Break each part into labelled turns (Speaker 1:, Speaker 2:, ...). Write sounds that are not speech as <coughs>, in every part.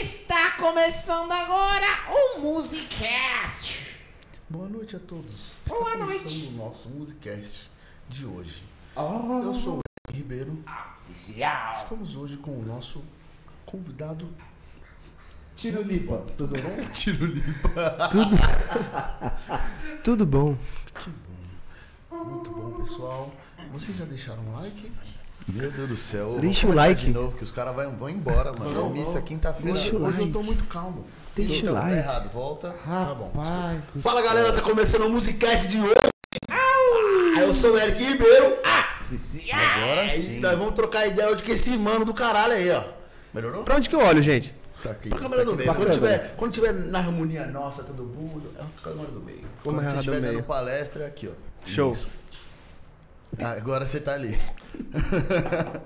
Speaker 1: Está começando agora o Musicast.
Speaker 2: Boa noite a todos.
Speaker 1: Boa
Speaker 2: Está
Speaker 1: noite. Ah.
Speaker 2: começando o nosso Musicast de hoje. Eu sou o Eric Ribeiro.
Speaker 1: Oficial.
Speaker 2: Estamos hoje com o nosso convidado
Speaker 3: Tiro limpa. Tô zoando.
Speaker 2: Tiro Limpo.
Speaker 4: Tudo bom?
Speaker 2: Que bom. Muito bom, pessoal. Vocês já deixaram um like?
Speaker 5: Meu Deus do céu. eu
Speaker 4: Deixa o
Speaker 5: vou começar
Speaker 4: like.
Speaker 5: De novo, que os caras vai- vão embora, mano. Eu
Speaker 2: Não,
Speaker 5: vi
Speaker 2: não.
Speaker 5: isso é quinta-feira.
Speaker 4: Deixa
Speaker 2: hoje
Speaker 4: o
Speaker 2: hoje eu tô
Speaker 4: like.
Speaker 2: muito calmo.
Speaker 4: Deixa
Speaker 5: Então,
Speaker 4: o
Speaker 5: tá
Speaker 4: like.
Speaker 5: errado, volta.
Speaker 2: Tá bom.
Speaker 3: Rapaz, do
Speaker 5: Fala galera, tá começando o Musicast de hoje. Ah, eu sou o Eric Ribeiro. Ah,
Speaker 1: Oficial.
Speaker 5: agora sim. Nós vamos trocar ideia hoje com esse mano do caralho aí, ó. Melhorou?
Speaker 4: Pra onde que eu olho, gente?
Speaker 5: Tá aqui.
Speaker 2: Pra
Speaker 5: câmera do meio. Quando
Speaker 3: bacana.
Speaker 5: tiver, quando tiver na harmonia nossa, todo mundo, é a câmera do meio. Quando
Speaker 4: é a
Speaker 5: você
Speaker 4: do
Speaker 5: estiver
Speaker 4: meio?
Speaker 5: dando palestra, é aqui, ó.
Speaker 4: Show.
Speaker 5: Ah, agora você tá ali.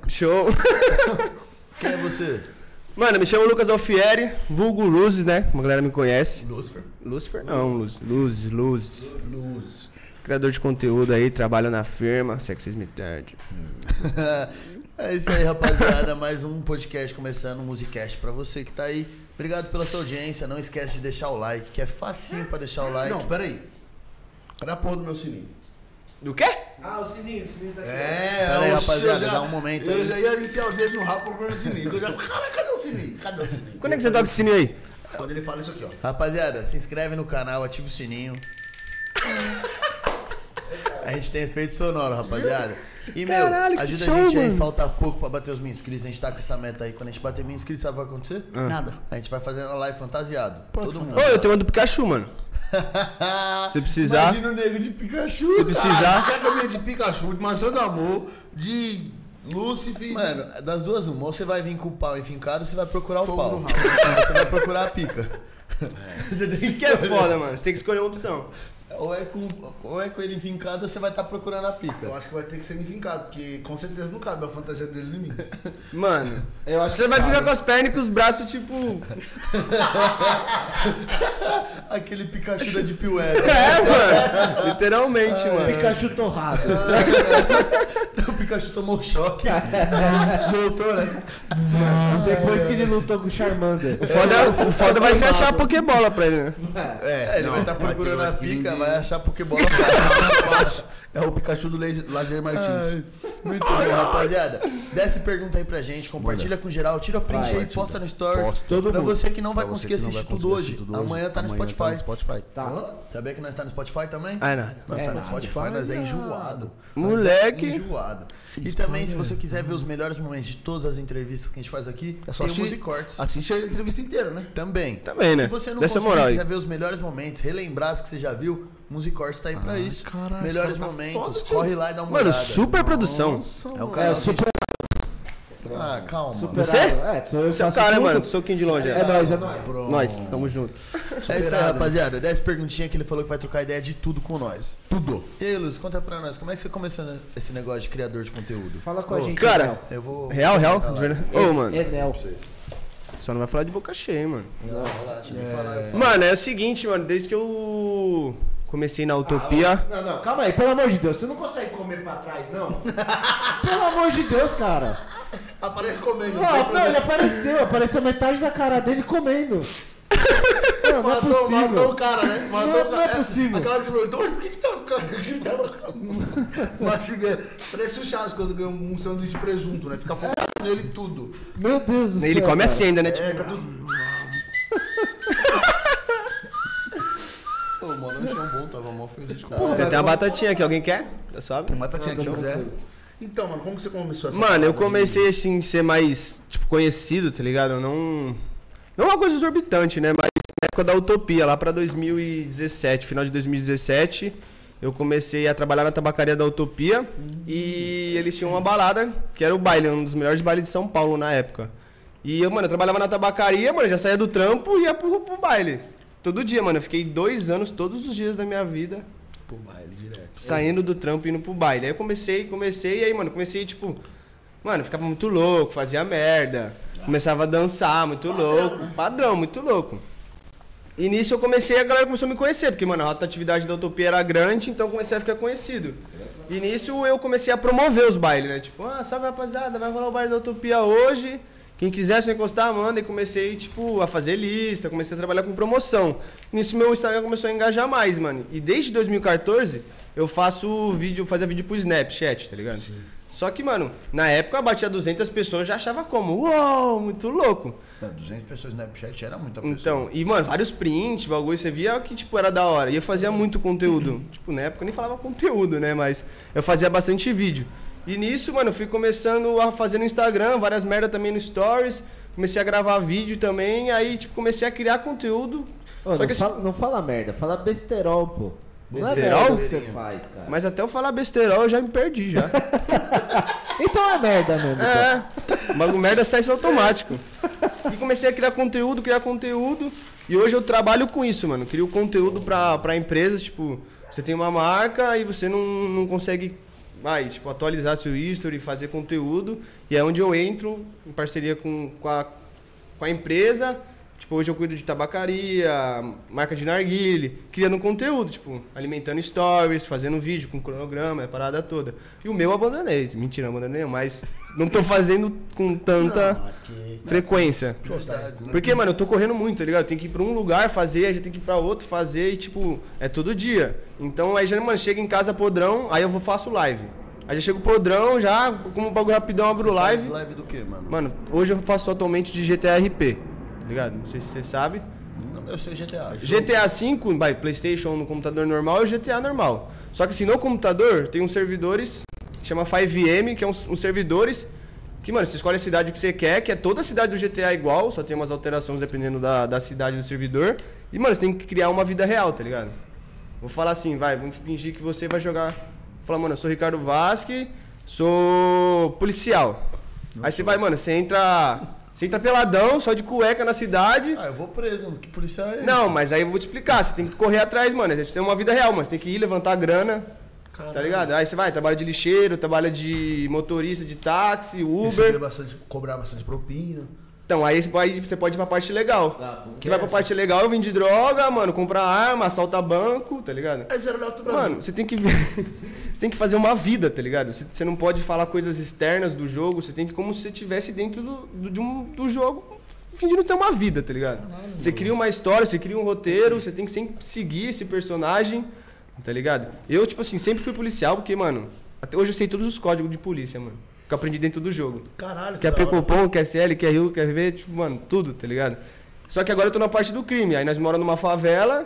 Speaker 4: Show. <laughs>
Speaker 5: Quem é você?
Speaker 4: Mano, me chamo Lucas Alfieri, vulgo Luzes, né? Uma galera me conhece.
Speaker 5: Lucifer.
Speaker 4: Lucifer? Não, Luzes, Luzes, Luzes.
Speaker 5: Luz.
Speaker 4: Criador de conteúdo aí, trabalha na firma, se é que vocês me entendem.
Speaker 5: É isso aí, rapaziada. Mais um podcast começando, um Musicast pra você que tá aí. Obrigado pela sua audiência. Não esquece de deixar o like, que é facinho pra deixar o like.
Speaker 2: Não, peraí. Cadê a porra do meu sininho?
Speaker 4: Do quê?
Speaker 3: Ah, o sininho, o sininho tá aqui.
Speaker 2: É,
Speaker 5: Pera aí,
Speaker 2: oxe,
Speaker 5: rapaziada,
Speaker 2: eu já-
Speaker 5: dá um momento
Speaker 2: Eu
Speaker 5: aí.
Speaker 2: já ia enfiar o dedo no rabo procurando o sininho. que Eu já, <laughs> cara, cadê o sininho? Cadê o sininho?
Speaker 4: Quando é que você toca esse sininho aí?
Speaker 2: Quando ele fala isso aqui, ó.
Speaker 5: Rapaziada, se inscreve no canal, ativa o sininho. A gente tem efeito sonoro, rapaziada. E, meu,
Speaker 4: Caralho, que
Speaker 5: ajuda
Speaker 4: show,
Speaker 5: a gente aí.
Speaker 4: mano.
Speaker 5: Falta pouco pra bater os mil inscritos. A gente tá com essa meta aí. Quando a gente bater mil inscritos, sabe o que vai acontecer?
Speaker 4: Ah.
Speaker 5: Nada. A gente vai fazendo a live fantasiado. Todo mundo.
Speaker 4: Ô, eu tenho uma do Pikachu, mano. Se precisar,
Speaker 2: Imagina o nego de Pikachu.
Speaker 4: Se precisar.
Speaker 2: Cara, Quer caminho de Pikachu, de maçã do amor, de Lúcifer.
Speaker 5: Mano, das duas uma, ou você vai vir com o pau enfincado, ou você vai procurar o
Speaker 2: Fogo
Speaker 5: pau.
Speaker 2: no
Speaker 5: você vai procurar a pica. Você tem
Speaker 4: isso que é foda, mano. Você tem que escolher uma opção.
Speaker 5: Ou é com, ou é com ele enfincado, ou você vai estar procurando a
Speaker 2: Eu
Speaker 5: pica.
Speaker 2: acho que vai ter que ser enfincado, porque com certeza não cabe a fantasia dele em mim.
Speaker 4: Mano,
Speaker 3: Eu acho
Speaker 4: você vai ficar com as pernas e com os braços, tipo.
Speaker 5: Aquele Pikachu da Deep Web. <laughs>
Speaker 4: É, mano. Literalmente, mano.
Speaker 3: Pikachu torrado.
Speaker 5: o Pikachu tomou um choque.
Speaker 3: Voltou, né? Ah, Depois que ele lutou com o Charmander.
Speaker 4: O foda, o foda vai ser achar a Pokébola pra ele, né?
Speaker 5: É, ele vai estar procurando
Speaker 2: vai
Speaker 5: a
Speaker 2: ter que
Speaker 5: pica,
Speaker 2: ninguém-
Speaker 5: vai achar Pokébola fácil.
Speaker 2: É o Pikachu do Laser- Lazer Martins.
Speaker 5: Ai, Muito bom, rapaziada. Desce pergunta aí pra gente, compartilha com geral, tira print
Speaker 3: Vai,
Speaker 5: aí, posta no Stories.
Speaker 2: Posta.
Speaker 3: Todo
Speaker 5: pra
Speaker 3: mundo.
Speaker 5: você que não vai
Speaker 2: Pra você
Speaker 5: conseguir
Speaker 2: que não
Speaker 5: assistir
Speaker 2: vai
Speaker 5: tudo,
Speaker 2: conseguir
Speaker 5: hoje.
Speaker 2: assistir tudo
Speaker 5: amanhã tá no
Speaker 2: amanhã
Speaker 5: Spotify.
Speaker 2: Spotify.
Speaker 3: Tá.
Speaker 5: Sabia que nós tá no Spotify também?
Speaker 4: Ah, nada.
Speaker 5: Nós
Speaker 3: É
Speaker 5: tá no
Speaker 3: nada.
Speaker 5: Spotify, nós é enjoado. Nós
Speaker 4: Moleque.
Speaker 5: é enjoado. E também, se você quiser ver os melhores momentos de todas as entrevistas que a gente faz aqui,
Speaker 2: É só
Speaker 5: tem o
Speaker 2: assistir-
Speaker 5: Musicortes.
Speaker 2: Assiste a entrevista inteira, né?
Speaker 5: Também.
Speaker 4: Também, né?
Speaker 5: Se você não
Speaker 4: Dessa
Speaker 5: conseguir,
Speaker 4: moral aí.
Speaker 5: quiser ver os melhores momentos, relembrar as que você já viu, Musicortes tá aí pra isso.
Speaker 2: caralho,
Speaker 5: melhores
Speaker 2: Ah, tá
Speaker 5: momentos,
Speaker 2: foda, tio.
Speaker 5: corre lá e dá uma
Speaker 4: Mano,
Speaker 5: olhada.
Speaker 4: super produção.
Speaker 5: É o
Speaker 3: É,
Speaker 5: canal.
Speaker 3: o super.
Speaker 5: que- Ah, calma.
Speaker 4: Você?
Speaker 3: É, sou eu que
Speaker 4: Você é o
Speaker 3: faço
Speaker 4: cara,
Speaker 3: tudo.
Speaker 4: mano. Soquinho de longe.
Speaker 3: É nóis, é nóis.
Speaker 4: Nós, tamo junto.
Speaker 5: É isso aí, rapaziada. 10 perguntinhas que ele falou que vai trocar ideia de tudo com nós.
Speaker 2: Tudo.
Speaker 5: E aí, Luz, conta pra nós, como é que você começou né, esse negócio de criador de conteúdo?
Speaker 3: Fala com
Speaker 5: Ô,
Speaker 3: a gente, é
Speaker 4: cara.
Speaker 3: Enel.
Speaker 5: Eu vou.
Speaker 4: Real, real? de verdade.
Speaker 3: É
Speaker 4: Ô, mano,
Speaker 3: Enel.
Speaker 4: só não vai falar de boca cheia, hein, mano.
Speaker 5: Não, relaxa, nem falar.
Speaker 4: Mano, é o seguinte, mano, desde que eu comecei na Utopia.
Speaker 3: Não, não, calma aí, pelo amor de Deus, você não consegue comer pra trás, não? pelo amor de Deus, cara.
Speaker 2: Aparece comendo.
Speaker 3: Não, não, ele apareceu, apareceu metade da cara dele comendo. Não, não é
Speaker 2: Matou o
Speaker 3: possível.
Speaker 2: cara, né? Matou
Speaker 3: Não,
Speaker 2: o
Speaker 3: não é
Speaker 2: cara.
Speaker 3: possível.
Speaker 2: Aquela que você perguntou, "Oxe, por que que tá o cara assim, que tava mastigando? Parece o Chaves quando ganha um sanduíche de presunto, né? Fica focado nele tudo.
Speaker 3: Meu Deus do céu.
Speaker 4: Ele come
Speaker 3: Ah, cara.
Speaker 4: assim ainda, né?
Speaker 2: É,
Speaker 4: Tipo,
Speaker 2: fica tudo...
Speaker 5: Pô, mano, não
Speaker 2: um
Speaker 5: tinha bom, tava mó feliz com
Speaker 3: É,
Speaker 4: tem até uma batatinha aqui, alguém quer? Tá suave?
Speaker 2: Mas tá tinha que
Speaker 3: Não, não,
Speaker 2: quiser.
Speaker 3: não.
Speaker 2: Então, mano, como que você começou essa
Speaker 4: Mano, eu
Speaker 2: parada
Speaker 4: comecei assim, ser mais, tipo, conhecido, tá ligado? Eu não. Não é uma coisa exorbitante, né? Mas na época da Utopia, lá pra 2017, final de 2017, eu comecei a trabalhar na tabacaria da Utopia e eles tinham uma balada, que era o baile, um dos melhores bailes de São Paulo na época. E eu, mano, eu trabalhava na tabacaria, mano, eu já saía do trampo e ia pro, pro baile. Todo dia, mano, eu fiquei dois anos, todos os dias da minha vida,
Speaker 2: de- Pô, baile direto.
Speaker 4: saindo do trampo e indo pro baile. Aí eu comecei, comecei, e aí, mano, comecei, tipo, mano, ficava muito louco, fazia merda. Começava a dançar, muito louco. Padrão, muito louco. E nisso eu comecei, a galera começou a me conhecer, porque, mano, a rotatividade da Utopia era grande, então eu comecei a ficar conhecido. E nisso eu comecei a promover os bailes, né? Tipo, ah, salve rapaziada, vai rolar o baile da Utopia hoje. Quem quisesse encostar, manda. E comecei, tipo, a fazer lista, comecei a trabalhar com promoção. Nisso meu Instagram começou a engajar mais, mano. E desde 2014 eu faço vídeo, fazia vídeo pro Snapchat, tá ligado? Só que, mano, na época eu batia 200 pessoas, eu já achava como, uou, muito louco.
Speaker 5: Não, 200 Ah, pessoas no Snapchat era muita pessoa.
Speaker 4: Então, e mano, vários prints, bagulho, você via que tipo era da hora. E eu fazia muito conteúdo. <clears throat> tipo, na época eu nem falava conteúdo, né, mas eu fazia bastante vídeo. E nisso, mano, eu fui começando a fazer no Instagram, várias merda também no stories, comecei a gravar vídeo também, aí tipo comecei a criar conteúdo.
Speaker 3: Ô,
Speaker 4: Só
Speaker 3: não,
Speaker 4: que assim, esse-
Speaker 3: fala, não fala merda, fala besterol, pô. Não
Speaker 4: Besterol?
Speaker 3: é merda o que você faz, cara.
Speaker 4: Mas até eu falar besteirol eu já me perdi já.
Speaker 3: Então é merda mesmo. então.
Speaker 4: É, o bagulho merda sai automático. E comecei a criar conteúdo, criar conteúdo. E hoje eu trabalho com isso, mano. Crio conteúdo pra, pra empresas, tipo, você tem uma marca e você não, não consegue mais, tipo, atualizar seu history, fazer conteúdo. E é onde eu entro em parceria com, com, a, com a empresa. Tipo, hoje eu cuido de tabacaria, marca de narguile, criando conteúdo, tipo, alimentando stories, fazendo vídeo com cronograma, a parada toda. E o meu eu abandonei. Mentira, não abandonei, não, mas não tô fazendo com tanta frequência. Porque, mano, eu tô correndo muito, tá ligado? Tem que ir pra um lugar fazer, aí já tem que ir pra outro fazer, e tipo, é todo dia. Então aí já, mano, chega em casa podrão, aí eu vou faço live. Aí já chego podrão, já, como o bagulho rapidão, abro live.
Speaker 5: Live do que, mano?
Speaker 4: Mano, hoje eu faço atualmente de GTA RP, tá ligado? Não sei se você sabe.
Speaker 5: Não, Eu sei GTA.
Speaker 4: GTA V, vai, Playstation no computador normal e GTA normal. Só que assim, no computador tem uns servidores, chama 5M, que é uns, uns servidores que, mano, você escolhe a cidade que você quer, que é toda a cidade do GTA igual, só tem umas alterações dependendo da, da cidade do servidor. E, mano, você tem que criar uma vida real, tá ligado? Vou falar assim, vai, vamos fingir que você vai jogar. Fala, mano, eu sou Ricardo Vasque, sou policial. Aí você vai, mano, você entra. Você entra peladão, só de cueca na cidade.
Speaker 5: Ah, eu vou preso, mano. Que policial é esse?
Speaker 4: Não, mas aí eu vou te explicar. Você tem que correr atrás, mano. Você tem uma vida real, mano. Você tem que ir levantar grana. Tá ligado? Aí você vai, trabalha de lixeiro, trabalha de motorista de táxi,
Speaker 2: Receber
Speaker 4: Uber.
Speaker 2: bastante, cobrar bastante propina.
Speaker 4: Então, aí você pode, você pode ir pra parte legal.
Speaker 3: Tá bom.
Speaker 4: você vai pra parte legal, eu vendi droga, mano, comprar arma, assalta banco, tá ligado?
Speaker 2: Aí fizeram o Nelson do Brasil.
Speaker 4: Mano, você tem que ver. <laughs> você tem que fazer uma vida, tá ligado? Você, você não pode falar coisas externas do jogo, você tem que como se você estivesse dentro do, do, de um, do jogo fingindo ter uma vida, tá ligado? Você cria uma história, você cria um roteiro, você tem que sempre seguir esse personagem, tá ligado? Eu, tipo assim, sempre fui policial, porque, mano, até hoje eu sei todos os códigos de polícia, mano. Que eu aprendi dentro do jogo.
Speaker 2: Caralho,
Speaker 4: Quer
Speaker 2: da hora.
Speaker 4: Precopom, quer CL, quer Rio, quer V, tipo, mano, tudo, tá ligado? Só que agora eu tô na parte do crime. Aí nós moramos numa favela,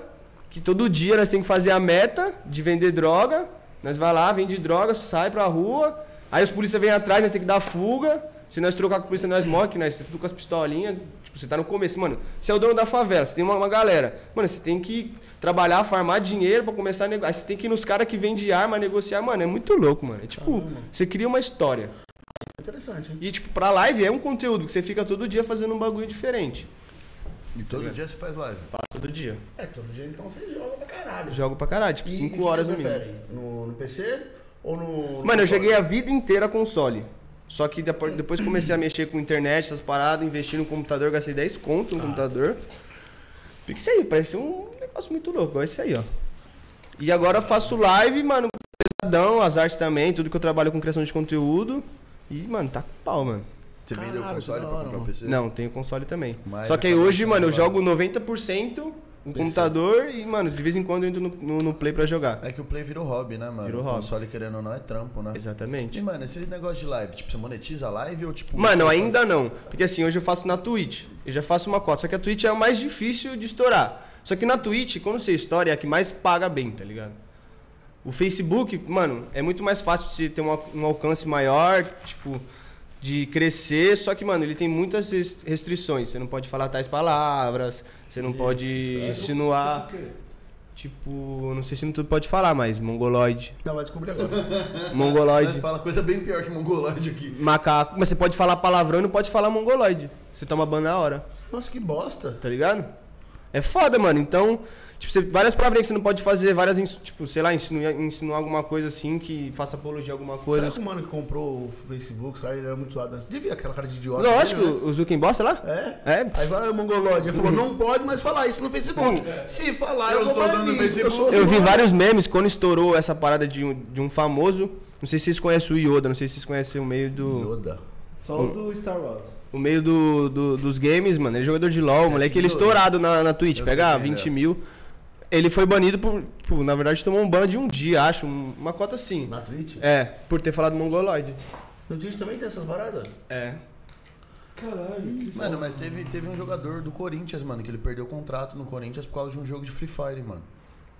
Speaker 4: que todo dia nós tem que fazer a meta de vender droga. Nós vai lá, vende droga, sai pra rua. Aí os polícia vêm atrás, nós tem que dar fuga. Se nós trocar com a polícia, nós morre, que nós tá tudo com as pistolinhas. Tipo, você tá no começo, mano. Você é o dono da favela, você tem uma, uma galera. Mano, você tem que trabalhar, farmar dinheiro pra começar a negociar. Aí você tem que ir nos caras que vendem arma, negociar. Mano, é muito louco, mano. É tipo, você cria uma história.
Speaker 2: Interessante, hein?
Speaker 4: E, tipo, pra live é um conteúdo que você fica todo dia fazendo um bagulho diferente.
Speaker 5: E todo dia você faz live.
Speaker 4: Todo dia.
Speaker 2: É, todo dia então você joga pra caralho.
Speaker 4: Jogo pra caralho, tipo,
Speaker 2: E-
Speaker 4: 5
Speaker 2: e
Speaker 4: horas
Speaker 2: o
Speaker 4: no
Speaker 2: que você
Speaker 4: mínimo.
Speaker 2: prefere? No, no PC ou no. no
Speaker 4: Mano,
Speaker 2: console?
Speaker 4: eu joguei a vida inteira console. Só que depo- depois comecei a mexer com internet, essas paradas, investi no computador, gastei 10 conto
Speaker 2: Ah.
Speaker 4: no computador. Fica isso aí, parece um negócio muito louco, é isso aí, ó. E agora eu faço live, mano, pesadão, as artes também, tudo que eu trabalho com criação de conteúdo. E, mano, tá com pau, mano.
Speaker 5: Você vendeu o console pra comprar um PC?
Speaker 4: Não, tem o console também.
Speaker 5: Mas
Speaker 4: Só que aí
Speaker 5: acaba
Speaker 4: hoje,
Speaker 5: sendo
Speaker 4: mano, eu
Speaker 5: igual.
Speaker 4: jogo 90% no computador e, mano, de vez em quando eu entro no, no- no Play pra jogar.
Speaker 5: É que o Play virou hobby, né, mano?
Speaker 4: Virou
Speaker 5: o
Speaker 4: hobby.
Speaker 5: console, querendo ou não, é trampo, né? E,
Speaker 4: Exatamente.
Speaker 5: mano, esse negócio de live, tipo, você monetiza a live ou tipo.
Speaker 4: Mano,
Speaker 5: você
Speaker 4: ainda não. Porque assim, hoje eu faço na Twitch. Eu já faço uma cota. Só que a Twitch é a mais difícil de estourar. Só que na Twitch, quando você estoura, é a que mais paga bem, tá ligado? O Facebook, mano, é muito mais fácil de você ter um, al- um alcance maior, tipo, de crescer. Só que, mano, ele tem muitas res- restrições. Você não pode falar tais palavras, você não pode
Speaker 5: é.
Speaker 2: Ah.
Speaker 4: insinuar. Tipo, não sei se não tu pode falar, mas mongoloide.
Speaker 2: Não, vai descobrir
Speaker 4: <laughs>
Speaker 2: agora.
Speaker 5: Mas
Speaker 4: Mongoloide.
Speaker 5: fala coisa bem pior que mongolândia aqui.
Speaker 4: Macaco. Mas você pode falar palavrão e não pode falar mongoloide. Você toma ban na hora,
Speaker 2: Nossa, que bosta.
Speaker 4: tá ligado? É foda, mano. Então, tipo, você, várias palavrinhas que você não pode fazer, várias, ins- tipo, sei lá, insinuar, insinuar alguma coisa assim que faça apologia a alguma coisa.
Speaker 2: Será que o mano que comprou o Facebook, sabe, ele era muito zoado antes. Devia aquela cara de idiota.
Speaker 4: Lógico,
Speaker 2: dele, né?
Speaker 4: o Zuckin bosta lá?
Speaker 2: É?
Speaker 4: É.
Speaker 2: Aí vai o mongolode. Ele falou, não pode mais falar isso no Facebook. Se falar, eu,
Speaker 5: Eu
Speaker 2: vou
Speaker 5: sou dono do
Speaker 2: banir.
Speaker 5: Facebook.
Speaker 2: sou
Speaker 4: É. Eu vi
Speaker 2: dono.
Speaker 4: vários memes quando estourou essa parada de um, de um famoso. Não sei se vocês conhecem o Yoda, não sei se vocês conhecem o meio do.
Speaker 2: Yoda.
Speaker 3: Só o do Star Wars.
Speaker 4: O meio do, do- dos games, mano. Ele é jogador de LOL, moleque. Ele é
Speaker 5: doido.
Speaker 4: estourado na, na Twitch,
Speaker 5: Eu
Speaker 4: pega
Speaker 5: sei
Speaker 4: ah,
Speaker 5: quem
Speaker 4: 20
Speaker 5: é.
Speaker 4: mil. Ele foi banido por, por, na verdade, tomou um ban de um dia, acho. um- Uma cota assim.
Speaker 2: Na Twitch?
Speaker 4: É, por ter falado mongoloide.
Speaker 2: No Twitch também tem essas paradas?
Speaker 4: É.
Speaker 3: Caralho.
Speaker 5: Mano, mas teve, teve um jogador do Corinthians, mano, que ele perdeu o contrato no Corinthians por causa de um jogo de Free Fire, mano.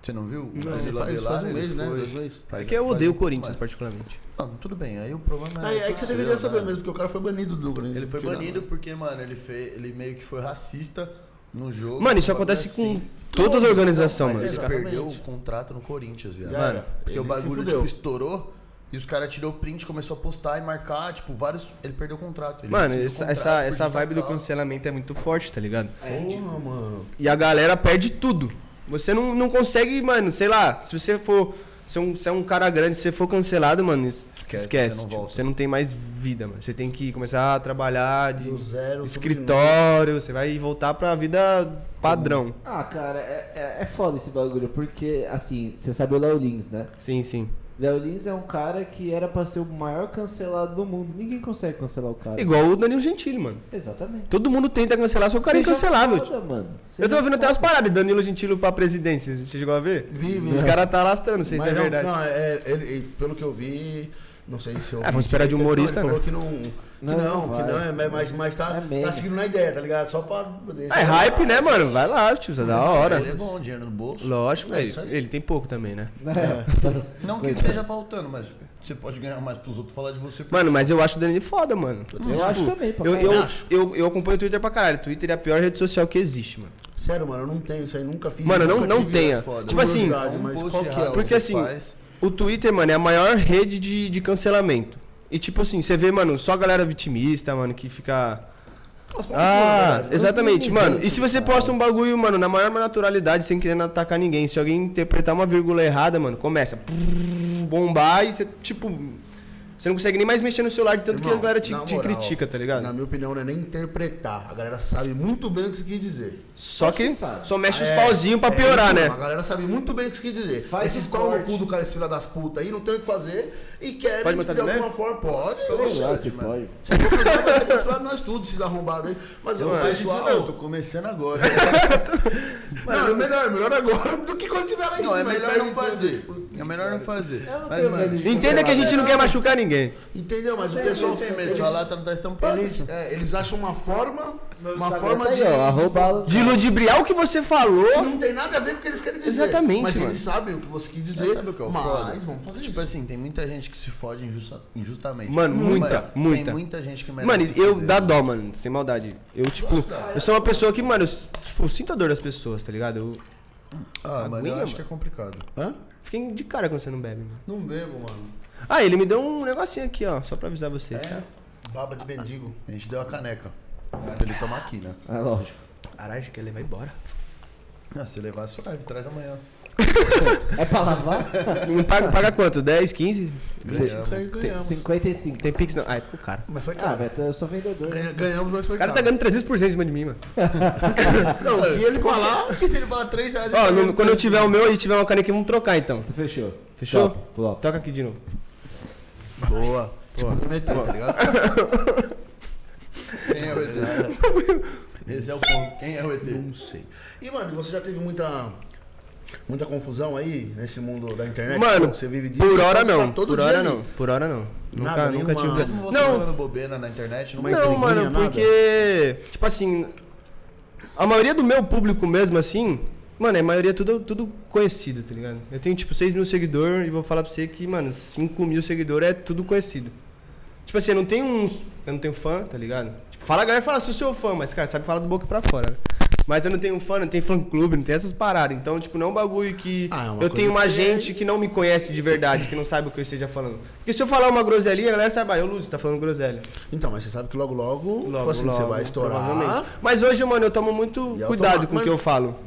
Speaker 5: Você não viu? O Danilo
Speaker 2: faz-
Speaker 5: Avelar,
Speaker 2: faz um
Speaker 5: ele
Speaker 2: mês, né?
Speaker 5: foi-
Speaker 2: Dois meses.
Speaker 5: faz-
Speaker 4: É que eu
Speaker 5: faz
Speaker 4: odeio
Speaker 5: um-
Speaker 4: o Corinthians, particularmente.
Speaker 5: Não, tudo bem, aí o problema
Speaker 2: Aí,
Speaker 5: é.
Speaker 2: aí que você
Speaker 5: seu,
Speaker 2: deveria
Speaker 5: né?
Speaker 2: saber mesmo, porque o cara foi banido do Grêmio.
Speaker 5: Ele foi
Speaker 2: Tirado.
Speaker 5: banido porque, mano, ele, fez, ele meio que foi racista no jogo.
Speaker 4: Mano, isso
Speaker 5: Um bagulho
Speaker 4: acontece com
Speaker 5: assim.
Speaker 4: todas as organizações,
Speaker 5: Mas
Speaker 4: mano.
Speaker 5: ele
Speaker 4: Esse cara-
Speaker 2: Exatamente.
Speaker 5: perdeu o contrato no Corinthians, viado.
Speaker 2: Já
Speaker 4: Mano,
Speaker 2: era.
Speaker 5: Porque
Speaker 2: Ele
Speaker 5: o
Speaker 2: se
Speaker 5: bagulho,
Speaker 2: fudeu.
Speaker 5: tipo, estourou e os caras tirou print, começou a postar e marcar, tipo, vários. Ele perdeu o contrato. Ele
Speaker 4: Mano,
Speaker 5: rescindiu o
Speaker 4: essa,
Speaker 5: contrato
Speaker 4: essa,
Speaker 5: por
Speaker 4: essa vibe do
Speaker 5: digital.
Speaker 4: cancelamento é muito forte, tá ligado?
Speaker 2: Porra, mano.
Speaker 4: E a galera perde tudo. Você não, não consegue, mano, sei lá, se você for. Se é um, se é um cara grande, se você for cancelado, mano, es-
Speaker 5: Esquece,
Speaker 4: esquece. tipo,
Speaker 5: você não
Speaker 4: Você, não
Speaker 5: volta.
Speaker 4: tem mais vida, mano. Você tem que começar a trabalhar de
Speaker 2: Do zero.
Speaker 4: escritório, você vai voltar pra vida padrão.
Speaker 6: Ah, cara, é, é, é foda esse bagulho, porque, assim, você sabe o Léo Lins, né?
Speaker 4: Sim, sim.
Speaker 6: Léo Lins é um cara que era pra ser o maior cancelado do mundo. Ninguém consegue cancelar o cara.
Speaker 4: Igual o Danilo Gentili, mano.
Speaker 6: Exatamente.
Speaker 4: Todo mundo tenta cancelar, só que o cara é
Speaker 6: Seja
Speaker 4: incancelável.
Speaker 6: foda, mano.
Speaker 4: Eu tô
Speaker 6: Seja
Speaker 4: vendo até
Speaker 6: foda.
Speaker 4: as paradas, Danilo Gentili pra presidência, você chegou a ver?
Speaker 2: Vi, vi.
Speaker 4: Os caras tá lastrando, não sei
Speaker 2: Mas
Speaker 4: se é
Speaker 2: não-
Speaker 4: verdade.
Speaker 2: Não, é, ele- ele- pelo que eu vi, não sei se eu.
Speaker 4: É, vamos esperar de humorista,
Speaker 2: ele falou
Speaker 4: né?
Speaker 2: que não. que
Speaker 6: Não,
Speaker 2: Não,
Speaker 6: não
Speaker 2: que
Speaker 6: vai.
Speaker 2: não, é, mas- mas, mas tá,
Speaker 6: É meme.
Speaker 2: tá seguindo na ideia, tá ligado? Só pra poder.
Speaker 4: É hype, né, mano? Vai lá, tio, isso é da hora.
Speaker 5: Ele é bom, dinheiro no bolso.
Speaker 4: Lógico,
Speaker 2: É
Speaker 4: ele,
Speaker 2: isso aí.
Speaker 4: ele tem pouco também, né?
Speaker 6: É,
Speaker 5: Não que esteja faltando, mas você pode ganhar mais pros outros falar de você.
Speaker 4: Mano, mas eu acho o Danilo foda, mano.
Speaker 6: Eu acho também, papai.
Speaker 4: Eu, eu,
Speaker 2: acho.
Speaker 4: eu, eu acompanho o Twitter pra caralho. Twitter é a pior rede social que existe, mano.
Speaker 2: Sério, mano, eu não tenho isso aí, nunca fiz.
Speaker 4: Mano,
Speaker 2: nunca
Speaker 4: não- não
Speaker 2: tive
Speaker 4: tenha.
Speaker 2: essa foda.
Speaker 4: Tipo assim,
Speaker 2: Curiosidade,
Speaker 5: um
Speaker 2: mas
Speaker 5: post
Speaker 2: qual que é?
Speaker 5: errado.
Speaker 2: o-
Speaker 4: Porque assim,
Speaker 5: faz.
Speaker 4: o Twitter, mano, é a maior rede de, de cancelamento. E tipo assim, você vê, mano, só a galera vitimista, mano, que fica.
Speaker 2: é
Speaker 4: Ah, exatamente,
Speaker 6: né?
Speaker 4: mano. E se você posta um bagulho, mano, na maior naturalidade, sem querer atacar ninguém, se alguém interpretar uma vírgula errada, mano, começa a bombar e você, tipo. Você não consegue nem mais mexer no celular de tanto que a
Speaker 2: Irmão,
Speaker 4: galera te,
Speaker 2: na
Speaker 4: te
Speaker 2: moral,
Speaker 4: critica, tá ligado?
Speaker 2: Na minha opinião, não é nem interpretar. A galera sabe muito bem o que você quis dizer.
Speaker 4: Só que
Speaker 6: sabe.
Speaker 4: só mexe os
Speaker 2: É,
Speaker 4: pauzinhos pra
Speaker 2: é
Speaker 4: piorar,
Speaker 2: isso,
Speaker 4: né?
Speaker 2: A galera sabe muito bem o que você quis dizer.
Speaker 6: Faz
Speaker 5: um
Speaker 2: Esses
Speaker 6: o
Speaker 2: pau no
Speaker 6: corte.
Speaker 2: cu do cara, esse filho das putas aí, não tem o que fazer e querem
Speaker 4: Pode botar
Speaker 2: de
Speaker 4: de leve?
Speaker 2: alguma forma. Pode,
Speaker 6: Sei lá,
Speaker 2: oxe,
Speaker 6: se pode.
Speaker 2: Se for cancelar, vai ser cancelado nós tudo, esses arrombados aí. Mas eu
Speaker 5: Não,
Speaker 2: não
Speaker 5: faz isso
Speaker 2: pessoal.
Speaker 5: não, tô começando agora.
Speaker 2: Não, é melhor, melhor agora do que quando tiver lá em
Speaker 5: <laughs> Não, é
Speaker 2: cima,
Speaker 5: melhor
Speaker 2: perde
Speaker 5: não
Speaker 2: tudo.
Speaker 5: fazer. É melhor não fazer.
Speaker 6: Eu não
Speaker 5: Mas,
Speaker 6: tenho
Speaker 5: mano,
Speaker 6: medo de
Speaker 4: Entenda que a gente não quer
Speaker 6: cancelar,
Speaker 4: machucar ninguém.
Speaker 2: Entendeu? Mas o pessoal.
Speaker 5: pessoal tem medo.
Speaker 2: eles-
Speaker 5: Sua lata não tá estampada.
Speaker 2: Eles, é, eles acham uma forma, uma
Speaker 6: Instagram
Speaker 2: forma
Speaker 6: tá aí,
Speaker 2: de.
Speaker 6: ó, arroba Alan-
Speaker 4: De ludibriar o que você
Speaker 2: que
Speaker 4: falou.
Speaker 2: Não tem nada a ver com o que eles querem dizer.
Speaker 4: Exatamente,
Speaker 2: Mas
Speaker 4: mano.
Speaker 2: eles sabem o que você quis dizer.
Speaker 5: Mas sabe o que é o
Speaker 2: mas
Speaker 5: foda?
Speaker 2: vamos fazer
Speaker 5: tipo
Speaker 2: isso.
Speaker 5: assim, tem muita gente que se fode injusta- injustamente.
Speaker 4: Mano, muita, muita.
Speaker 5: Tem muita gente que merece.
Speaker 4: Mano,
Speaker 5: se
Speaker 4: eu
Speaker 5: fuder.
Speaker 4: dá dó, mano, sem maldade. Eu, tipo, eu sou uma pessoa que, mano, eu, tipo, eu sinto a dor das pessoas, tá ligado? Eu
Speaker 5: Ah, mano, eu
Speaker 4: Aguinha,
Speaker 5: acho que é complicado.
Speaker 2: Hã?
Speaker 4: fiquei de cara quando você não bebe,
Speaker 5: assim,
Speaker 4: mano.
Speaker 2: Não bebo, mano.
Speaker 4: Ah, ele me deu um negocinho aqui, ó, só pra avisar vocês.
Speaker 2: Baba de mendigo.
Speaker 5: A gente deu a caneca. Pra ele tomar aqui, né?
Speaker 6: É lógico.
Speaker 4: Caralho, acho que ele vai embora.
Speaker 5: Ah, se levar suave, traz amanhã.
Speaker 6: É pra lavar?
Speaker 4: <laughs> Não paga, paga quanto? 10, 15?
Speaker 5: Ganhamos.
Speaker 2: Isso aí
Speaker 6: <laughs>
Speaker 2: ganhamos.
Speaker 6: 55.
Speaker 4: Tem pix não? Ah, é ficou caro.
Speaker 2: Mas foi
Speaker 6: Ah,
Speaker 2: caro.
Speaker 6: Beto, eu sou vendedor.
Speaker 2: Ganha- ganhamos, mas foi
Speaker 4: O cara
Speaker 2: caro. É.
Speaker 4: tá ganhando 300% em cima de mim, mano.
Speaker 2: Não, se ele falar.
Speaker 5: E Ah, se ele falar 3 reais,
Speaker 4: Ó,
Speaker 5: ele
Speaker 4: no- quando eu tiver o meu e tiver uma caneca, vamos trocar então.
Speaker 6: Tu fechou.
Speaker 4: Fechou?
Speaker 6: Top, top.
Speaker 4: Toca aqui de novo.
Speaker 2: Boa. Comprometeu, tá ligado?
Speaker 5: <laughs> Quem é o ET? Esse é o ponto. Quem é o ET?
Speaker 2: Não sei. E, mano, você já teve muita. Muita confusão aí nesse mundo da internet?
Speaker 4: Mano,
Speaker 2: Pô, você vive disso.
Speaker 4: por hora
Speaker 2: você tá
Speaker 4: não.
Speaker 2: todo
Speaker 4: Por
Speaker 2: dia
Speaker 4: hora
Speaker 2: ali.
Speaker 4: não. Por hora não. Nunca,
Speaker 2: Nada, nenhuma-
Speaker 4: nunca tive.
Speaker 5: Mesmo você tá
Speaker 4: Não,
Speaker 5: falando bobeira na internet, não
Speaker 2: Mas-
Speaker 4: Não,
Speaker 2: briguinha,
Speaker 4: mano,
Speaker 2: nada?
Speaker 4: porque. Tipo assim. A maioria do meu público mesmo, assim. Mano, a maioria é tudo, tudo conhecido, tá ligado? Eu tenho, tipo, 6 mil seguidores e vou falar pra você que, mano, 5 mil seguidores é tudo conhecido. Tipo assim, eu não tenho uns. Eu não tenho fã, tá ligado? Tipo, fala a galera fala, sou seu fã, mas, cara, sabe falar do boca pra fora, né? Mas eu não tenho fã, não tenho fã clube, não tenho essas paradas. Então, tipo, não é um bagulho que
Speaker 2: Ah, é uma
Speaker 4: eu
Speaker 2: coisa
Speaker 4: tenho uma
Speaker 2: que-
Speaker 4: gente que não me conhece de verdade, que não sabe o que eu esteja falando. Porque se eu falar uma groselha, a galera sabe, ah, eu Lúcio, tá falando groselha.
Speaker 2: Então, mas você sabe que logo, logo,
Speaker 4: Logo,
Speaker 2: assim, você
Speaker 4: logo,
Speaker 2: vai estourar.
Speaker 4: provavelmente. Mas hoje, mano, eu tomo muito
Speaker 2: E
Speaker 4: cuidado
Speaker 2: automa-
Speaker 4: com o que eu falo.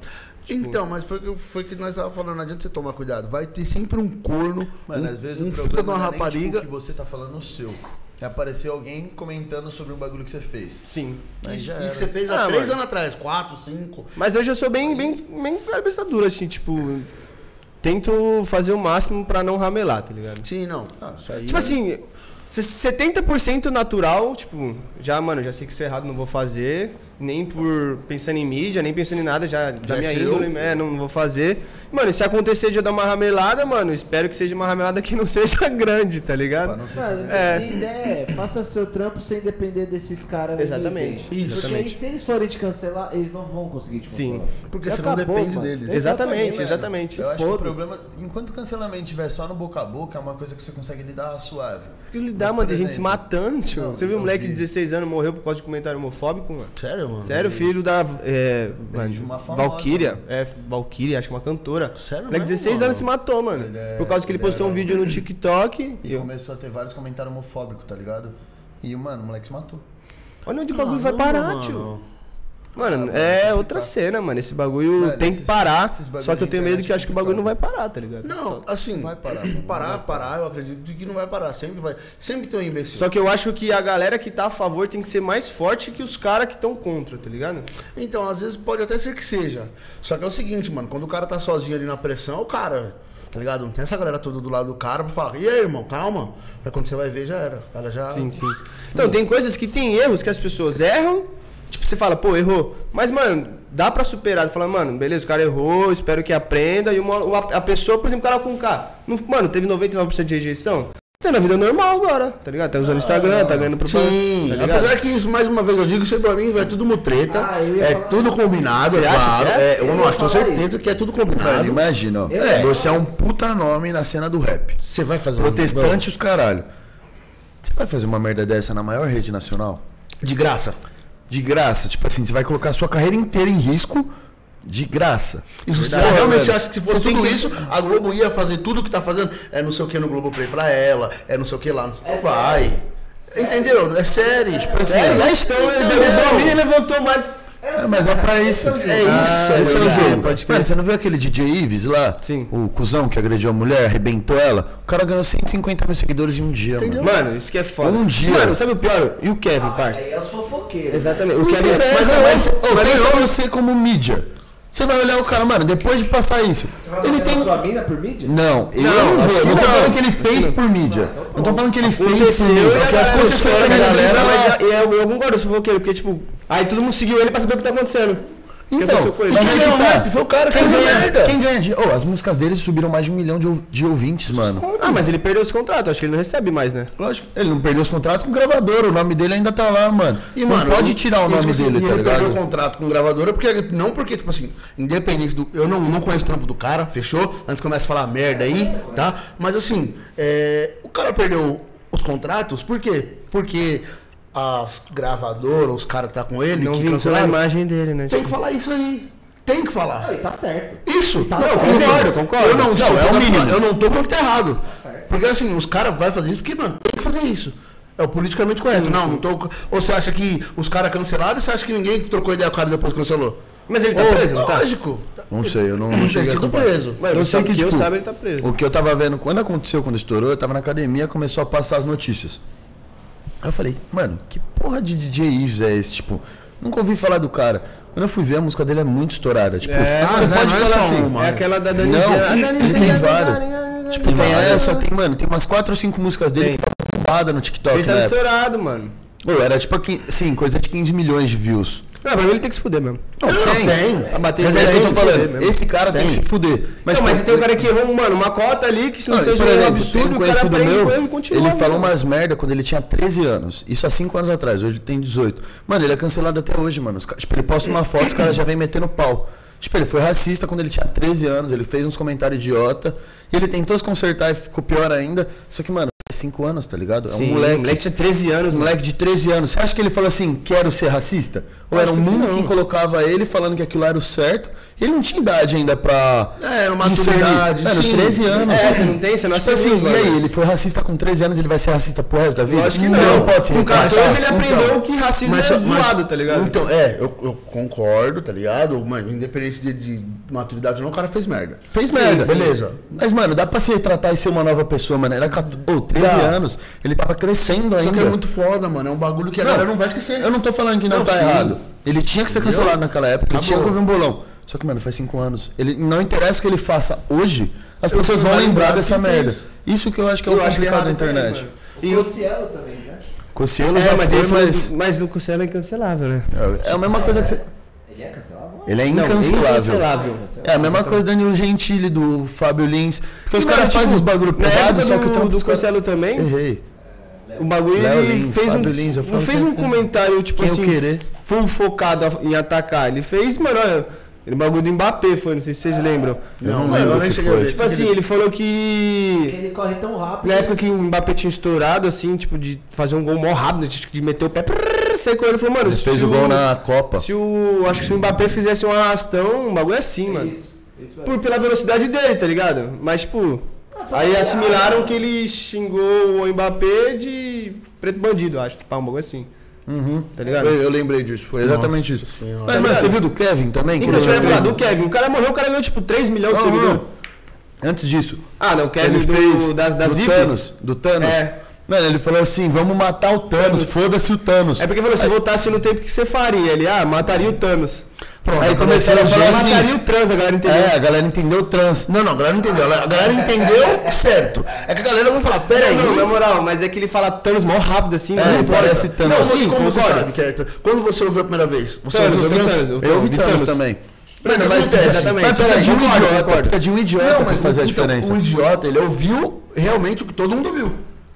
Speaker 5: Tipo-
Speaker 2: Então, mas foi que, foi que nós estávamos falando, não adianta você tomar cuidado. Vai ter sempre um corno,
Speaker 5: Mano,
Speaker 2: um,
Speaker 5: às vezes
Speaker 2: um
Speaker 5: o
Speaker 2: puta de
Speaker 5: problema
Speaker 2: uma
Speaker 5: não é nem, tipo, o
Speaker 2: rapariga.
Speaker 5: que você tá falando o seu. É aparecer alguém comentando sobre um bagulho que você fez.
Speaker 4: Sim.
Speaker 5: Aí
Speaker 2: Isso
Speaker 5: já
Speaker 2: que
Speaker 5: era.
Speaker 2: você fez
Speaker 4: Ah,
Speaker 2: há três
Speaker 4: mano.
Speaker 2: anos atrás, quatro, cinco.
Speaker 4: Mas hoje eu sou bem, bem, bem cabeça dura, assim, tipo. Tento fazer o máximo pra não ramelar, tá ligado?
Speaker 2: Sim, não. Ah, isso aí.
Speaker 4: Tipo assim, se- 70% natural, tipo, já, mano, já sei que isso é errado, não vou fazer. Nem por pensando em mídia, nem pensando em nada, já, da
Speaker 5: é
Speaker 4: minha
Speaker 5: seu,
Speaker 4: índole, é, não vou fazer. Mano, e se acontecer de eu dar uma ramelada, mano, espero que seja uma ramelada que não <laughs> seja grande, tá
Speaker 5: Pra
Speaker 4: ligado?
Speaker 5: não se
Speaker 6: Mano,
Speaker 4: É.
Speaker 6: minha ideia é, faça seu trampo sem depender desses caras.
Speaker 4: Exatamente,
Speaker 6: mimizentes. Porque aí,
Speaker 4: exatamente.
Speaker 6: se eles forem te cancelar, eles não vão conseguir te
Speaker 4: Sim.
Speaker 6: cancelar.
Speaker 2: Porque
Speaker 6: Já
Speaker 2: senão
Speaker 6: acabou,
Speaker 2: depende
Speaker 6: mano.
Speaker 2: deles.
Speaker 4: Exatamente,
Speaker 5: Mano,
Speaker 4: exatamente.
Speaker 5: Eu acho que o
Speaker 6: Foda-se.
Speaker 5: problema, enquanto o cancelamento estiver só no boca a boca, é uma coisa que você consegue lidar suave.
Speaker 4: Que lidar,
Speaker 5: Mas,
Speaker 4: mano,
Speaker 5: por
Speaker 4: tem gente se
Speaker 5: exemplo-
Speaker 4: matando, tio.
Speaker 5: Não,
Speaker 4: Você viu um
Speaker 5: eu
Speaker 4: moleque
Speaker 5: vi.
Speaker 4: de 16 anos morreu por causa de comentário homofóbico, mano?
Speaker 2: Sério, mano?
Speaker 4: Sério, filho da. É,
Speaker 5: de uma famosa, né?
Speaker 4: Valkyria. É, Valkyria, acho que é uma cantora.
Speaker 2: Sério
Speaker 4: Moleque de
Speaker 2: mesmo,
Speaker 4: 16
Speaker 2: mano?
Speaker 4: anos se matou, mano.
Speaker 5: Ele é-
Speaker 4: por causa que ele
Speaker 5: ele
Speaker 4: postou um
Speaker 5: era-
Speaker 4: vídeo no TikTok.
Speaker 5: E
Speaker 4: eu-
Speaker 5: começou a ter vários comentários homofóbicos, tá ligado? E, mano, o moleque se matou.
Speaker 4: Olha onde o bagulho vai parar, tio.
Speaker 5: Tá
Speaker 4: Mano, é outra cena, mano. Esse bagulho
Speaker 5: Mano,
Speaker 4: tem que
Speaker 5: esses-
Speaker 4: parar.
Speaker 5: esses bagulho
Speaker 4: Só que eu
Speaker 5: de
Speaker 4: tenho medo
Speaker 5: internet
Speaker 4: que eu acho que o bagulho não vai
Speaker 5: complicado.
Speaker 4: parar, tá ligado?
Speaker 2: Não,
Speaker 4: Só,
Speaker 2: assim.
Speaker 5: Vai parar, mano.
Speaker 2: Parar, parar, eu acredito que não vai parar. Sempre vai. Sempre tem um imbecil.
Speaker 4: só que eu acho que a galera que tá a favor tem que ser mais forte que os caras que estão contra, tá ligado?
Speaker 2: Então, às vezes pode até ser que seja. Só que é o seguinte, mano, quando o cara tá sozinho ali na pressão, o cara, tá ligado? Não tem essa galera toda do lado do cara pra falar, e aí, irmão, calma. Aí quando você vai ver, já era. O cara já.
Speaker 4: Sim, sim. Então, tem coisas que tem erros que as pessoas erram. Tipo, você fala, pô, errou. Mas, mano, dá pra superar. Fala, mano, beleza, o cara errou, espero que aprenda. E uma, uma- a pessoa, por exemplo, o cara com K. Não, mano, teve 99% de rejeição. Tá na vida normal agora, tá ligado? Tá
Speaker 5: Ah,
Speaker 4: usando Instagram, tá ganhando propaganda.
Speaker 2: Sim,
Speaker 4: tá ligado?
Speaker 2: apesar que isso, mais uma vez, eu digo, isso aí pra mim véio, é tudo mutreta,
Speaker 6: Ah, eu ia
Speaker 2: é
Speaker 6: falar-
Speaker 2: tudo combinado,
Speaker 4: Você
Speaker 2: é
Speaker 4: acha
Speaker 2: claro.
Speaker 4: que é?
Speaker 2: É, eu
Speaker 6: Eu
Speaker 2: não
Speaker 6: ia
Speaker 2: acho, tenho
Speaker 6: falar
Speaker 2: certeza que é tudo combinado.
Speaker 5: Mano, imagina, ó.
Speaker 6: É.
Speaker 5: Você é um puta nome na cena do rap.
Speaker 2: Você vai fazer um-
Speaker 5: Protestante os caralho. Você vai fazer uma merda dessa na maior rede nacional?
Speaker 2: de graça.
Speaker 5: De graça. Tipo assim, você vai colocar a sua carreira inteira em risco de graça.
Speaker 2: Isso,
Speaker 5: é Verdade,
Speaker 2: eu realmente
Speaker 5: velho.
Speaker 2: acho que se fosse
Speaker 5: Você tem
Speaker 2: tudo
Speaker 5: que-
Speaker 2: isso, a Globo ia fazer tudo o que tá fazendo. É não sei o que no Globo Play pra ela, é não sei o que lá. Não sei...
Speaker 6: É
Speaker 2: vai. Entendeu? É série. Tipo assim.
Speaker 4: É, já estão,
Speaker 5: Então,
Speaker 4: ele derrubou a mina e levantou mais.
Speaker 5: É, mas é pra isso. É
Speaker 2: jogo. Ah,
Speaker 5: esse é o
Speaker 2: verdade,
Speaker 5: jogo.
Speaker 4: pode crer.
Speaker 5: Mano, você não viu aquele DJ Ives lá?
Speaker 4: Sim.
Speaker 5: O cuzão que agrediu a mulher, arrebentou ela? O cara ganhou 150 mil seguidores em um dia, mano.
Speaker 4: Mano, isso que é foda.
Speaker 5: Um dia.
Speaker 4: Mano, sabe o pior? E o Kevin, parça?
Speaker 6: Aí é os fofoqueiros.
Speaker 4: Exatamente. O
Speaker 5: Não
Speaker 4: Kevin. é-
Speaker 5: interessa,
Speaker 4: Mas não,
Speaker 5: é- mas, ô, pensa você como mídia. Você vai olhar o cara, mano, depois de passar isso, ele tem... um-
Speaker 6: sua mina por mídia?
Speaker 5: Não, eu
Speaker 4: Não,
Speaker 5: não,
Speaker 4: acho
Speaker 5: vou.
Speaker 4: que
Speaker 5: Não tô
Speaker 4: não.
Speaker 5: falando que ele fez por mídia. Não tô falando que ele fez por
Speaker 4: aconteceu
Speaker 5: mídia.
Speaker 4: e a
Speaker 5: O que
Speaker 4: galera,
Speaker 5: aconteceu
Speaker 4: os
Speaker 5: é que
Speaker 4: caras,
Speaker 5: a galera...
Speaker 4: mas eu, eu, eu concordo, se for aquele, porque tipo, aí todo mundo seguiu ele pra saber o que tá acontecendo. O que
Speaker 5: Então,
Speaker 4: aconteceu com ele.
Speaker 5: mas
Speaker 4: Mas
Speaker 5: aí
Speaker 4: ele
Speaker 5: que
Speaker 4: é um
Speaker 5: tá.
Speaker 4: rap, foi o cara que
Speaker 5: quem,
Speaker 4: fez a
Speaker 5: ganha,
Speaker 4: merda.
Speaker 5: quem ganha de... Oh, as músicas dele subiram mais de um milhão de, ou- de ouvintes, mano.
Speaker 4: Ah, mas ele perdeu os contratos, acho que ele não recebe mais, né?
Speaker 5: Lógico, ele não perdeu os contratos com gravadora, o nome dele ainda tá lá, mano.
Speaker 2: E,
Speaker 5: não
Speaker 2: mano,
Speaker 5: pode
Speaker 2: eu-
Speaker 5: tirar o
Speaker 2: isso,
Speaker 5: nome
Speaker 2: assim,
Speaker 5: dele,
Speaker 2: e
Speaker 5: tá
Speaker 2: ele
Speaker 5: ligado?
Speaker 2: perdeu o contrato com gravadora, porque, não porque, tipo assim, independente do. Eu não, não conheço o trampo do cara, fechou? Antes começa a falar merda aí, tá? Mas assim, é, o cara perdeu os contratos, por quê? Porque as gravadoras, os caras que tá com ele, que cancelaram,
Speaker 4: imagem dele, né?
Speaker 2: tem que falar isso aí. Tem que falar.
Speaker 6: Não, e tá certo.
Speaker 2: Isso,
Speaker 6: Tá
Speaker 2: não, eu
Speaker 6: certo.
Speaker 2: concordo,
Speaker 4: Eu concordo.
Speaker 2: Eu não,
Speaker 5: Não,
Speaker 2: estou
Speaker 5: é o
Speaker 2: falando-
Speaker 5: mínimo.
Speaker 2: Eu não tô falando que tá errado.
Speaker 6: certo.
Speaker 2: Porque assim, os caras vão fazer isso porque, mano, tem que fazer isso. É o politicamente correto. não, não tô. Ou você acha que os caras cancelaram ou você acha que ninguém que trocou ideia com o cara depois cancelou?
Speaker 4: Mas ele tá
Speaker 2: Ô,
Speaker 4: preso, não tá?
Speaker 2: Lógico.
Speaker 5: Não sei, eu não, não
Speaker 2: Ele
Speaker 5: cheguei a
Speaker 2: tá
Speaker 5: acompanhar.
Speaker 2: preso.
Speaker 4: Mano,
Speaker 5: eu sei
Speaker 4: sabe
Speaker 5: que,
Speaker 4: que eu
Speaker 5: tipo,
Speaker 4: saiba, ele tá preso.
Speaker 5: O que eu tava vendo, quando aconteceu, quando estourou, eu tava na academia, começou a passar as notícias. Aí eu falei, mano, que porra de DJ Ives é esse? Tipo, nunca ouvi falar do cara. Quando eu fui ver, a música dele é muito estourada. Tipo,
Speaker 4: É,
Speaker 5: você
Speaker 2: mas não é-
Speaker 5: pode
Speaker 2: não é
Speaker 5: falar
Speaker 2: só
Speaker 5: assim.
Speaker 2: uma.
Speaker 4: É aquela da
Speaker 5: Não,
Speaker 4: Danizinha. A Danizinha
Speaker 5: tem
Speaker 4: é
Speaker 5: várias. Tipo,
Speaker 4: tá
Speaker 5: tem essa, tem, mano, tem umas quatro ou cinco músicas dele
Speaker 4: Tem.
Speaker 5: que tava bombada no TikTok,
Speaker 4: Ele tá
Speaker 5: né?
Speaker 4: estourado, mano.
Speaker 5: Pô, era tipo, aqui, sim, coisa de 15 milhões de views.
Speaker 4: Não, mas ele tem que se fuder mesmo.
Speaker 5: Não, tem.
Speaker 4: Pra bater
Speaker 5: Mas é
Speaker 4: ele
Speaker 5: isso que
Speaker 4: tem que
Speaker 5: eu tô
Speaker 4: se fuder
Speaker 5: falando.
Speaker 4: mesmo.
Speaker 5: Esse cara tem, que se fuder.
Speaker 4: Mas, não, mas tem um cara que errou, mano, uma cota ali que se não, seja
Speaker 5: tipo, por
Speaker 4: um
Speaker 5: exemplo,
Speaker 4: absurdo,
Speaker 5: um
Speaker 4: o cara
Speaker 5: conhecido
Speaker 4: aprende
Speaker 5: meu,
Speaker 4: com ele e continua. né?
Speaker 5: ele falou
Speaker 4: mano.
Speaker 5: umas merda quando ele tinha 13 anos. Isso há 5 anos atrás, hoje ele tem 18. Mano, ele é cancelado até hoje, mano. Os ca- Tipo, ele posta uma foto, os caras já vem metendo pau. Tipo, ele foi racista quando ele tinha 13 anos, ele fez uns comentários idiota. E ele tentou se consertar e ficou pior ainda. Só que, mano, faz 5 anos, tá ligado? É um
Speaker 4: Sim,
Speaker 5: moleque.
Speaker 4: moleque tinha 13 anos,
Speaker 5: Um
Speaker 4: moleque.
Speaker 5: moleque de 13 anos, você acha que ele falou assim, quero ser racista? Ou era um mundo que colocava ele falando que aquilo era o certo? E ele não tinha idade ainda pra.
Speaker 2: É, era uma
Speaker 5: discernir.
Speaker 2: maturidade,
Speaker 5: Mano,
Speaker 2: sim.
Speaker 5: 13 anos.
Speaker 4: É, você não tem, você não
Speaker 5: Tipo
Speaker 4: assumiu,
Speaker 5: assim, e
Speaker 4: mano.
Speaker 5: aí, ele foi racista com 13 anos, ele vai ser racista pro resto da vida?
Speaker 4: Lógico que não.
Speaker 5: pode ser.
Speaker 4: Com 14 ele
Speaker 5: Então,
Speaker 4: aprendeu que racismo é
Speaker 2: só-
Speaker 4: zoado, tá ligado?
Speaker 2: Então, é, eu, eu concordo, tá ligado? Mano, independente de, de maturidade ou não, o cara fez merda.
Speaker 5: Fez merda.
Speaker 2: beleza.
Speaker 5: Mas, mano, dá pra se retratar e ser uma nova pessoa, mano. Era 14, ou 13
Speaker 2: Dá.
Speaker 5: anos, ele tava crescendo
Speaker 2: Só
Speaker 5: ainda.
Speaker 2: que é muito foda, mano. É um bagulho que a galera não vai esquecer.
Speaker 5: Eu não tô falando que não,
Speaker 2: Não,
Speaker 5: tá
Speaker 2: sim.
Speaker 5: errado. Ele tinha que ser cancelado naquela época, ele
Speaker 4: Tá
Speaker 2: Acabou.
Speaker 5: tinha que ouvir um bolão. Só que, mano, faz cinco anos. Ele não interessa o que ele faça hoje, as
Speaker 2: Eu
Speaker 5: pessoas
Speaker 2: fui
Speaker 5: vão
Speaker 2: lá
Speaker 5: lembrar
Speaker 2: lembrar
Speaker 5: dessa
Speaker 2: quem
Speaker 5: merda.
Speaker 2: fez.
Speaker 5: Isso que eu acho que é o
Speaker 4: Eu acho que é
Speaker 5: complicado da
Speaker 4: errado também,
Speaker 5: internet.
Speaker 4: mano. E o-
Speaker 3: Cielo também, né?
Speaker 5: Cossielo
Speaker 4: é,
Speaker 5: já
Speaker 4: mas,
Speaker 5: foi,
Speaker 4: ele foi-
Speaker 5: mas.
Speaker 4: mas o Cossielo é incancelável, né?
Speaker 5: É a mesma coisa que você.
Speaker 3: Ele é cancelado?
Speaker 5: Ele é
Speaker 4: Não,
Speaker 5: incancelável.
Speaker 4: incancelável.
Speaker 5: É a mesma coisa do Danilo Gentili, do Fábio Lins. Porque os caras fazem os bagulho
Speaker 4: tipo, na época
Speaker 5: pesado, só que o
Speaker 4: do-
Speaker 5: trampo
Speaker 4: do
Speaker 5: dos caras.
Speaker 4: Cossielo também.
Speaker 5: Errei.
Speaker 4: O bagulho
Speaker 5: Léo
Speaker 4: ele
Speaker 5: Lins,
Speaker 4: fez um,
Speaker 5: Fábio Lins, eu
Speaker 4: não
Speaker 5: falo
Speaker 4: fez
Speaker 5: que- é
Speaker 4: um comentário tipo
Speaker 5: Quem eu
Speaker 4: assim,
Speaker 5: querer.
Speaker 4: full focado a- em atacar. Ele fez, mano, olha, o bagulho do Mbappé foi, não sei se vocês lembram.
Speaker 5: Eu não,
Speaker 2: Não,
Speaker 5: lembro
Speaker 2: eu
Speaker 5: o
Speaker 2: nem
Speaker 5: que
Speaker 2: cheguei a
Speaker 5: foi.
Speaker 2: ver.
Speaker 4: Tipo assim, ele falou que
Speaker 3: Ele corre tão rápido.
Speaker 4: na época que o Mbappé tinha estourado assim, tipo de fazer um gol mó rápido, de de meter o pé, prrr, sai correndo, ele falou, mano,
Speaker 5: Ele
Speaker 4: se
Speaker 5: fez o gol na Copa.
Speaker 4: se o acho que se o Mbappé fizesse um arrastão, um bagulho é assim, mano.
Speaker 3: Isso. Isso
Speaker 4: Por, pela velocidade dele, tá ligado? Mas, tipo, aí assimilaram que ele xingou o Mbappé de preto bandido, acho. Pá, um bagulho assim.
Speaker 5: Uhum.
Speaker 4: Tá ligado?
Speaker 5: Eu, eu lembrei disso, foi exatamente
Speaker 2: Nossa
Speaker 5: isso.
Speaker 2: Senhora.
Speaker 5: Mas, mano, você viu do Kevin também? que
Speaker 4: Então,
Speaker 5: ele
Speaker 4: você vai
Speaker 5: fez?
Speaker 4: falar do Kevin. O cara morreu, o cara ganhou, tipo, 3 milhões de
Speaker 5: Não, não,
Speaker 4: seguidores.
Speaker 5: não. Antes disso,
Speaker 4: Ah, não, o Kevin
Speaker 5: ele
Speaker 4: do,
Speaker 5: fez
Speaker 4: das, das
Speaker 5: do
Speaker 4: VIP.
Speaker 5: Thanos. Do Thanos.
Speaker 4: É.
Speaker 5: Mano, ele falou assim, vamos matar o Thanos, foda-se o Thanos.
Speaker 4: É porque falou, se voltasse no tempo que você faria, ele, ah, mataria o Thanos.
Speaker 2: Pronto,
Speaker 5: Aí
Speaker 2: agora
Speaker 5: começaram a
Speaker 2: eu
Speaker 5: falar
Speaker 2: já-
Speaker 5: assim-
Speaker 4: mataria o trans, a galera entendeu.
Speaker 5: É, a galera entendeu o trans.
Speaker 2: Não, não, a galera não entendeu. A galera entendeu certo. É que a galera vai falar, peraí.
Speaker 4: Não, na moral, mas é que ele fala Thanos mó rápido assim,
Speaker 5: É,
Speaker 4: né?
Speaker 5: parece Thanos.
Speaker 2: Não,
Speaker 5: Não,
Speaker 2: sim, como você
Speaker 4: concordo.
Speaker 2: sabe que é. Quando você ouviu a primeira vez? Você
Speaker 4: Thanos,
Speaker 2: ouviu
Speaker 4: eu vi Thanos,
Speaker 5: Eu ouvi
Speaker 4: vi
Speaker 5: Thanos também.
Speaker 2: Mano,
Speaker 5: Mas,
Speaker 2: mas
Speaker 5: precisa-
Speaker 4: exatamente.
Speaker 5: mas precisa de um
Speaker 2: Concordo,
Speaker 5: idiota,
Speaker 2: concordo.
Speaker 5: precisa de um idiota
Speaker 2: Não,
Speaker 5: pra
Speaker 2: mas
Speaker 5: fazer a
Speaker 2: então,
Speaker 5: diferença.
Speaker 2: O idiota, ele ouviu realmente o que todo mundo ouviu.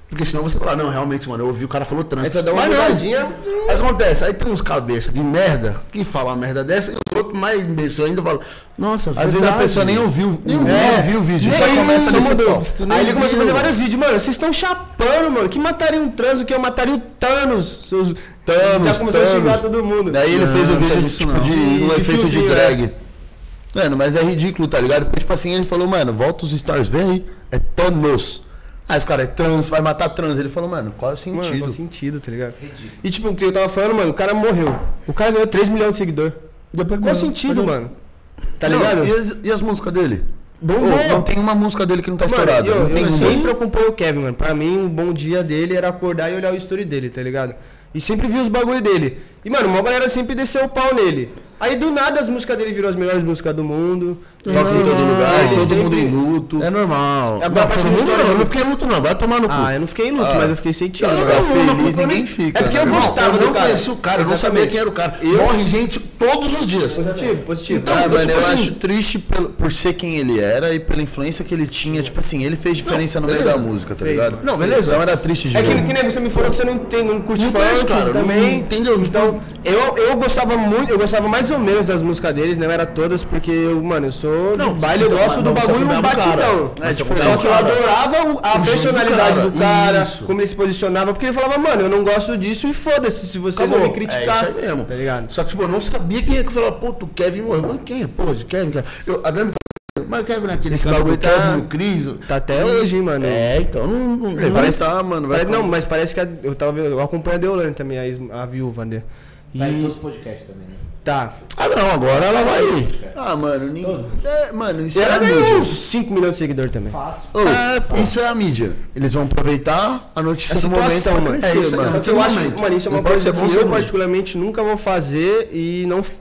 Speaker 2: Porque senão você fala, não, realmente, mano, eu ouvi o cara falou trans.
Speaker 4: Aí só dá uma
Speaker 2: mas não.
Speaker 4: mudadinha.
Speaker 2: Acontece, aí tem uns cabeças de merda que falam uma merda dessa e o outro mais imbecil ainda fala, nossa,
Speaker 5: Às vezes a pessoa nem ouviu, nem
Speaker 2: É.
Speaker 5: viu o vídeo,
Speaker 4: Nem
Speaker 5: só
Speaker 4: aí,
Speaker 5: começa
Speaker 4: só
Speaker 5: nesse
Speaker 4: mudou.
Speaker 5: pau.
Speaker 4: Aí ele começou a fazer vários vídeos, mano. Vocês estão chapando, mano. Que mataria um trans, o que eu mataria o Thanos. Seus...
Speaker 5: Thanos,
Speaker 4: Já começou a xingar
Speaker 5: Thanos.
Speaker 4: todo mundo.
Speaker 5: Daí ele
Speaker 2: Não,
Speaker 5: fez o
Speaker 2: não
Speaker 5: vídeo
Speaker 2: tem isso,
Speaker 5: tipo,
Speaker 2: não.
Speaker 5: de,
Speaker 4: De-
Speaker 5: um
Speaker 4: de né?
Speaker 5: efeito de
Speaker 4: fiozinho,
Speaker 5: drag. Mano, mas é ridículo, tá ligado? Porque, tipo assim, ele falou, mano, volta os stars, vem aí. É Thanos. Aí os caras, é trans, vai matar trans. Ele falou, mano, qual é o
Speaker 4: Mano,
Speaker 5: sentido?
Speaker 4: faz sentido, tá ligado? E tipo, o que eu tava falando, mano, o cara morreu. O cara ganhou 3 milhões de seguidor. Qual sentido, mano? Tá
Speaker 5: Não,
Speaker 4: ligado?
Speaker 5: E as, e as músicas dele?
Speaker 4: Bom,
Speaker 5: Ô,
Speaker 4: bom.
Speaker 5: não tem uma música dele que não tá estourada.
Speaker 4: eu,
Speaker 5: não
Speaker 4: eu
Speaker 5: tem uma.
Speaker 4: sempre acompanho o Kevin, mano. Pra mim, o bom dia dele era acordar e olhar o story dele, tá ligado? E sempre vi os bagulho dele. E, mano, uma galera sempre desceu o pau nele. Aí do nada as músicas dele virou as melhores músicas do mundo.
Speaker 2: Uhum.
Speaker 5: Toca em todo lugar,
Speaker 4: ele
Speaker 5: todo
Speaker 4: sempre-
Speaker 5: mundo em luto.
Speaker 2: É normal.
Speaker 4: Agora
Speaker 2: não, todo
Speaker 4: parece uma
Speaker 2: mundo
Speaker 4: história
Speaker 2: não, eu
Speaker 4: do-
Speaker 2: não fiquei muito não, vai tomar no cu.
Speaker 4: Ah, eu não fiquei em luto,
Speaker 5: Ah.
Speaker 4: mas eu fiquei sentindo.
Speaker 5: Não,
Speaker 4: mano.
Speaker 5: Ficar
Speaker 2: Todo mundo,
Speaker 5: feliz,
Speaker 2: não,
Speaker 5: ninguém
Speaker 2: nem-
Speaker 5: fica.
Speaker 4: É porque eu
Speaker 5: né?
Speaker 2: Irmão,
Speaker 4: gostava
Speaker 2: eu
Speaker 4: do
Speaker 2: não
Speaker 4: cara.
Speaker 2: conhecia o cara, eu não
Speaker 4: Exatamente.
Speaker 2: sabia quem era o cara.
Speaker 4: Eu-
Speaker 2: Morre gente todos os dias.
Speaker 4: Positivo, positivo.
Speaker 2: Então,
Speaker 5: Ah,
Speaker 2: eu,
Speaker 5: mano,
Speaker 2: tipo
Speaker 5: eu
Speaker 2: assim-
Speaker 5: acho triste pelo- por ser quem ele era e pela influência que ele tinha. Tipo assim, ele fez diferença no meio da música, tá ligado?
Speaker 2: Não, beleza.
Speaker 5: Então era triste de
Speaker 4: É que,
Speaker 5: ver.
Speaker 4: que nem você me falou que você não entende, não curte
Speaker 2: Não
Speaker 4: funk
Speaker 2: conheço, cara,
Speaker 4: também.
Speaker 2: não- entendeu?
Speaker 4: Então, eu, eu gostava muito, eu gostava mais ou menos das músicas deles, não era todas, porque eu, mano, eu sou do
Speaker 2: Não,
Speaker 4: baile, eu
Speaker 2: então,
Speaker 4: gosto
Speaker 2: mas
Speaker 4: do
Speaker 2: não, você
Speaker 4: bagulho um
Speaker 2: acompanhava o
Speaker 4: batidão.
Speaker 2: cara. Mas
Speaker 4: Só
Speaker 2: você acompanhava
Speaker 4: que eu
Speaker 2: o cara.
Speaker 4: adorava o- a
Speaker 2: O jeito do
Speaker 4: personalidade
Speaker 2: cara,
Speaker 4: do cara,
Speaker 2: isso.
Speaker 4: como ele se posicionava, porque ele falava, mano, eu não gosto disso e foda-se se vocês vão me criticar.
Speaker 2: É isso aí mesmo.
Speaker 4: Tá ligado?
Speaker 2: Só que, tipo, eu não sabia quem é que eu falava, puto, o Kevin morreu. Mas quem é? Porra, de Kevin, cara. Eu, a Dani, mas o Kevin naquele
Speaker 4: Esse
Speaker 2: canto do
Speaker 4: bagulho tá-
Speaker 2: Kevin, o Cris.
Speaker 4: Tá até hoje, hein, mano.
Speaker 2: É, então, não. não, não
Speaker 5: Vai tá, mano, vai
Speaker 4: Mas, não,
Speaker 5: tá.
Speaker 4: mas parece que a- eu, tava, vendo- eu acompanho a Deolane também, a, ex- a viúva, né? E
Speaker 3: Tá em todos os podcasts também, né?
Speaker 4: tá.
Speaker 2: Ah, não, agora ela vai.
Speaker 5: Ah, mano, ninguém. É, mano, isso
Speaker 4: E
Speaker 5: é
Speaker 4: ela
Speaker 5: a
Speaker 4: ganhou uns
Speaker 5: mídia.
Speaker 4: 5 milhões de seguidores também.
Speaker 3: Fácil.
Speaker 5: Ô, isso é a mídia. Eles vão aproveitar a notícia
Speaker 4: essa
Speaker 5: do momento
Speaker 4: situação,
Speaker 5: pra
Speaker 4: mano.
Speaker 5: crescer,
Speaker 4: É isso,
Speaker 5: mano.
Speaker 4: Só que eu
Speaker 2: Tem um
Speaker 4: acho,
Speaker 2: momento.
Speaker 4: mano, isso é uma
Speaker 2: Não pode
Speaker 4: coisa
Speaker 2: ser
Speaker 4: que
Speaker 2: bom
Speaker 4: eu
Speaker 2: segundo.
Speaker 4: particularmente nunca vou fazer e não f-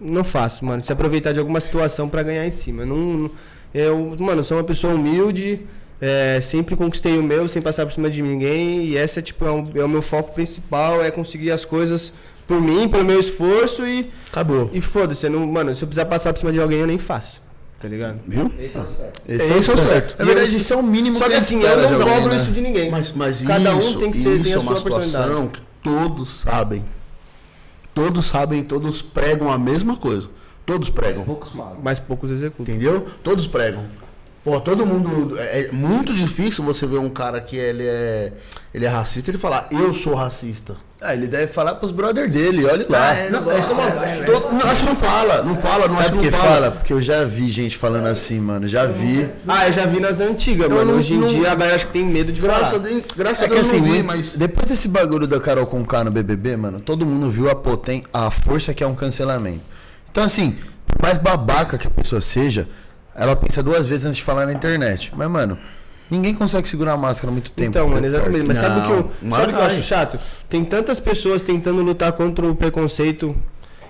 Speaker 4: não faço, mano. Se aproveitar de alguma situação pra ganhar em cima. Eu não, eu, mano, eu sou uma pessoa humilde, é, sempre conquistei o meu sem passar por cima de ninguém e essa é tipo é, um- é o meu foco principal, é conseguir as coisas por mim, pelo meu esforço e
Speaker 2: Acabou.
Speaker 4: e foda-se, eu não- mano, se eu precisar passar por cima de alguém eu nem faço. Tá ligado?
Speaker 2: Viu?
Speaker 3: Esse é o certo.
Speaker 5: Esse,
Speaker 2: Esse
Speaker 5: é
Speaker 2: é
Speaker 5: o
Speaker 2: o
Speaker 5: certo. Na verdade, isso é o mínimo
Speaker 4: Só que assim, eu
Speaker 5: espera
Speaker 4: não
Speaker 5: de alguém,
Speaker 4: dobro
Speaker 5: né?
Speaker 4: isso de ninguém.
Speaker 2: Mas, mas
Speaker 4: Cada um
Speaker 2: isso,
Speaker 4: tem que ser- tem
Speaker 2: isso
Speaker 4: a
Speaker 2: é uma
Speaker 4: sua personalidade.
Speaker 2: situação que todos sabem. Todos sabem, todos pregam a mesma coisa. Todos pregam.
Speaker 3: Poucos falam.
Speaker 4: Mas poucos executam.
Speaker 2: Entendeu? Todos pregam. Pô, todo mundo. É é muito difícil você ver um cara que ele é. Ele é racista e ele falar, eu sou racista.
Speaker 5: Ah, ele deve falar pros brother dele, olha lá.
Speaker 2: Não, é isso que eu falo. Todo- não, acho que não fala, não fala, não acho
Speaker 5: Sabe
Speaker 2: que
Speaker 5: por que
Speaker 2: não
Speaker 5: fala? Porque eu já vi gente falando assim, mano. Já vi.
Speaker 4: Ah, eu já vi nas antigas,
Speaker 2: Eu
Speaker 4: mano.
Speaker 2: não-
Speaker 4: Hoje em
Speaker 2: Então, não-
Speaker 4: dia a galera acho que tem medo de falar.
Speaker 2: Graças a Deus, graças
Speaker 5: É
Speaker 2: a
Speaker 5: que
Speaker 2: Deus eu
Speaker 5: assim,
Speaker 2: não vi,
Speaker 5: muito-
Speaker 2: mas.
Speaker 5: depois desse bagulho da Carol Conká no BBB, mano, todo mundo viu a poten a força que é um cancelamento. Então assim, por mais babaca que a pessoa seja, ela pensa duas vezes antes de falar na internet. Mas mano, ninguém consegue segurar a máscara muito tempo.
Speaker 4: Então, mano, exatamente. Mas sabe o que eu,
Speaker 2: Não,
Speaker 4: sabe o que eu
Speaker 2: mas-
Speaker 4: acho chato? Tem tantas pessoas tentando lutar contra o preconceito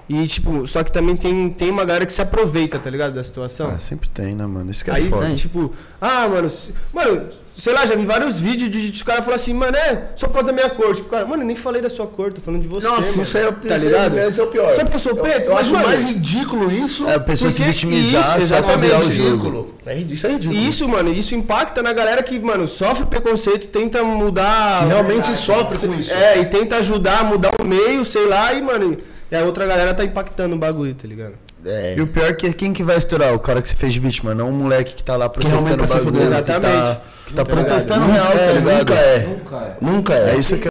Speaker 4: E, tipo, só que também tem, tem uma galera que se aproveita, tá ligado? Da situação.
Speaker 5: Ah, sempre tem, né, mano? Isso que é
Speaker 4: Aí,
Speaker 5: foda.
Speaker 4: tipo, ah, mano, se- mano, sei lá, já vi vários vídeos de, de cara falar assim, mano, é só por causa da minha cor. Tipo, cara, mano, eu nem falei da sua cor, tô falando de você.
Speaker 2: Nossa,
Speaker 4: mano,
Speaker 2: isso é o-
Speaker 4: Tá
Speaker 2: isso é-
Speaker 4: ligado?
Speaker 2: esse é o pior.
Speaker 4: Só porque eu sou preto?
Speaker 2: Eu
Speaker 4: mas,
Speaker 2: acho
Speaker 4: mano,
Speaker 2: mais ridículo isso. um
Speaker 5: É, a pessoa se
Speaker 4: porque
Speaker 5: vitimizar
Speaker 4: isso,
Speaker 5: só pra
Speaker 4: exatamente,
Speaker 5: virar o jogo.
Speaker 2: ridículo. É ridículo. Isso é ridículo.
Speaker 4: E isso, mano, isso impacta na galera que, mano, sofre preconceito, tenta mudar.
Speaker 2: Realmente sofre com isso.
Speaker 4: É, e tenta ajudar, mudar o meio, sei lá, e, mano, e a outra galera tá impactando o bagulho, tá ligado?
Speaker 5: E o pior é que quem que vai estourar? O cara que se fez de vítima, não o moleque que tá lá
Speaker 2: realmente
Speaker 5: protestando
Speaker 2: tá
Speaker 5: o
Speaker 2: se
Speaker 5: bagulho.
Speaker 2: fudendo.
Speaker 5: que tá-
Speaker 4: Exatamente.
Speaker 5: Que tá
Speaker 4: Tá ligado?
Speaker 5: protestando
Speaker 2: Nunca
Speaker 5: real, tá
Speaker 2: é,
Speaker 5: ligado?
Speaker 2: nunca é.
Speaker 6: Nunca é.
Speaker 2: Nunca é.
Speaker 5: É isso que é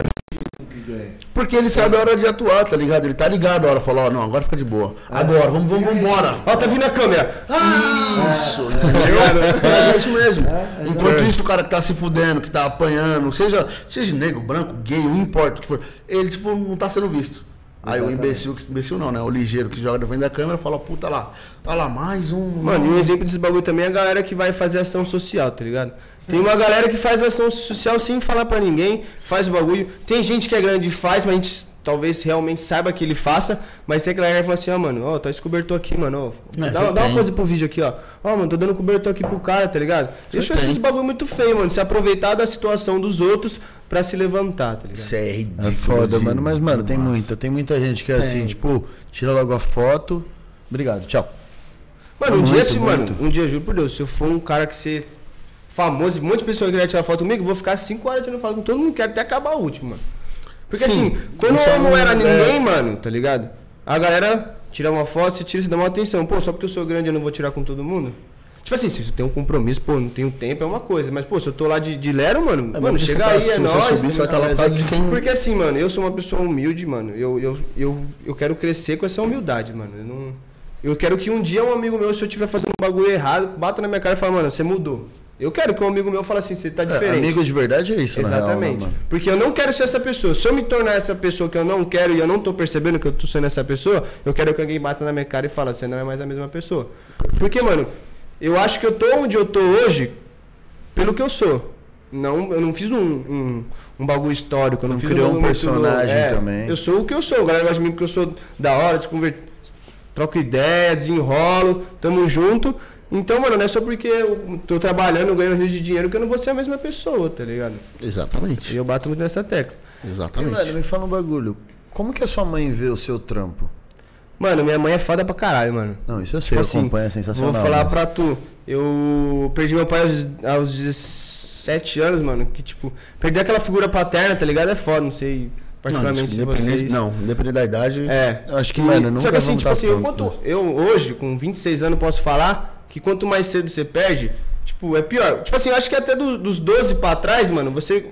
Speaker 2: Porque ele sabe a hora de atuar, tá ligado? Ele tá ligado a hora, falou, ó, não, agora fica de boa. Agora, vamos, vamos, vamos embora.
Speaker 4: Ó, tá vindo a câmera. Ah!
Speaker 2: Isso, entendeu? É isso mesmo. Enquanto isso, o cara que tá se fudendo, que tá apanhando, seja, seja negro, branco, gay, não importa o que for, ele, tipo, não tá sendo visto. Aí o imbecil, que- imbecil não, né? O ligeiro que joga na frente da câmera fala, puta lá, olha lá, mais um.
Speaker 4: Mano, e um exemplo desse bagulho também é a galera que vai fazer ação social, tá ligado? Tem uma galera que faz ação social sem falar pra ninguém, faz o bagulho. Tem gente que é grande e faz, mas a gente s- talvez realmente saiba que ele faça. Mas tem aquela galera que fala assim, ó, mano, ó, tá esse cobertor aqui, mano. Ó,
Speaker 2: É,
Speaker 4: dá,
Speaker 2: isso
Speaker 4: dá
Speaker 2: tem.
Speaker 4: uma coisa pro vídeo aqui, ó. Ó, mano, tô dando cobertor aqui pro cara, tá ligado? Deixa eu
Speaker 2: tem.
Speaker 4: achar esse bagulho muito feio, mano. Se aproveitar da situação dos outros pra se levantar, tá ligado?
Speaker 2: Isso é ridículo.
Speaker 5: É foda,
Speaker 2: de-
Speaker 5: mano. Mas, mano, tem
Speaker 2: Nossa.
Speaker 5: muita. Tem muita gente que é assim, tipo, tira logo a foto. Obrigado, tchau.
Speaker 4: Mano, um
Speaker 5: Muito,
Speaker 4: dia, se, mano,
Speaker 5: muito.
Speaker 4: um dia, juro por Deus, se eu for um cara que ser famoso, e um monte de pessoa que vai tirar foto comigo, eu vou ficar 5 horas tirando foto com todo mundo, quero até acabar o último, mano. Porque assim, quando
Speaker 2: isso é
Speaker 4: eu não
Speaker 2: um-
Speaker 4: era
Speaker 2: é.
Speaker 4: ninguém, mano, tá ligado? A galera tira uma foto, se tira, se dá uma atenção. Pô, só porque eu sou grande eu não vou tirar com todo mundo? Tipo assim, se eu tenho um compromisso, pô, não tenho tempo, é uma coisa. Mas, pô, se eu tô lá de, de lero, mano,
Speaker 2: É,
Speaker 4: mano,
Speaker 2: mas você
Speaker 4: chega
Speaker 2: tá-
Speaker 4: aí, é
Speaker 2: se você
Speaker 4: nóis.
Speaker 2: subir, você vai estar lá por causa de quem-
Speaker 4: Porque assim, mano, eu sou uma pessoa humilde, mano. Eu, eu, eu, eu quero crescer com essa humildade, mano. Eu, não, eu quero que um dia um amigo meu, se eu estiver fazendo um bagulho errado, bata na minha cara e fala, mano, você mudou. Eu quero que um amigo meu fale assim, você tá
Speaker 5: É,
Speaker 4: diferente.
Speaker 5: amigo de verdade é isso, na real, né,
Speaker 4: Exatamente.
Speaker 5: mano?
Speaker 4: Porque eu não quero ser essa pessoa. Se eu me tornar essa pessoa que eu não quero e eu não tô percebendo que eu tô sendo essa pessoa, eu quero que alguém bata na minha cara e fala, você não é mais a mesma pessoa. Porque, mano, eu acho que eu tô onde eu tô hoje pelo que eu sou. Não, eu não fiz um, um, um bagulho histórico, eu não,
Speaker 5: Não
Speaker 4: fiz
Speaker 5: criou
Speaker 4: bagulho
Speaker 5: um
Speaker 4: muito louco. É,
Speaker 5: personagem também.
Speaker 4: Eu sou o que eu sou. A galera gosta de mim porque eu sou da hora, desconver... troco ideia, desenrolo, tamo junto. Então, mano, não é só porque eu tô trabalhando, ganhando rios de dinheiro que eu não vou ser a mesma pessoa, tá ligado? E
Speaker 2: Exatamente.
Speaker 4: eu bato muito nessa tecla.
Speaker 5: E,
Speaker 2: Exatamente.
Speaker 5: mano, me fala um bagulho. Como que a sua mãe vê o seu trampo?
Speaker 4: Mano, minha mãe é foda pra caralho, mano.
Speaker 5: Não, isso eu sei,
Speaker 4: Tipo
Speaker 5: eu
Speaker 4: assim,
Speaker 5: acompanho, é sensacional.
Speaker 4: Vou falar
Speaker 5: mas-
Speaker 4: pra tu. Eu perdi meu pai aos, aos 17 anos, mano. Que tipo, perder aquela figura paterna, tá ligado? É foda, não sei
Speaker 2: Não,
Speaker 4: particularmente se
Speaker 2: independente,
Speaker 4: vocês.
Speaker 2: não, independente da idade.
Speaker 4: É.
Speaker 5: Eu acho que, mano, nunca
Speaker 4: Só que assim,
Speaker 5: vão
Speaker 4: tipo
Speaker 5: tá
Speaker 4: assim, eu,
Speaker 5: pronto,
Speaker 4: quanto, eu hoje, com 26 anos, posso falar que quanto mais cedo você perde, tipo, é pior. Tipo assim, eu acho que até do- dos 12 pra trás, mano, você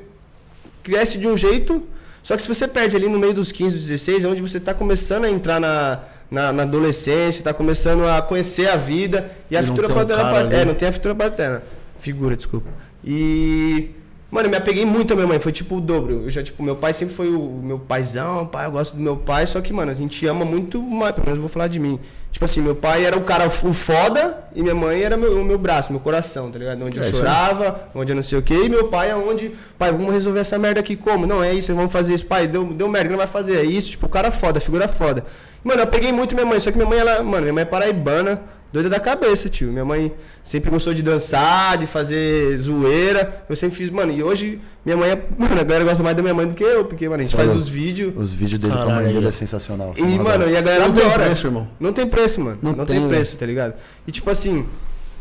Speaker 4: cresce de um jeito. Só que se você perde ali no meio dos 15, 16, é onde você tá começando a entrar na, na, na adolescência, tá começando a conhecer a vida e a
Speaker 2: E não
Speaker 4: figura
Speaker 2: tem um
Speaker 4: paterna.
Speaker 2: cara
Speaker 4: pa- é,
Speaker 2: ali.
Speaker 4: não tem a figura paterna. Figura, desculpa. E. Mano, eu me apeguei muito à minha mãe, foi tipo o dobro. Eu já, tipo, meu pai sempre foi o o meu paizão, pai, eu gosto do meu pai, só que, mano, a gente ama muito mais, pelo menos eu vou falar de mim. Tipo assim, meu pai era o cara, f- o foda, e minha mãe era meu- o meu braço, meu coração, tá ligado? Onde eu
Speaker 2: É, isso aí.
Speaker 4: chorava, onde eu não sei o quê, e meu pai é onde, pai, vamos resolver essa merda aqui como? Não, é isso, vamos fazer isso, pai, deu, deu merda, não vai fazer, é isso, tipo, o cara foda, figura foda. Mano, eu peguei muito minha mãe, só que minha mãe, ela, mano, minha mãe é paraibana, Doida da cabeça, tio. Minha mãe sempre gostou de dançar, de fazer zoeira. Eu sempre fiz, mano. E hoje, minha mãe é. Mano, a galera gosta mais da minha mãe do que eu, porque, mano, a gente faz
Speaker 5: Olha.
Speaker 4: os vídeos.
Speaker 5: Os vídeos dele com a mãe
Speaker 2: Caralho.
Speaker 5: dele é sensacional.
Speaker 4: E, mano, e a galera
Speaker 2: Não tem
Speaker 4: adora.
Speaker 2: preço, irmão.
Speaker 4: Não tem preço, mano.
Speaker 2: Não
Speaker 4: Não, tem,
Speaker 2: tem,
Speaker 4: preço, tá ligado? E tipo assim,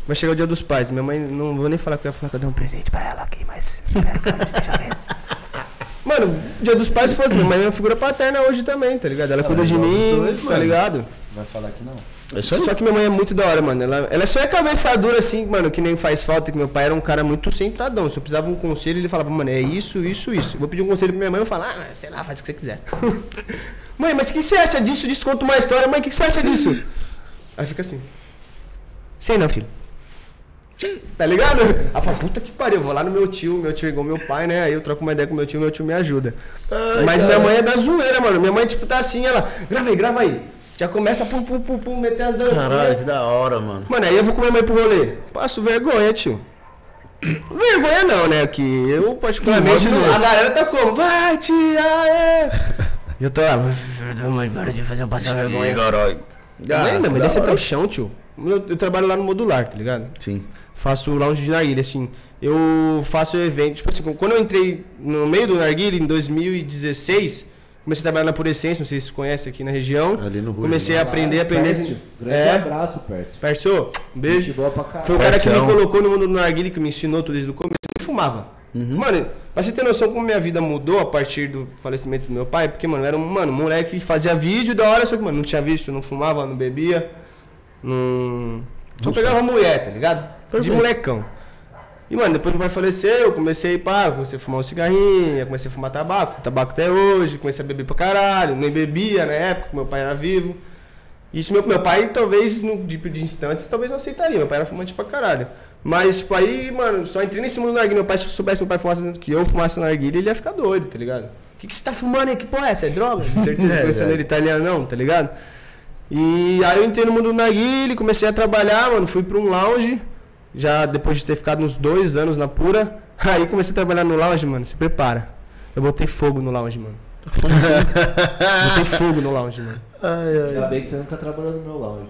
Speaker 4: vai chegar o dia dos pais. Minha mãe, não vou nem falar que eu ia falar que eu dei um presente pra ela aqui, mas. <laughs> espero que ela não esteja vendo. Mano, dia dos pais foi assim, minha mãe é uma figura paterna hoje também, tá ligado? Ela cuida de
Speaker 5: igual
Speaker 4: mim,
Speaker 5: os dois,
Speaker 4: tá
Speaker 5: mano.
Speaker 4: ligado?
Speaker 5: Vai falar que não.
Speaker 2: É isso aí.
Speaker 4: Só que minha mãe é muito da hora, mano. Ela, ela só é cabeçadura assim, mano, que nem faz falta, que meu pai era um cara muito centradão. Se eu precisava de um conselho, ele falava, mano, é isso, isso, isso. Eu Vou pedir um conselho pra minha mãe e falar, ah, sei lá, faz o que você quiser. <laughs> mãe, mas o que você acha disso? Disso conta uma história, mãe, o que você acha disso? Aí fica assim. Sei não, filho. Tá ligado? Ela fala, puta que pariu, eu vou lá no meu tio, meu tio é igual meu pai, né? Aí eu troco uma ideia com meu tio, meu tio me ajuda. Mas minha mãe é da zoeira, mano. Minha mãe, tipo, tá assim, ela, grava aí, grava aí. Já começa pum, pum, pum, pum, meter as dancinhas.
Speaker 2: Caralho, que da hora, mano.
Speaker 4: Mano, aí eu vou com minha mãe pro rolê. Passo vergonha, tio. Vergonha não, né? Que eu, particularmente,
Speaker 2: Não, não.
Speaker 4: a galera tá como? Vai, tia, é! E eu tô lá, mãe, para de fazer eu
Speaker 2: É
Speaker 4: passar vergonha.
Speaker 2: caralho.
Speaker 5: Ah,
Speaker 4: não, meu,
Speaker 2: Ah,
Speaker 4: mas
Speaker 2: da
Speaker 4: desce
Speaker 5: é
Speaker 4: até
Speaker 2: hora.
Speaker 4: o chão, tio. Eu, eu trabalho lá no modular, tá ligado?
Speaker 2: Sim.
Speaker 4: Faço lounge de narguilha, assim. Eu faço evento, tipo assim, quando eu entrei no meio do narguilha, em 2016, comecei a trabalhar na Purecência, não sei se você conhece aqui na região.
Speaker 5: Ali no Ruivo,
Speaker 4: Comecei a
Speaker 5: né?
Speaker 4: aprender, aprender.
Speaker 6: Pércio, grande
Speaker 4: É,
Speaker 6: abraço, Pércio.
Speaker 4: Percio, um beijo.
Speaker 6: Gente boa pra caralho.
Speaker 4: Foi o cara que me
Speaker 5: Percião.
Speaker 4: colocou no mundo do narguilha, que me ensinou tudo desde o começo. Eu nem fumava. Mano, pra você ter noção como minha vida mudou a partir do falecimento do meu pai, porque, mano, eu era um mano, moleque que fazia vídeo da hora, só que, mano, não tinha visto, não fumava, não bebia, não. Só pegava mulher, tá ligado? De molecão. E, mano, depois meu pai faleceu, eu comecei, pá, comecei a fumar um cigarrinho, comecei a fumar tabaco, fumo tabaco até hoje, comecei a beber pra caralho, nem bebia na época, meu pai era vivo. Isso meu, meu pai, talvez, no, de, de instante, talvez não aceitaria. Meu pai era fumante pra caralho. Mas, tipo, aí, mano, só entrei nesse mundo do narguilha. Meu pai, se eu soubesse meu pai fumasse que eu fumasse narguilha, ele ia ficar doido, tá ligado? O que, que você tá fumando aí? Que porra <laughs> é essa? É droga? De certeza,
Speaker 2: É,
Speaker 4: conhecendo ele italiano, não, tá ligado? E aí eu entrei no mundo do narguilha, comecei a trabalhar, mano. Fui pra um lounge, já depois de ter ficado uns dois anos na pura. <laughs> Aí comecei a trabalhar no lounge, mano. Se prepara. Eu botei fogo no lounge,
Speaker 2: <laughs>
Speaker 4: mano. botei fogo no lounge, mano.
Speaker 6: Ainda bem que você nunca trabalhou no meu lounge.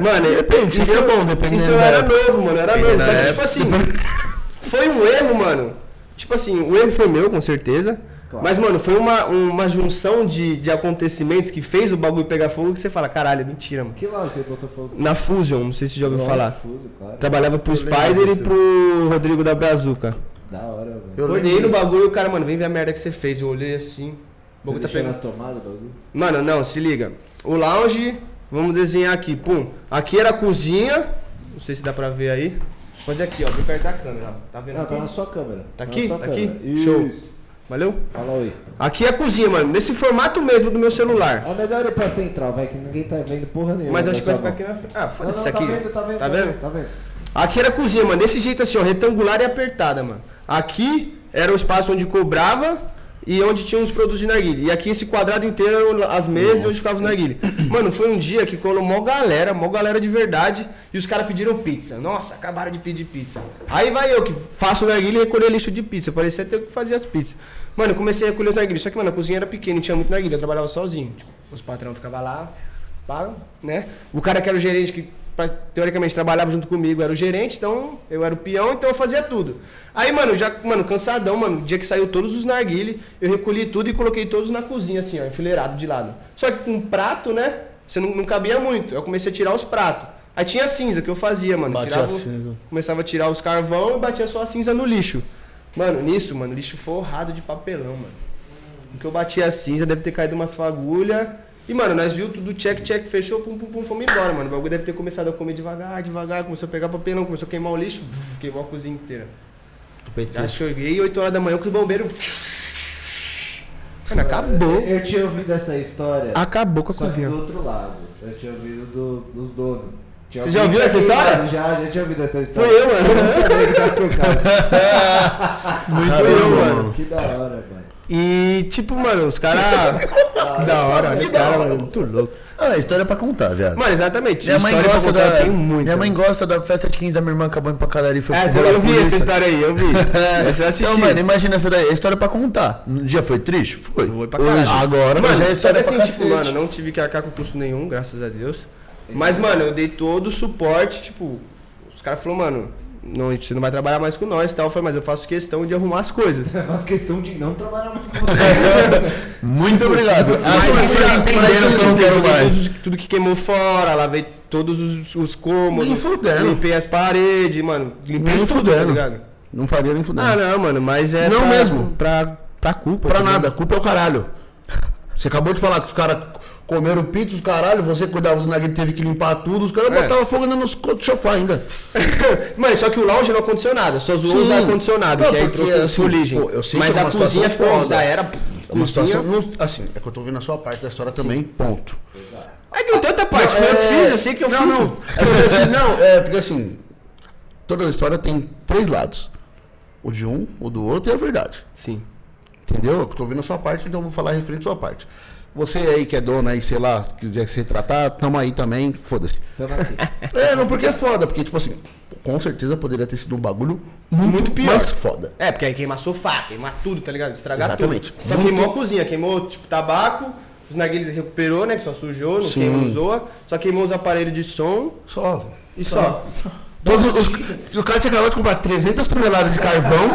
Speaker 4: Mano, eu
Speaker 2: Depende,
Speaker 4: isso
Speaker 2: isso é
Speaker 4: eu-
Speaker 2: bom, dependendo
Speaker 4: Isso eu
Speaker 2: da
Speaker 4: era
Speaker 2: época.
Speaker 4: novo, mano, eu era novo.
Speaker 2: Dependendo
Speaker 4: Só
Speaker 2: da
Speaker 4: que, tipo
Speaker 2: época.
Speaker 4: assim, foi um erro, mano. Tipo assim, o erro foi meu, com certeza. Mas, mano, foi uma, uma junção de, de acontecimentos que fez o bagulho pegar fogo que você fala, caralho, é mentira, mano.
Speaker 6: Que lounge você botou fogo?
Speaker 4: Na Fusion, não sei se você já ouviu falar.
Speaker 6: Fuso, claro.
Speaker 4: Trabalhava pro
Speaker 5: lembro
Speaker 4: Spider e
Speaker 5: disso.
Speaker 4: pro Rodrigo da Brazuca.
Speaker 6: Da hora, mano.
Speaker 5: Eu
Speaker 4: Olhei
Speaker 5: lembro
Speaker 4: no
Speaker 5: disso.
Speaker 4: bagulho e o cara, mano, vem ver a merda que você fez. Eu olhei assim. O
Speaker 6: Você
Speaker 4: bagulho tá
Speaker 6: deixou
Speaker 4: pegando.
Speaker 6: na tomada o bagulho?
Speaker 4: Mano, não, se liga. O lounge, vamos desenhar aqui. Pum. Aqui era a cozinha. Não sei se dá pra ver aí. Fazer aqui, ó, bem perto da câmera. ó. Tá vendo?
Speaker 6: Não,
Speaker 4: aqui?
Speaker 6: tá na sua câmera.
Speaker 4: Tá
Speaker 6: na
Speaker 4: aqui?
Speaker 6: sua
Speaker 4: Tá aqui?
Speaker 6: câmera.
Speaker 4: Show.
Speaker 6: Isso.
Speaker 4: Valeu?
Speaker 6: Fala oi.
Speaker 4: Aqui é a cozinha, mano. Nesse formato mesmo do meu celular.
Speaker 6: É melhor ir pra central, vai que ninguém tá vendo porra nenhuma.
Speaker 4: Mas acho que vai ficar
Speaker 6: pessoal.
Speaker 4: aqui na frente. Ah,
Speaker 6: Não,
Speaker 4: foda
Speaker 6: não,
Speaker 4: isso
Speaker 6: tá
Speaker 4: aqui.
Speaker 6: vendo, tá vendo,
Speaker 4: Tá vendo?
Speaker 6: Tá vendo.
Speaker 4: Aqui era a cozinha, mano. Desse jeito assim, ó, retangular e apertada, mano. Aqui era o espaço onde cobrava e onde tinha os produtos de narguilha. E aqui esse quadrado inteiro eram as mesas onde ficava os narguilha. Mano, foi um dia que colou mó galera, mó galera de verdade, e os caras pediram pizza. Nossa, acabaram de pedir pizza. Aí vai eu que faço narguilha e recolher lixo de pizza. Parecia até eu que fazia as pizzas. Mano, eu comecei a recolher os narguilhos. Só que, mano, a cozinha era pequena, e tinha muito narguilha. Eu trabalhava sozinho. Tipo, os patrão ficavam lá, pá, né? O cara que era o gerente, que pra- teoricamente trabalhava junto comigo, era o gerente, então eu era o peão, então eu fazia tudo. Aí, mano, já, mano, cansadão, mano, dia que saiu todos os narguile, eu recolhi tudo e coloquei todos na cozinha, assim, ó, enfileirado de lado. Só que com prato, né? Você não, não cabia muito. Eu comecei a tirar os pratos. Aí tinha cinza que eu fazia, mano.
Speaker 5: Batia
Speaker 4: tirava,
Speaker 5: a cinza.
Speaker 4: Começava a tirar os carvão e batia só a cinza no lixo. Mano, nisso, mano, lixo forrado de papelão, mano. Porque eu bati a cinza, deve ter caído umas fagulhas. E, mano, nós viu tudo, check, check, fechou, pum, pum, pum, fomos embora, mano. O bagulho deve ter começado a comer devagar, devagar, começou a pegar papelão, começou a queimar o lixo, buf, queimou a cozinha inteira. Já cheguei 8 horas da manhã com os bombeiros. Mano, acabou.
Speaker 6: Eu tinha ouvido essa história,
Speaker 4: Acabou Ah, com a
Speaker 6: só que
Speaker 4: cozinha.
Speaker 6: do outro lado. Eu tinha ouvido do- dos donos. Tinha
Speaker 4: Você já
Speaker 6: ouvido
Speaker 4: ouviu essa
Speaker 6: daquele
Speaker 4: história?
Speaker 6: lado, Já, já tinha ouvido essa
Speaker 4: Foi
Speaker 6: história.
Speaker 4: eu, mano.
Speaker 6: Sabia que tava trocado.
Speaker 2: Ah,
Speaker 4: Foi eu, mano.
Speaker 6: Que da hora,
Speaker 4: <laughs>
Speaker 6: mano.
Speaker 4: E, tipo, mano, os <laughs> caras. da hora, olha, cara, mano, muito louco.
Speaker 5: Ah,
Speaker 2: é
Speaker 5: história pra contar, viado.
Speaker 4: Mano, exatamente.
Speaker 5: Minha mãe,
Speaker 4: história pra
Speaker 5: gosta
Speaker 4: contar,
Speaker 5: da,
Speaker 4: eu tenho muito.
Speaker 5: minha mãe gosta da festa de 15 da minha irmã acabando pra padaria
Speaker 2: Ah,
Speaker 5: e foi
Speaker 4: Essa,
Speaker 5: procurar a
Speaker 4: eu vi essa
Speaker 5: polícia.
Speaker 4: história aí,
Speaker 5: <laughs>
Speaker 4: eu vi. Essa eu assisti.
Speaker 5: Então, mano, imagina essa daí. É história pra contar. Um dia foi triste? Foi.
Speaker 4: Foi pra caralho.
Speaker 5: Agora,
Speaker 4: mano,
Speaker 5: mas já é
Speaker 4: sabe
Speaker 5: história
Speaker 4: assim,
Speaker 5: pra
Speaker 4: tipo,
Speaker 5: cacete.
Speaker 4: mano, não tive que arcar com custo nenhum, graças a Deus. Mas, mano, eu dei todo o suporte, tipo, os caras falaram, mano, não, você não vai trabalhar mais com nós e tal. Eu falei, mas eu faço questão de arrumar as coisas.
Speaker 6: Eu faço questão de não trabalhar
Speaker 4: <laughs>
Speaker 6: mais com
Speaker 5: Muito
Speaker 2: tipo,
Speaker 4: Mas,
Speaker 5: obrigado.
Speaker 4: tipo,
Speaker 5: Assim vocês
Speaker 4: mas,
Speaker 5: entenderam que eu
Speaker 4: tipo,
Speaker 5: não quero
Speaker 4: joguei
Speaker 5: mais.
Speaker 4: Tudo, tudo que queimou fora, lavei todos os, os cômodos.
Speaker 2: Nem fudendo.
Speaker 4: Limpei as paredes, mano. Limpei
Speaker 2: Nem
Speaker 4: tudo, tá
Speaker 2: fudendo.
Speaker 4: ligado?
Speaker 2: Não faria nem fudendo.
Speaker 4: Ah, não, mano, mas é.
Speaker 2: Não
Speaker 4: pra-
Speaker 2: mesmo.
Speaker 4: Pra, pra culpa.
Speaker 2: Pra
Speaker 4: tá
Speaker 2: nada, a culpa é o caralho. Você acabou de falar que os caras comeram pizza, os caralho, você cuidava do nariz, teve que limpar tudo, os caras
Speaker 4: É.
Speaker 2: botavam fogo ainda nos co- sofá ainda.
Speaker 4: <laughs> Mano, só que o lounge não aconteceu nada, só zoou os
Speaker 2: Sim.
Speaker 4: ar-condicionado,
Speaker 2: Não,
Speaker 4: que aí
Speaker 2: porque,
Speaker 4: entrou com
Speaker 2: assim,
Speaker 4: fuligem.
Speaker 2: pô, eu sei
Speaker 4: Mas
Speaker 2: que é
Speaker 4: a
Speaker 2: uma
Speaker 4: cozinha
Speaker 2: situação
Speaker 4: ficou,
Speaker 2: foda.
Speaker 4: já era.
Speaker 2: É uma
Speaker 4: cozinha-
Speaker 2: situação. não- assim, é que eu tô vendo a sua parte da história também, ponto.
Speaker 4: É que não tem outra parte, foi eu que fiz, eu sei que <laughs> eu
Speaker 2: não,
Speaker 4: fiz.
Speaker 2: Não, é porque assim, não, é porque assim, toda a história tem três lados. O de um, o do outro e a verdade.
Speaker 4: Sim.
Speaker 2: Entendeu? Eu tô vendo a sua parte, então eu vou falar referente à sua parte. Você aí que é dona aí, sei lá, quiser se retratar, tamo aí também, foda-se.
Speaker 6: Tamo aqui.
Speaker 2: É, não, porque é foda, porque, tipo assim, com certeza poderia ter sido um bagulho muito, pior. mais foda.
Speaker 4: É, porque aí queimar sofá, queimar tudo, tá ligado? Estragar
Speaker 2: Exatamente.
Speaker 4: tudo. Só
Speaker 2: Muito-
Speaker 4: queimou a cozinha, queimou, tipo, tabaco, os narguilhos recuperou, né, que só sujou, não
Speaker 2: Sim.
Speaker 4: queimou, zoa. Só queimou os aparelhos de som
Speaker 2: Só.
Speaker 4: e só.
Speaker 2: Todos os, o cara tinha acabado de comprar 300 toneladas de <laughs> carvão,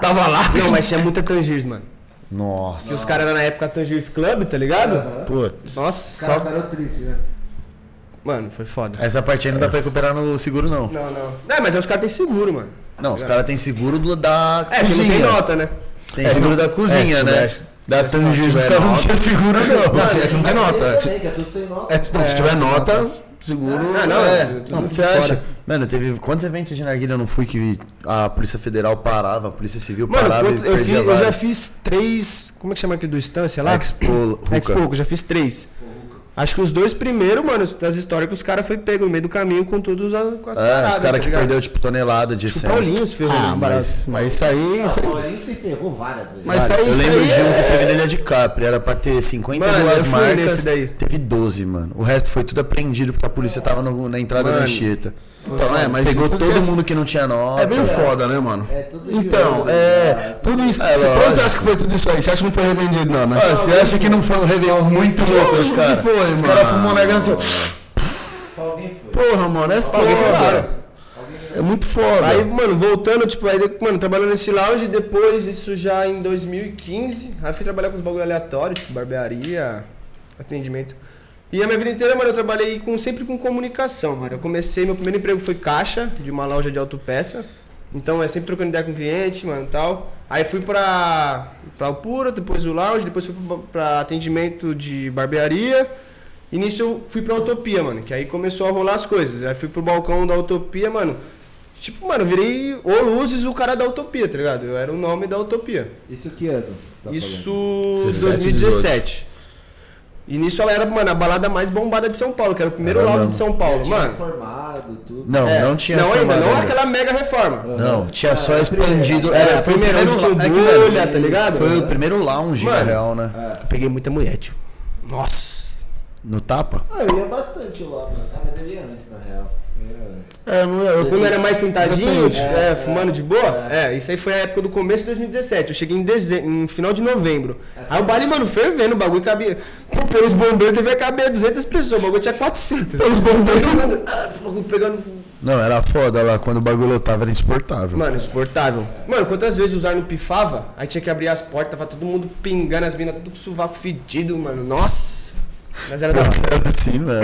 Speaker 2: tava lá.
Speaker 4: Não, mas tinha muita Tangiers, mano.
Speaker 5: Nossa.
Speaker 4: Que os caras eram na época Tangiers Club, tá ligado?
Speaker 2: Putz.
Speaker 4: Nossa,
Speaker 6: Cara,
Speaker 4: só...
Speaker 6: cara triste, né?
Speaker 4: Mano, foi foda.
Speaker 5: Essa parte aí
Speaker 2: É.
Speaker 5: não dá pra recuperar no seguro, não.
Speaker 4: Não, não. É, mas aí os caras têm seguro, mano.
Speaker 5: Não, os caras têm seguro do- da
Speaker 4: É, porque não
Speaker 5: cozinha.
Speaker 4: tem nota, né?
Speaker 5: Tem seguro da cozinha,
Speaker 2: é,
Speaker 5: né?
Speaker 2: tivesse-
Speaker 5: da Tangier, os
Speaker 2: tiver
Speaker 5: caras não
Speaker 2: nota.
Speaker 5: tinham seguro,
Speaker 2: Não,
Speaker 5: não.
Speaker 2: tinha- não tem nota. Se-
Speaker 6: Também, que é tudo sem nota.
Speaker 2: É, não, se tiver nota, seguro.
Speaker 4: Ah, não,
Speaker 2: é.
Speaker 4: é.
Speaker 5: Não, você acha? Mano, teve quantos eventos de narguilha eu não fui que a Polícia Federal parava, a Polícia Civil
Speaker 4: Mano,
Speaker 5: parava
Speaker 4: quantos-
Speaker 5: e
Speaker 4: eu,
Speaker 5: perdia
Speaker 4: fiz- eu já
Speaker 5: vários.
Speaker 4: fiz três. Como é que chama aquele do Estância lá?
Speaker 5: Expo, Ruca.
Speaker 4: Expo, eu já fiz três. Acho que os dois primeiros, mano, das histórias que os caras foi pego no meio do caminho com todos as, com as
Speaker 5: É, os caras
Speaker 4: tá
Speaker 5: que
Speaker 4: ligado?
Speaker 5: perdeu, tipo, tonelada de
Speaker 4: O
Speaker 5: essência.
Speaker 4: Paulinho se ferrou.
Speaker 2: Ah,
Speaker 4: né?
Speaker 2: mas, mas isso aí. Isso aí.
Speaker 6: Paulinho se ferrou várias vezes.
Speaker 2: Mas isso
Speaker 5: Cara,
Speaker 2: aí,
Speaker 5: Tá eu
Speaker 2: isso
Speaker 5: lembro
Speaker 2: aí
Speaker 5: de um que
Speaker 2: é-
Speaker 5: teve na Ilha de Capri, era pra ter 52
Speaker 4: Mano, eu fui
Speaker 5: marcas,
Speaker 4: nesse daí.
Speaker 5: teve 12, mano. O resto foi tudo apreendido porque a polícia tava no- na entrada
Speaker 4: Mano.
Speaker 5: da Anchieta.
Speaker 2: Então, é, mas
Speaker 5: Pegou
Speaker 2: isso
Speaker 5: todo
Speaker 2: é-
Speaker 5: mundo que não tinha nota.
Speaker 2: É meio foda, né, mano?
Speaker 6: É tudo né?
Speaker 2: Então,
Speaker 6: jurado,
Speaker 2: é.
Speaker 6: jurado.
Speaker 2: Tudo isso.
Speaker 5: É,
Speaker 2: se
Speaker 5: lógico.
Speaker 2: todos acham que foi tudo isso aí. Você acha que não foi revendido, não, é né?
Speaker 5: Ah, você acha que não foi um Réveillon muito louco, os
Speaker 2: que
Speaker 5: caras?
Speaker 2: foi,
Speaker 5: Os
Speaker 2: mano.
Speaker 5: caras fumam na grana
Speaker 6: Alguém foi.
Speaker 2: Porra, mano, é foda.
Speaker 4: Alguém foi embora.
Speaker 2: É muito foda.
Speaker 4: Aí, mano, voltando, tipo, aí, mano, trabalhando nesse lounge, depois, isso já em 2015, aí fui trabalhar com os bagulho aleatório, tipo, barbearia, atendimento. E a minha vida inteira, mano, eu trabalhei com, sempre com comunicação, mano. Eu comecei, meu primeiro emprego foi caixa, de uma loja de autopeça. Então, é sempre trocando ideia com o cliente, mano, tal. Aí fui pra, pra Alpura, depois o lounge, depois fui pra, pra atendimento de barbearia. E nisso eu fui pra Utopia, mano. Que aí começou a rolar as coisas. Aí fui pro balcão da Utopia, mano. Tipo, mano, eu virei o Luzes, o cara da Utopia, tá ligado? Eu era o nome da Utopia.
Speaker 6: Isso que ano? você tá
Speaker 4: Isso
Speaker 6: falando?
Speaker 4: 2017. E nisso ela era, mano, a balada mais bombada de São Paulo, que era o primeiro
Speaker 5: Era
Speaker 4: lounge
Speaker 5: mesmo.
Speaker 4: de São Paulo,
Speaker 6: Já tinha
Speaker 4: mano.
Speaker 6: Formado, tudo.
Speaker 5: Não,
Speaker 4: É.
Speaker 5: não tinha
Speaker 4: Não, ainda,
Speaker 5: formado
Speaker 4: não
Speaker 5: ainda.
Speaker 4: aquela mega reforma.
Speaker 5: Não, tinha só
Speaker 6: Ah,
Speaker 5: expandido.
Speaker 4: primeiro.
Speaker 5: Era,
Speaker 4: É,
Speaker 5: foi o
Speaker 4: primeiro,
Speaker 5: primeiro
Speaker 4: onde tinha
Speaker 5: lounge.
Speaker 4: o bolha, tá ligado?
Speaker 5: Foi o primeiro lounge, na
Speaker 4: Mano.
Speaker 5: real, né?
Speaker 6: É.
Speaker 4: Eu peguei muita mulher, tio. Nossa.
Speaker 5: No tapa?
Speaker 6: Ah, eu ia bastante lá, mano. Ah, mas eu ia antes, na real. Eu ia antes.
Speaker 2: É, não é. Eu,
Speaker 4: Quando era mais sentadinho,
Speaker 2: Depende.
Speaker 4: tipo, é, fumando de boa. É. isso aí foi a época do começo de 2017. Eu cheguei em, deze... em final de novembro. Aí o baile, mano, fervendo, o bagulho cabia. Pô, pelos bombeiros devia caber 200 pessoas, o bagulho tinha 400. Pelos bombeiros. Ah, o bagulho pegando.
Speaker 5: Não, era foda lá. Quando o bagulho lotava era insuportável.
Speaker 4: Mano, insuportável. Mano, quantas vezes o não pifava, aí tinha que abrir as portas, tava todo mundo pingando as minas, tudo com sovaco fedido, mano. Nossa! Mas era da. <laughs>
Speaker 5: Era assim, mano.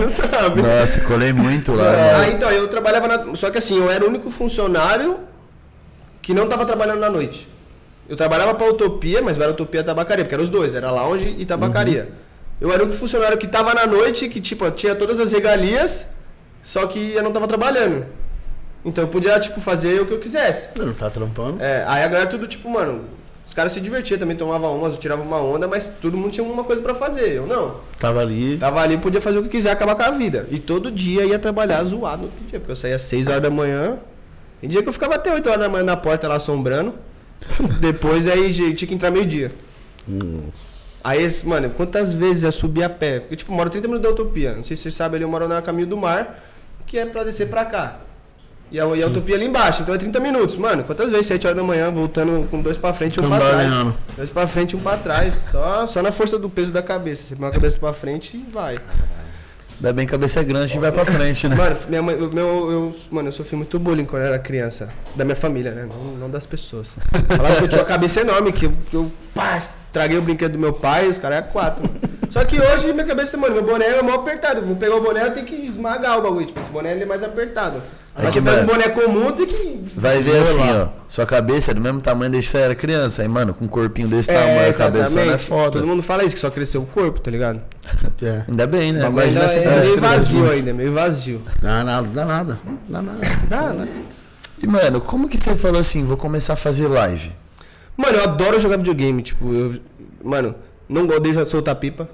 Speaker 4: não sabe.
Speaker 5: Nossa, colei muito lá,
Speaker 4: Ah,
Speaker 5: mano.
Speaker 4: então, eu trabalhava na. Só que assim, eu era o único funcionário que não tava trabalhando na noite. Eu trabalhava pra Utopia, mas não era Utopia e Tabacaria, porque eram os dois, era lounge e tabacaria. Eu era o único funcionário que tava na noite, que tipo, tinha todas as regalias, só que eu não tava trabalhando. Então eu podia, tipo, fazer o que eu quisesse.
Speaker 2: Não tá trampando.
Speaker 4: É, aí a galera tudo tipo, mano, os caras se divertiam também, tomava umas, eu tirava uma onda, mas todo mundo tinha uma coisa pra fazer, eu não.
Speaker 2: Tava ali.
Speaker 4: Tava ali, podia fazer o que quiser, acabar com a vida. E todo dia ia trabalhar zoado outro dia, porque eu saía às 6 horas da manhã. Tem dia que eu ficava até 8 horas da manhã na porta lá assombrando. Depois aí gente, tinha que entrar meio-dia. Aí, esse- mano, quantas vezes eu subi a pé? Porque, tipo, eu moro 30 minutos da Utopia. Não sei se vocês sabem, ali eu moro na Caminho do Mar, que é pra descer pra cá. E a, e a Utopia ali embaixo, então é 30 minutos. Mano, quantas vezes? 7 horas da manhã, voltando com dois pra frente e um pra trás.
Speaker 2: Cambaleando.
Speaker 4: Dois pra frente e um pra trás. Só, só na força do peso da cabeça. Você põe uma cabeça pra frente e vai.
Speaker 5: Ainda bem que a cabeça é grande e vai pra frente, né?
Speaker 4: Mano, minha mãe, eu, meu, eu, mano, eu sofri muito bullying quando eu era criança. Da minha família, né? Não, não das pessoas. Falavam que eu tinha uma cabeça enorme, que eu, que eu pá, estraguei o brinquedo do meu pai, os caras é quatro. Só que hoje minha cabeça, mano, meu boné é mal apertado. Eu vou pegar o boné, eu tenho que esmagar o bagulho. Tipo, esse boné ele é mais apertado. Mas
Speaker 5: Aí,
Speaker 4: você pega um
Speaker 5: É mano.
Speaker 4: boné comum, tem que.
Speaker 5: <laughs> Vai ver assim, ó. Sua cabeça é do mesmo tamanho desde que você era criança. Aí, mano, com um corpinho desse tamanho, a cabeça é
Speaker 4: exatamente.
Speaker 5: foda.
Speaker 4: Todo mundo fala isso, que só cresceu o corpo, tá ligado?
Speaker 2: É.
Speaker 5: Ainda bem, né?
Speaker 4: Mas
Speaker 5: Imagina você
Speaker 4: é, é
Speaker 5: tá
Speaker 4: meio
Speaker 5: escrevendo
Speaker 4: vazio
Speaker 5: assim.
Speaker 4: ainda, é meio vazio.
Speaker 2: Dá nada, dá nada. Dá nada.
Speaker 4: Dá, né?
Speaker 5: E, mano, como que você falou assim, vou começar a fazer live?
Speaker 4: Mano, eu adoro jogar videogame, tipo, eu. Mano, não odeio soltar pipa.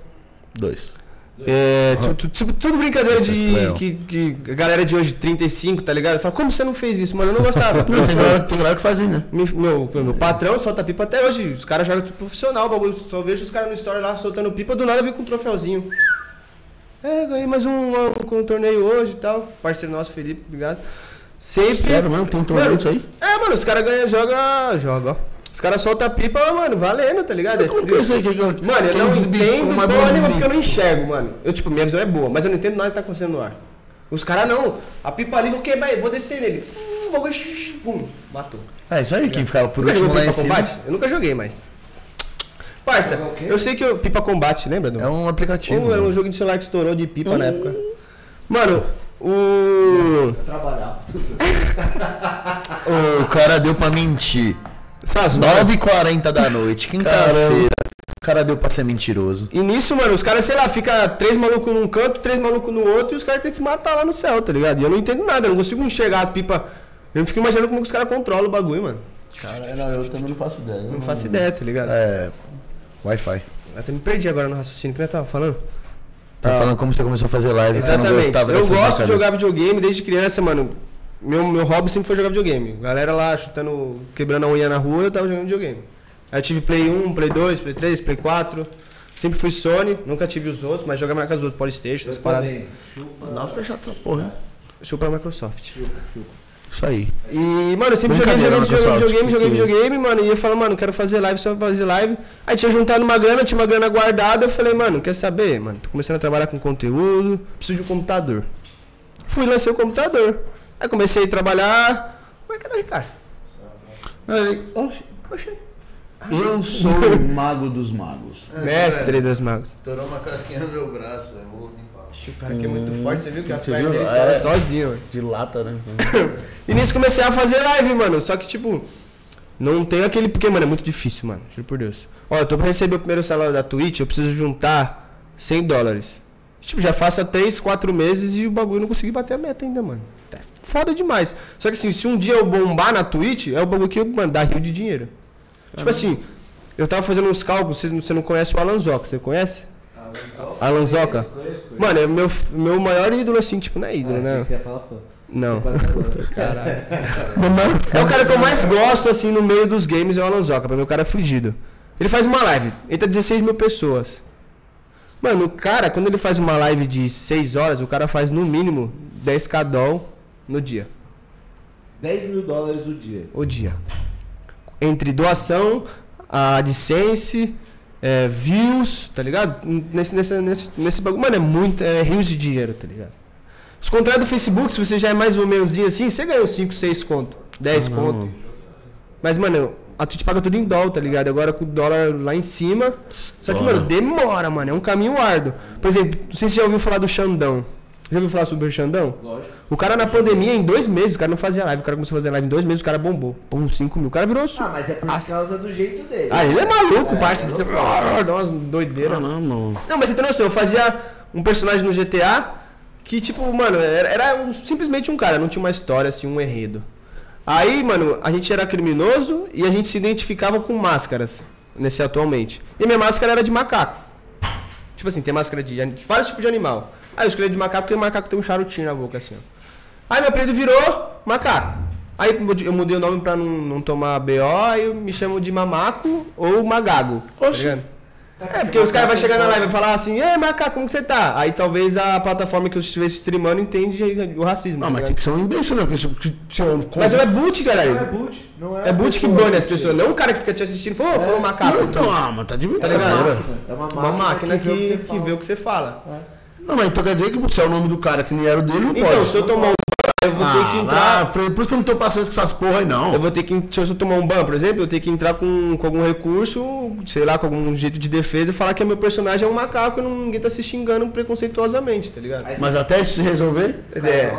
Speaker 2: Dois.
Speaker 4: É, tipo, tu- tipo, tudo brincadeira
Speaker 5: Isso é
Speaker 4: de.
Speaker 5: estranho.
Speaker 4: Que, que a galera de hoje, 35, tá ligado? Fala, como você não fez isso? Mano, eu não
Speaker 5: <laughs>
Speaker 4: gostava.
Speaker 2: Não, tem galera, tem galera que faz, né?
Speaker 4: Me- meu, meu patrão solta pipa até hoje. Os caras jogam tudo profissional, o bagulho. Só vejo os caras no story lá soltando pipa, do nada eu vim com um troféuzinho. É, ganhei mais um, um, com um torneio hoje e tal. Parceiro nosso, Felipe, obrigado. Sempre.
Speaker 2: Sério mesmo? Tem um torneio
Speaker 4: Mano,
Speaker 2: disso aí?
Speaker 4: É, mano, os caras ganham, joga, joga, ó. Os caras soltam a pipa, mano, valendo, tá ligado?
Speaker 2: Como que eu sei que que-
Speaker 4: Mano, eu
Speaker 2: quem é
Speaker 4: não
Speaker 2: desbicou
Speaker 4: entendo
Speaker 2: uma
Speaker 4: porra nenhuma
Speaker 2: bolinha?
Speaker 4: porque eu não enxergo, mano. Eu, tipo, minha visão é boa, mas eu não entendo nada que tá acontecendo no ar. Os caras não. A pipa ali, vou quebrar, ele, vou descer nele. Fu, bagulho, shh, Pum, matou.
Speaker 5: É isso aí, quem ficava por
Speaker 4: Nunca
Speaker 5: último
Speaker 4: jogou
Speaker 5: lá em
Speaker 4: pipa
Speaker 5: cima.
Speaker 4: combate? Eu nunca joguei, mas. Parça, eu sei que eu, pipa combate, lembra? do-
Speaker 5: É um aplicativo.
Speaker 4: Ou era um jogo de celular que estourou de pipa na época. Mano, o.
Speaker 6: <laughs>
Speaker 3: Trabalhar.
Speaker 5: O cara deu pra mentir.
Speaker 4: Essas
Speaker 5: 9h40 da noite, quinta-feira. O cara deu pra ser mentiroso.
Speaker 4: E nisso, mano, os caras, sei lá, fica três malucos num canto, três malucos no outro, e os caras têm que se matar lá no céu, tá ligado? E eu não entendo nada, eu não consigo enxergar as pipas. Eu fico imaginando como que os caras controlam o bagulho, mano.
Speaker 5: Cara, não, eu também não faço ideia.
Speaker 4: Não faço ideia, tá ligado?
Speaker 5: É. Wi-Fi.
Speaker 4: Eu até me perdi agora no raciocínio, que eu tava falando.
Speaker 5: Tá
Speaker 4: Ah.
Speaker 5: falando como você começou a fazer live, que você não
Speaker 4: Exatamente.
Speaker 5: gostava
Speaker 4: Eu
Speaker 5: dessas
Speaker 4: gosto de
Speaker 5: brincadeiras.
Speaker 4: jogar videogame desde criança, mano. Meu, meu hobby sempre foi jogar videogame. Galera lá chutando, quebrando a unha na rua, eu tava jogando videogame. Aí eu tive Play 1, Play 2, Play 3, Play 4. Sempre fui Sony, nunca tive os outros, mas jogava mais com os outros, Polystation, essas paradas.
Speaker 2: Nossa, fechar essa porra. hein?
Speaker 4: Show pra Microsoft.
Speaker 2: Isso aí.
Speaker 4: E, mano, eu sempre joguei,
Speaker 5: Brincadeira,
Speaker 4: joguei, joguei,
Speaker 5: Microsoft,
Speaker 4: videogame, joguei
Speaker 5: porque-
Speaker 4: videogame, mano. E eu falo, mano, quero fazer live, só fazer live. Aí tinha juntado uma grana, tinha uma grana guardada. Eu falei, mano, quer saber, mano? Tô começando a trabalhar com conteúdo, preciso de um computador. Fui, lancei o computador. Aí comecei a trabalhar. Ué, cadê o Ricardo?
Speaker 2: Aí, oxe,
Speaker 4: Poxa. Ah,
Speaker 2: Eu sou um- o mago dos magos.
Speaker 4: É, Mestre das magos.
Speaker 5: É, Estourou uma casquinha no meu braço, eu vou limpar.
Speaker 4: O cara aqui é muito forte, você viu que a
Speaker 2: perna dele
Speaker 4: estava
Speaker 2: estoura
Speaker 4: sozinho, mano.
Speaker 2: De lata, né?
Speaker 4: E nisso comecei a fazer live, mano. Só que, tipo, não tem aquele. Porque, mano, é muito difícil, mano. Juro por Deus. Ó, eu tô pra receber o primeiro salário da Twitch, eu preciso juntar 100 dólares. Tipo, já faço há 3, 4 meses e o bagulho não consegui bater a meta ainda, mano. Tá foda demais. Só que assim, se um dia eu bombar na Twitch, é o bagulho que eu, mano, dá rio de dinheiro. Tipo assim, eu tava fazendo uns cálculos, você não- você não conhece o Alanzoca, você conhece? Alanzoca? Mano, é meu, meu maior ídolo, assim, tipo, não é ídolo, né?
Speaker 6: Ah, Você ia falar fã.
Speaker 4: Não.
Speaker 6: Quase agora.
Speaker 4: É o cara que eu mais gosto, assim, no meio dos games, é o Alanzoca. Pra mim, o cara é fudido. Ele faz uma live, entra 16 mil pessoas. Mano, o cara, quando ele faz uma live de 6 horas, o cara faz no mínimo 10k doll no dia.
Speaker 6: 10 mil dólares o dia.
Speaker 4: O dia. Entre doação, a AdSense, é, views, tá ligado? Nesse, nesse, nesse, nesse bagulho. Mano, é muito. É rios de dinheiro, tá ligado? Os contratos do Facebook, se você já é mais ou menos assim, você ganhou 5, 6 conto, 10 conto. Mas, mano, a Twitch paga tudo em dólar, tá ligado? Agora com o dólar lá em cima. Só que, mano, demora, mano. É um caminho árduo. Por exemplo, não sei se você já ouviu falar do Xandão. Já ouviu falar sobre o Xandão?
Speaker 6: Lógico.
Speaker 4: O cara na pandemia, em dois meses, o cara não fazia live. O cara começou a fazer live em dois meses, o cara bombou. Pum, 5 mil. O cara virou. um su-
Speaker 6: Ah, mas é por causa do jeito dele.
Speaker 4: Ah, ele é maluco, parça. <laughs> Dá umas doideiras.
Speaker 2: Não, não.
Speaker 4: Não, mas você tem noção, eu fazia um personagem no GTA que, tipo, mano, era, era um- simplesmente um cara, não tinha uma história, assim, um enredo. Aí, mano, a gente era criminoso e a gente se identificava com máscaras, nesse atualmente. E minha máscara era de macaco. Tipo assim, tem máscara de, ani- de vários tipos de animal. Aí eu escolhi de macaco porque o macaco tem um charutinho na boca, assim, ó. Aí meu apelido virou macaco. Aí eu mudei- eu mudei o nome pra não, não tomar BO, aí eu me chamo de mamaco ou magago. Oxi. É, porque os caras vão chegar na live e falar assim, ei macaco, como que você tá? Aí talvez a plataforma que eu estivesse streamando entende o racismo.
Speaker 2: Não,
Speaker 4: tá
Speaker 2: mas tem
Speaker 4: ligado?
Speaker 2: que ser um imbecil, né? Porque se, se, se eu
Speaker 4: mas é boot,
Speaker 6: Não é
Speaker 4: galera.
Speaker 6: boot. Não é,
Speaker 4: É boot que bane as pessoas, não o cara que fica te assistindo e fala, ô, falou macaco.
Speaker 2: Não, então, ah, mas tá de
Speaker 4: Tá ligado?
Speaker 2: brincadeira.
Speaker 6: É uma máquina,
Speaker 4: Uma máquina que,
Speaker 6: vê o
Speaker 4: que vê o que você fala.
Speaker 2: Não, mas então quer dizer que se é o nome do cara que não era o dele, não
Speaker 4: Então,
Speaker 2: pode.
Speaker 4: se eu tomar um ban, eu vou ter que
Speaker 2: Ah,
Speaker 4: entrar.
Speaker 2: lá, Fred, por isso que eu não tô passando com essas porra aí, não.
Speaker 4: Eu vou ter que. Se eu tomar um ban, por exemplo, eu tenho que entrar com, com algum recurso, sei lá, com algum jeito de defesa e falar que meu personagem é um macaco e ninguém tá se xingando preconceituosamente, tá ligado?
Speaker 2: Mas até isso se resolver.
Speaker 4: É.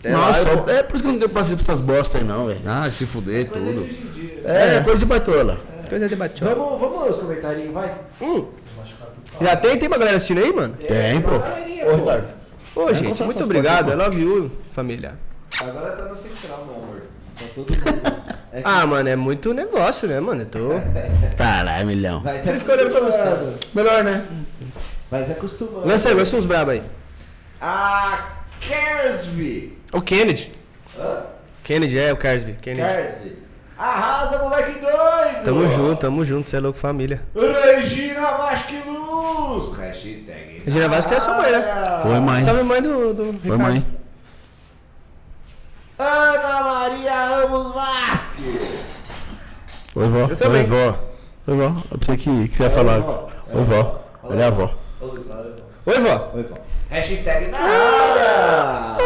Speaker 4: Sei lá,
Speaker 2: Nossa,
Speaker 4: eu-
Speaker 2: é por isso que eu não tenho paciência pra essas bosta aí, não, velho. Ah, se fuder, tudo.
Speaker 4: É.
Speaker 2: É, coisa de baitola.
Speaker 4: Coisa de bate-
Speaker 6: Vamos, vamos ler os comentários, vai.
Speaker 4: Hum. Já tem, tem uma galera assistindo aí, mano?
Speaker 2: Tem, pô.
Speaker 6: Galerinha,
Speaker 2: Ô,
Speaker 6: pô.
Speaker 2: Ricardo.
Speaker 4: Ô, gente, muito obrigado. I love you, família.
Speaker 6: Agora tá na central, meu amor. Tá todo
Speaker 4: <laughs>
Speaker 6: mundo. É que-
Speaker 4: Ah, mano, é muito negócio, né, mano? Eu tô.
Speaker 2: Caralho, milhão.
Speaker 6: <laughs> Vai se
Speaker 4: ficou olhando pra você.
Speaker 6: acostumando.
Speaker 2: Melhor, né?
Speaker 6: Vai se acostumando.
Speaker 4: Lança aí, lança uns braba aí.
Speaker 6: A Kersby.
Speaker 4: O Kennedy.
Speaker 6: Hã?
Speaker 4: Kennedy, é o Carsby. Kennedy.
Speaker 6: Kersby. Arrasa, moleque doido.
Speaker 4: Tamo junto, tamo junto, você é louco, família.
Speaker 6: Regina Vasquiluz. Hashtag.
Speaker 4: Regina Vasquez é sua mãe, né?
Speaker 6: Nara.
Speaker 2: Oi, mãe.
Speaker 4: Salve mãe do, do
Speaker 2: Oi,
Speaker 4: Ricardo.
Speaker 2: mãe.
Speaker 6: Ana Maria Ramos Vasque.
Speaker 2: Oi, vó. Eu
Speaker 4: também.
Speaker 2: Oi, vó. Oi, vó. Eu pensei que, que você ia falar.
Speaker 6: vó.
Speaker 2: Oi, vó. Olha a vó.
Speaker 6: Ô, Luiz, fala, Luiz, fala.
Speaker 4: Oi, vó.
Speaker 6: Oi, vó.
Speaker 7: Hashtag da
Speaker 6: Ana!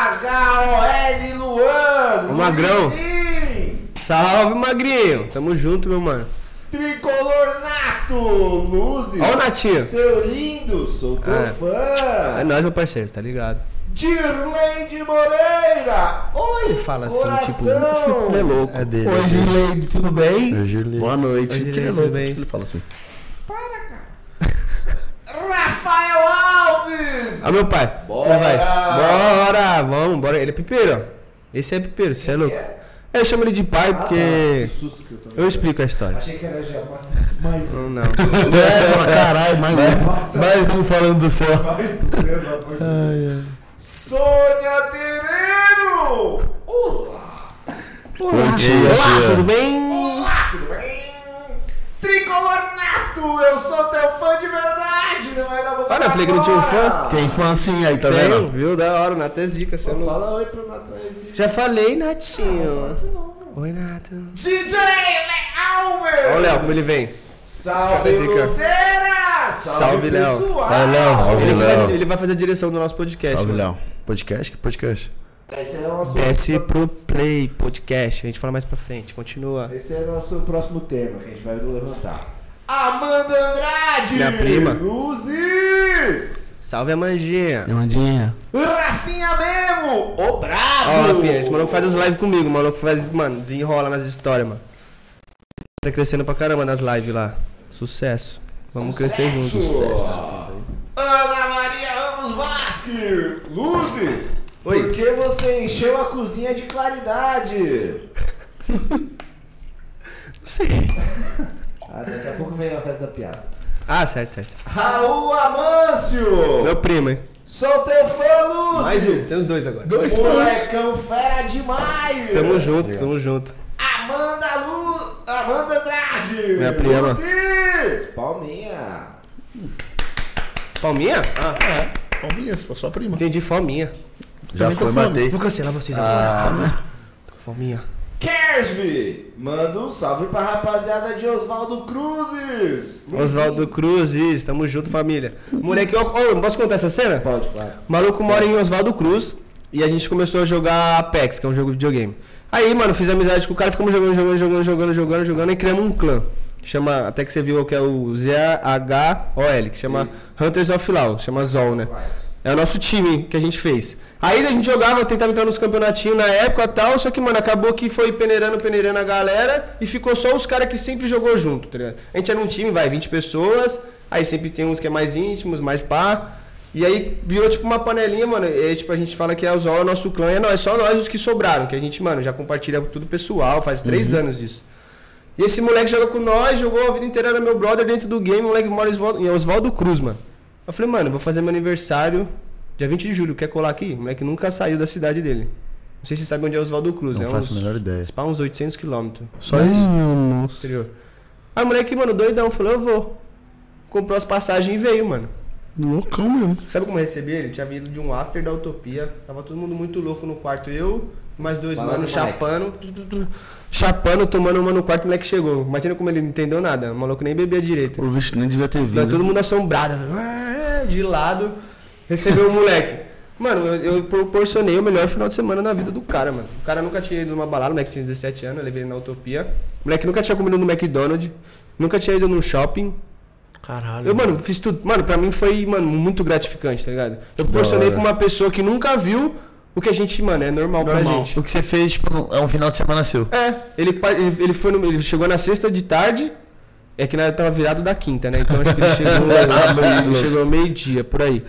Speaker 6: Z-H-O-L Luan!
Speaker 4: O Magrão.
Speaker 6: Luizinho,
Speaker 4: Salve, magrinho. Tamo junto, meu mano.
Speaker 6: Tricolor Nato! Luzes!
Speaker 4: Ó o Natinho.
Speaker 6: Seu lindo, sou teu
Speaker 4: É.
Speaker 6: fã!
Speaker 4: É nóis, meu parceiro, tá ligado?
Speaker 6: Dirlande Moreira! Oi,
Speaker 4: Ele fala assim, <laughs>
Speaker 6: coração!
Speaker 4: tipo, é louco.
Speaker 5: É dele. É
Speaker 2: Oi, Gileide, tudo bem?
Speaker 5: Oi, Gileide.
Speaker 2: Boa noite.
Speaker 4: Oi, Gileide,
Speaker 2: Que ele é
Speaker 4: tudo
Speaker 2: louco,
Speaker 4: bem?
Speaker 2: que Ele fala assim.
Speaker 6: Rafael Alves!
Speaker 4: Ó, meu pai.
Speaker 6: Bora!
Speaker 4: Vai. Bora, vamos, bora. Ele é pipeiro, ó. Esse é pipeiro, você é Ah, tá. louco.
Speaker 6: é?
Speaker 4: Eu chamo ele de pai porque.
Speaker 6: susto que eu tomei.
Speaker 4: Eu explico a história.
Speaker 6: Achei que era já mais um.
Speaker 4: Não, não.
Speaker 5: <laughs>
Speaker 2: Caralho, mas
Speaker 4: <laughs>
Speaker 5: Mais um falando do céu.
Speaker 6: Mais um, pelo amor de Deus. Sônia Terreiro! Olá!
Speaker 4: Olá,
Speaker 5: dia,
Speaker 4: Olá
Speaker 5: tia.
Speaker 4: tudo bem?
Speaker 6: Olá, tudo bem? Tricolor Nato, eu sou teu fã de verdade, não vai dar pra
Speaker 4: Olha, eu falei que não tinha um fã.
Speaker 6: agora.
Speaker 2: tem fã assim aí, tá
Speaker 4: Tenho,
Speaker 2: vendo?
Speaker 4: viu? Da hora, o Nato é zica, você é louco.
Speaker 6: Fala oi pro Natanzinho.
Speaker 4: Já falei, Natinho. Oi, Nato.
Speaker 6: DJ Alves!
Speaker 4: Olha o Léo, como ele vem.
Speaker 6: Salve,
Speaker 4: Esse cara é zica.
Speaker 6: Luceira!
Speaker 4: Salve, Léo.
Speaker 6: pessoal!
Speaker 5: Vai, Léo.
Speaker 4: Ele,
Speaker 5: Salve,
Speaker 4: vai fazer-
Speaker 5: Léo.
Speaker 4: ele vai fazer a direção do nosso podcast.
Speaker 5: Salve,
Speaker 4: mano.
Speaker 5: Léo. Podcast? Que podcast?
Speaker 6: Esse é o nosso,
Speaker 4: Desce pro Play Podcast. A gente fala mais pra frente. Continua.
Speaker 6: esse é o nosso próximo tema que a gente vai levantar. Amanda Andrade!
Speaker 4: Minha prima.
Speaker 6: Luzes!
Speaker 4: Salve, Amandinha.
Speaker 2: Irmandinha.
Speaker 6: Rafinha Memo! O Brabo!
Speaker 4: Ó, Rafinha, esse maluco faz as lives comigo. O maluco faz, mano, desenrola nas histórias, mano. Tá crescendo pra caramba nas lives lá. Sucesso. Vamos crescer juntos.
Speaker 6: Ana Maria Ramos Vasque! Luzes!
Speaker 4: Oi.
Speaker 6: Por que você encheu a cozinha de claridade?
Speaker 4: Não sei.
Speaker 6: Ah, daqui a pouco vem o resto da piada.
Speaker 4: Ah, certo, certo.
Speaker 6: Raul Amâncio!
Speaker 4: Meu um. primo, hein?
Speaker 6: Sou teu fã, Luzes!
Speaker 4: Tem os dois agora.
Speaker 2: Dois fãs.
Speaker 6: Molecão fera demais!
Speaker 4: Tamo junto, tamo junto.
Speaker 6: Amanda Luz... Amanda Andrade!
Speaker 4: Minha prima.
Speaker 6: Luzes! Palminha!
Speaker 4: Palminha? Ah,
Speaker 2: Palminha, sua prima.
Speaker 4: entendi, fominha.
Speaker 5: Já
Speaker 2: Também tô
Speaker 5: foi,
Speaker 2: falando.
Speaker 5: matei.
Speaker 4: Vou cancelar vocês agora. Tô com Ah. fominha.
Speaker 6: Kersby! Manda um salve pra rapaziada de Oswaldo Cruzes!
Speaker 4: Oswaldo Cruzes, tamo junto, família. Moleque, ó, ó, posso contar essa cena?
Speaker 6: Pode, claro.
Speaker 4: O maluco mora em Oswaldo Cruz e a gente começou a jogar Apex, que é um jogo de videogame. Aí, mano, fiz amizade com o cara, ficamos jogando, jogando, jogando, jogando, jogando, jogando e criamos um clã. Chama, até que você viu que é o Z-H-O-L, que chama Hunters of Law, chama ZOL, né? É o nosso time que a gente fez. Aí a gente jogava, tentava entrar nos campeonatinhos na época e tal, só que, mano, acabou que foi peneirando, peneirando a galera e ficou só os caras que sempre jogou junto, tá ligado? A gente era um time, vai, 20 pessoas, aí sempre tem uns que é mais íntimos, mais pá. E aí virou tipo uma panelinha, mano. E aí, tipo, a gente fala que é o Zol, é o nosso clã, e é nós, só nós os que sobraram, que a gente, mano, já compartilha tudo pessoal, faz três
Speaker 5: Uhum.
Speaker 4: anos disso. E esse moleque joga com nós, jogou a vida inteira, era meu brother dentro do game, o moleque mora em Oswaldo- em Oswaldo Cruz, mano. Eu falei, mano, vou fazer meu aniversário dia 20 de julho, quer colar aqui? O moleque nunca saiu da cidade dele. Não sei se você sabe onde é Oswaldo Cruz,
Speaker 5: Não
Speaker 4: né?
Speaker 5: faço a
Speaker 4: Uns-
Speaker 5: menor ideia.
Speaker 4: Spa uns 800 quilômetros
Speaker 5: Só
Speaker 2: Hum,
Speaker 5: isso?
Speaker 4: exterior. Aí o moleque, mano, doidão, falou, eu vou. Comprou as passagens e veio, mano.
Speaker 2: Loucão mesmo.
Speaker 4: Sabe como eu recebi ele? Tinha vindo de um after da Utopia. Tava todo mundo muito louco no quarto. Eu, mais dois
Speaker 6: Fala
Speaker 4: mano,
Speaker 6: do Mike.
Speaker 4: chapando. tu, tu, tu, Chapando, tomando uma no quarto, o moleque chegou. Imagina como ele não entendeu nada. O maluco nem bebia direito.
Speaker 2: O bicho nem devia ter
Speaker 4: Tá
Speaker 2: vindo.
Speaker 4: todo mundo assombrado. Ah, De lado. Recebeu o moleque. Mano, eu, eu proporcionei o melhor final de semana na vida do cara, mano. O cara nunca tinha ido numa balada, o moleque tinha 17 anos, eu levei ele na Utopia. O moleque nunca tinha comido no McDonald's, nunca tinha ido num shopping.
Speaker 2: Caralho.
Speaker 4: Eu, mano, fiz tudo. Mano, pra mim foi, mano, muito gratificante, tá ligado? Eu proporcionei
Speaker 5: hora.
Speaker 4: pra uma pessoa que nunca viu o que a gente, mano, é normal, pra
Speaker 2: Normal.
Speaker 4: gente.
Speaker 5: O que você fez, tipo, não- é um final de semana seu.
Speaker 4: É, ele, pa- ele, ele foi no- ele chegou na sexta de tarde, é que nós tava virado da quinta, né? Então acho que ele
Speaker 5: <laughs>
Speaker 4: chegou, ele chegou meio-dia, por aí.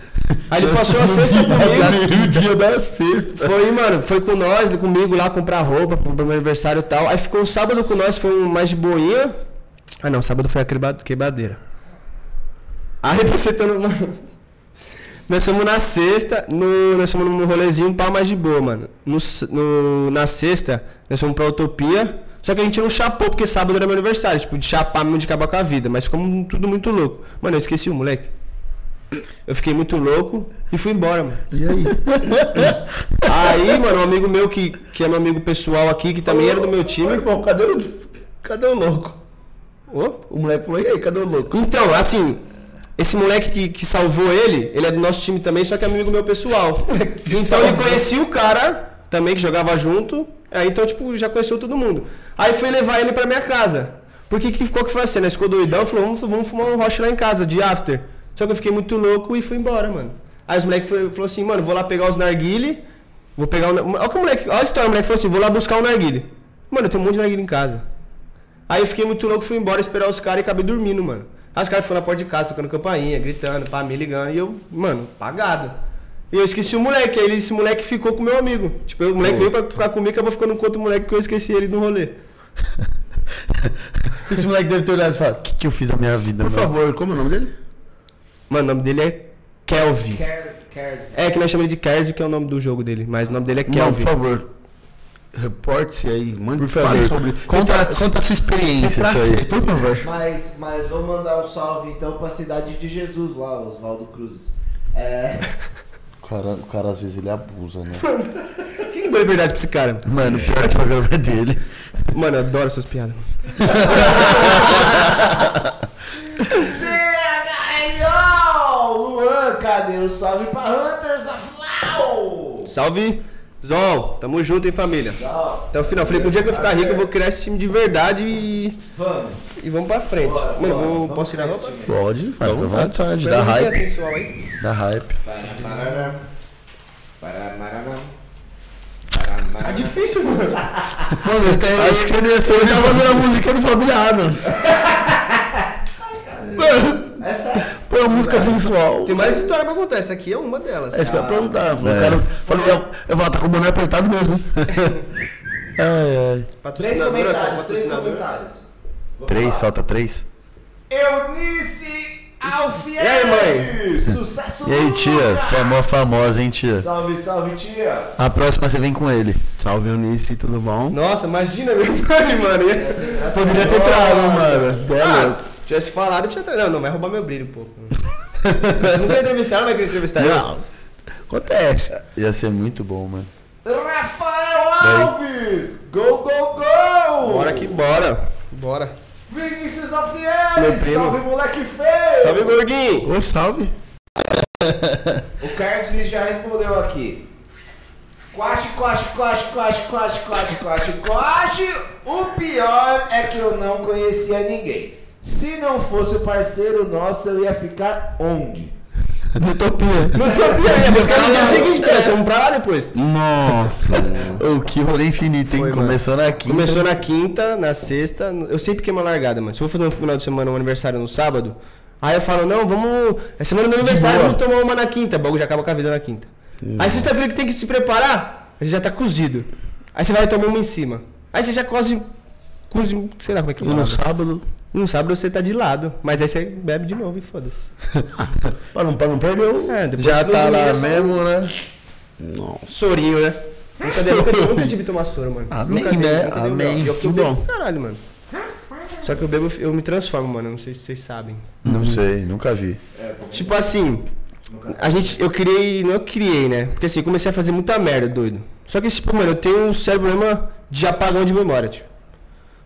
Speaker 4: Aí ele passou a sexta comigo.
Speaker 5: Naquele dia da sexta.
Speaker 4: Foi, mano, foi com nós, comigo lá comprar roupa pro pro meu aniversário e tal. Aí ficou o sábado com nós, foi um mais de boinha. Ah não, sábado foi a queba- quebradeira. Aí <laughs> você tá no. mano, Nós fomos na sexta, no, nós fomos num rolezinho pá mais de boa, mano. No, s- no- na sexta, nós fomos pra Utopia. Só que a gente não chapou, porque sábado era meu aniversário, tipo, de chapar mesmo de acabar com a vida. Mas ficamos tudo muito louco. Mano, eu esqueci o moleque. Eu fiquei muito louco e fui embora, mano.
Speaker 2: E aí?
Speaker 4: Aí, mano, um amigo meu que, que é meu amigo pessoal aqui, que também era do meu
Speaker 2: Meu
Speaker 4: time.
Speaker 2: irmão, cadê o, cadê o louco?
Speaker 4: Ô?
Speaker 2: O moleque falou, e aí, cadê o louco?
Speaker 4: Então, assim, esse moleque que, que salvou ele, ele é do nosso time também, só que é amigo meu pessoal. então ele conhecia o cara também que jogava junto. Aí, então, tipo, já conheceu todo mundo. Aí fui levar ele pra minha casa. Porque que ficou que foi assim, né? Ficou doidão, falou, vamos, vamos fumar um roche lá em casa, de after. Só que eu fiquei muito louco e fui embora, mano. Aí os moleques falaram assim, mano, vou lá pegar os narguile, vou pegar o... na- Olha que o moleque, olha a história, o moleque falou assim, vou lá buscar o narguile. Mano, eu tenho um monte de narguile em casa. Aí eu fiquei muito louco, fui embora esperar os caras e acabei dormindo, mano. Aí os caras foram na porta de casa, tocando campainha, gritando, pá, me ligando. E eu, mano, pagado. E eu esqueci o moleque, aí ele- esse moleque ficou com o meu amigo. Tipo, o moleque veio pra ficar comigo, acabou ficando com outro moleque que eu esqueci ele no rolê.
Speaker 5: Esse moleque deve ter olhado e falado: o que, que eu fiz da minha vida,
Speaker 2: Por
Speaker 5: mano?"
Speaker 2: favor, como é o nome dele?
Speaker 4: Mano, o nome dele é Kelvin.
Speaker 6: Quer, quer.
Speaker 4: É, que nós chamamos ele de Kerzi, que é o nome do jogo dele, mas o nome dele é
Speaker 2: Não, por
Speaker 4: Kelvin.
Speaker 2: favor. Reporte-se aí, mande
Speaker 5: Por favor,
Speaker 2: fale sobre.
Speaker 5: conta, conta a sua experiência disso aí.
Speaker 2: Por favor.
Speaker 6: É, Mas, mas vou mandar um salve então pra Cidade de Jesus lá, Oswaldo Cruzes. É.
Speaker 5: O cara, o cara às vezes ele abusa, né?
Speaker 4: Quem deu liberdade pra esse cara?
Speaker 5: <laughs> Mano, o pior que o programa é dele.
Speaker 4: Mano, eu adoro essas piadas. mano.
Speaker 6: CHLO! Luan, cadê o salve pra Hunters of Lao?
Speaker 4: Salve, Zol. Tamo junto, hein, família.
Speaker 6: Ó,
Speaker 4: Até o final. Falei que um dia que eu ficar rico, eu vou criar esse time de verdade e.
Speaker 6: Vamos.
Speaker 4: E vamos pra frente.
Speaker 6: Bora,
Speaker 4: Mano,
Speaker 6: bora,
Speaker 4: vou,
Speaker 6: vamos
Speaker 4: posso tirar a
Speaker 6: pra
Speaker 4: roupa?
Speaker 5: Pode, faz à vontade.
Speaker 4: Pera
Speaker 5: dá
Speaker 4: aí, que é
Speaker 5: hype.
Speaker 4: sensual aí.
Speaker 5: Dá hype.
Speaker 6: Parará. Parará.
Speaker 4: Tá difícil, mano.
Speaker 2: Mano, até
Speaker 5: Acho que você ia ser
Speaker 2: já mandou a música do Família Adams. Mano,
Speaker 6: É sexo.
Speaker 2: Põe uma música sensual.
Speaker 4: Tem mais história pra contar. Essa aqui é uma delas.
Speaker 2: É isso que eu ia perguntar. falou,
Speaker 5: É.
Speaker 2: cara, falou, eu, eu vou tá com o boné apertado <laughs> mesmo. hein?
Speaker 5: Ai, ai.
Speaker 6: Três
Speaker 4: Patrocinadora,
Speaker 6: comentários, três
Speaker 4: patrocinadora.
Speaker 6: comentários. Vamos
Speaker 5: Três,
Speaker 6: lá.
Speaker 5: falta três.
Speaker 6: Eunice Alfieri.
Speaker 4: E aí,
Speaker 6: Sucesso
Speaker 5: E aí, tia,
Speaker 6: Lucas.
Speaker 5: você é mó famosa, hein, tia?
Speaker 6: Salve, salve, tia.
Speaker 5: A próxima você vem com ele.
Speaker 2: Salve, Eunice, tudo bom?
Speaker 4: Nossa, imagina meu pai, mano. Ia-
Speaker 6: É.
Speaker 2: Poderia ter trago, mano. Até
Speaker 5: Tá
Speaker 4: Ah,
Speaker 2: louco.
Speaker 4: se tivesse falado, eu tinha trazido. Não, não, vai roubar meu brilho, pô. Você nunca entrevistaram, vai querer entrevistar eu?
Speaker 2: Não.
Speaker 5: Ah,
Speaker 2: Acontece.
Speaker 5: Ia ser muito bom, mano.
Speaker 6: Rafael Alves. Go, go, go.
Speaker 4: Bora que bora. Bora.
Speaker 6: Vinícius
Speaker 4: Meu
Speaker 6: Alfieri.
Speaker 4: primo.
Speaker 6: Salve, moleque feio.
Speaker 4: Salve, gordinho.
Speaker 2: Ô, salve.
Speaker 6: O Carlos já respondeu aqui. Quache, quache, quache, quache, quache, quache, quache, quache. O pior é que eu não conhecia ninguém. Se não fosse o parceiro nosso, eu ia ficar onde?
Speaker 2: Utopia.
Speaker 4: Não tinha
Speaker 6: <laughs>
Speaker 4: pior, ia buscar no dia seguinte, pô. Vamos pra lá depois.
Speaker 5: <laughs>
Speaker 2: Nossa.
Speaker 5: Ô, que rolê infinito, hein?
Speaker 4: Foi, mano.
Speaker 5: Começou na quinta.
Speaker 4: Começou na quinta, na sexta. Eu sempre queimo a largada, mano. Se eu for fazer um final de semana, um aniversário no sábado, aí eu falo, não, vamos. É semana do meu aniversário,
Speaker 2: boa.
Speaker 4: vamos tomar uma na quinta. O bagulho já acaba com a vida na quinta. Aí sexta-feira que tem que se preparar, você já tá cozido. Aí você vai tomar uma em cima. Aí você já coze. Coze. Sei lá como é que
Speaker 2: E
Speaker 4: é.
Speaker 2: no
Speaker 4: No, sábado.
Speaker 2: sábado,
Speaker 4: no sábado você tá de lado. Mas aí você bebe de novo e foda-se.
Speaker 2: para não, para não perder o...
Speaker 4: É, depois
Speaker 5: Já
Speaker 4: do
Speaker 5: tá
Speaker 4: domingo
Speaker 5: lá
Speaker 4: é só
Speaker 5: mesmo, né?
Speaker 4: Sorinho, né? Brincadeira, nunca, tive- nunca tive tomar soro, mano.
Speaker 5: Amém,
Speaker 4: nunca dei,
Speaker 5: né?
Speaker 4: nunca dei um
Speaker 5: Amém.
Speaker 4: grau. E eu que
Speaker 5: Que
Speaker 4: eu bebo
Speaker 5: bom.
Speaker 4: pra caralho, mano. Só que eu bebo, eu me transformo, mano. Não sei se vocês sabem.
Speaker 5: Não sei, nunca vi.
Speaker 4: Tipo assim, a gente, eu criei, não eu criei, né? Porque assim, eu comecei a fazer muita merda, doido. Só que, tipo, mano, eu tenho um sério problema de apagão de memória, tipo.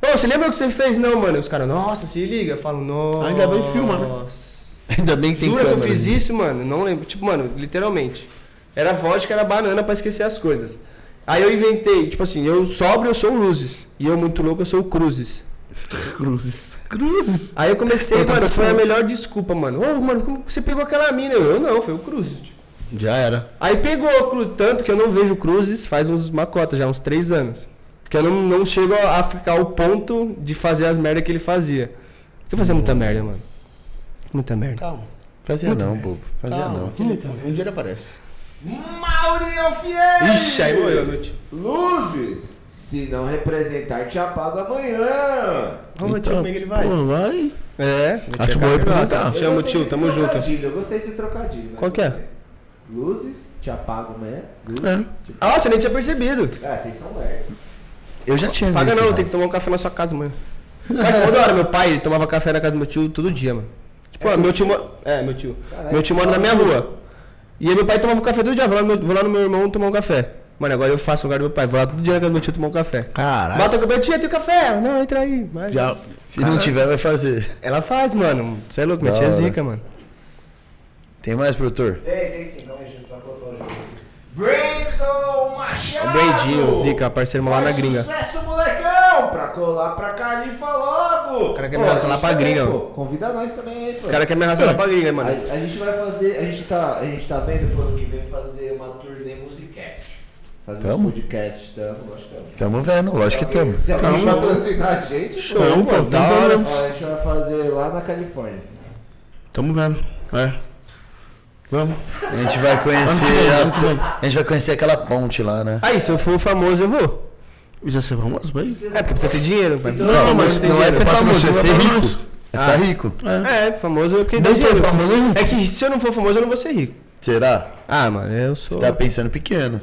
Speaker 4: Ô, você lembra o que você fez? Não, mano. Os caras, nossa, se liga. Eu falo, nossa.
Speaker 2: Ainda bem que filma, né?
Speaker 5: Ainda bem que tem
Speaker 4: Jura que eu
Speaker 5: câmera.
Speaker 4: fiz isso, mano? Não lembro. Tipo, mano, literalmente. Era vodka, era banana pra esquecer as coisas. Aí eu inventei, tipo assim, eu sobro, eu sou o Luzes. E eu muito louco, eu sou o Cruzes.
Speaker 2: Cruzes. Cruzes.
Speaker 4: Aí eu comecei,
Speaker 2: Outra
Speaker 4: mano, foi
Speaker 2: pessoa.
Speaker 4: a melhor desculpa, mano. Ô, mano, como que você pegou aquela mina? Eu, eu não, foi o Cruzes. Tipo.
Speaker 2: Já era.
Speaker 4: Aí pegou o Cruzes, tanto que eu não vejo o Cruzes faz uns macotas, já uns três anos. Porque eu não, não chego a ficar ao ponto de fazer as merdas que ele fazia. Porque eu fazia muita merda, mano. Muita merda.
Speaker 2: Calma.
Speaker 5: Fazia não, bobo. Fazia
Speaker 4: Tá.
Speaker 2: Calma.
Speaker 5: não.
Speaker 2: Um dia ele aparece.
Speaker 6: Mauri Alfieri.
Speaker 4: Ixi, aí morreu, meu tio.
Speaker 6: Luzes. Se não representar, te apago amanhã.
Speaker 4: Vamos,
Speaker 5: Então.
Speaker 4: tio, como é que ele
Speaker 5: Hum.
Speaker 4: vai?
Speaker 2: Pô, vai.
Speaker 4: É,
Speaker 2: Acho bom representar.
Speaker 6: Eu
Speaker 4: Chama o
Speaker 6: gostei
Speaker 4: tio,
Speaker 6: desse
Speaker 4: tamo junto.
Speaker 6: trocadilho, Eu gostei desse trocadilho. mas
Speaker 4: Qual que é?
Speaker 6: tudo bem. Luzes, te apago amanhã. Luzes.
Speaker 2: É.
Speaker 4: Ah, você nem tinha percebido.
Speaker 6: Ah, vocês são lerdos.
Speaker 5: Eu já tinha
Speaker 4: Paga
Speaker 5: visto.
Speaker 4: não,
Speaker 5: já.
Speaker 4: tem que tomar um café na sua casa, mano. Mas mó da hora, meu pai, ele tomava café na casa do meu tio todo dia, mano. Tipo, ó, meu tio mora. É, meu tio. meu tio mora na minha rua. E aí meu pai tomava um café todo dia. Vou lá, no meu- vou lá no meu irmão tomar um café. Mano, agora eu faço o lugar do meu pai. Vou lá todo dia na casa do meu tio tomar um café.
Speaker 5: Caralho.
Speaker 4: Bota com a minha tia, tem café. Ela, Não, entra aí. Vai.
Speaker 2: Já,
Speaker 5: Se não tiver, vai fazer.
Speaker 4: Ela faz, mano. Você é louco, minha
Speaker 5: Da
Speaker 4: tia é
Speaker 5: hora.
Speaker 4: zica, mano.
Speaker 5: Tem mais, produtor?
Speaker 6: Tem, tem sim, não, a gente tá colocando junto. Brandon Machado!
Speaker 4: É O Brandinho, zica, parceiro lá
Speaker 6: Faz
Speaker 4: na gringa.
Speaker 6: Sucesso, molecão! Pra colar pra Califa logo! O
Speaker 4: cara quer me arrastar lá pra gringa, mano.
Speaker 6: Convida nós também aí, pô.
Speaker 4: Os caras querem me arrastar lá pra gringa,
Speaker 6: a,
Speaker 4: mano.
Speaker 6: a gente vai fazer, a gente tá, a gente tá vendo pro ano que vem fazer uma turnê musicast. Fazer um
Speaker 5: Tamo?
Speaker 6: podcast, tamo, acho que tamo.
Speaker 5: Tamo vendo, lógico que tamo.
Speaker 6: Se alguém patrocinar a gente,
Speaker 2: Show, pô, não tem problema.
Speaker 6: Ó, a gente vai fazer lá na Califórnia.
Speaker 2: Tamo vendo. É. Vamos.
Speaker 5: A gente vai conhecer
Speaker 2: é
Speaker 5: a, a gente vai conhecer aquela ponte lá, né?
Speaker 4: Aí, se eu for famoso, eu vou.
Speaker 2: Isso é ser famoso, mas.
Speaker 4: É, porque precisa ter dinheiro, pai.
Speaker 5: Não, mas não é ser famoso, é ser
Speaker 2: patrocínio pra
Speaker 5: rico. É ficar rico.
Speaker 4: É, famoso é porque dá
Speaker 2: Não tô
Speaker 4: dinheiro.
Speaker 2: famoso, hein?
Speaker 4: É que se eu não for famoso, eu não vou ser rico.
Speaker 5: Será?
Speaker 4: Ah, mano, eu sou.
Speaker 5: Você tá pensando pequeno.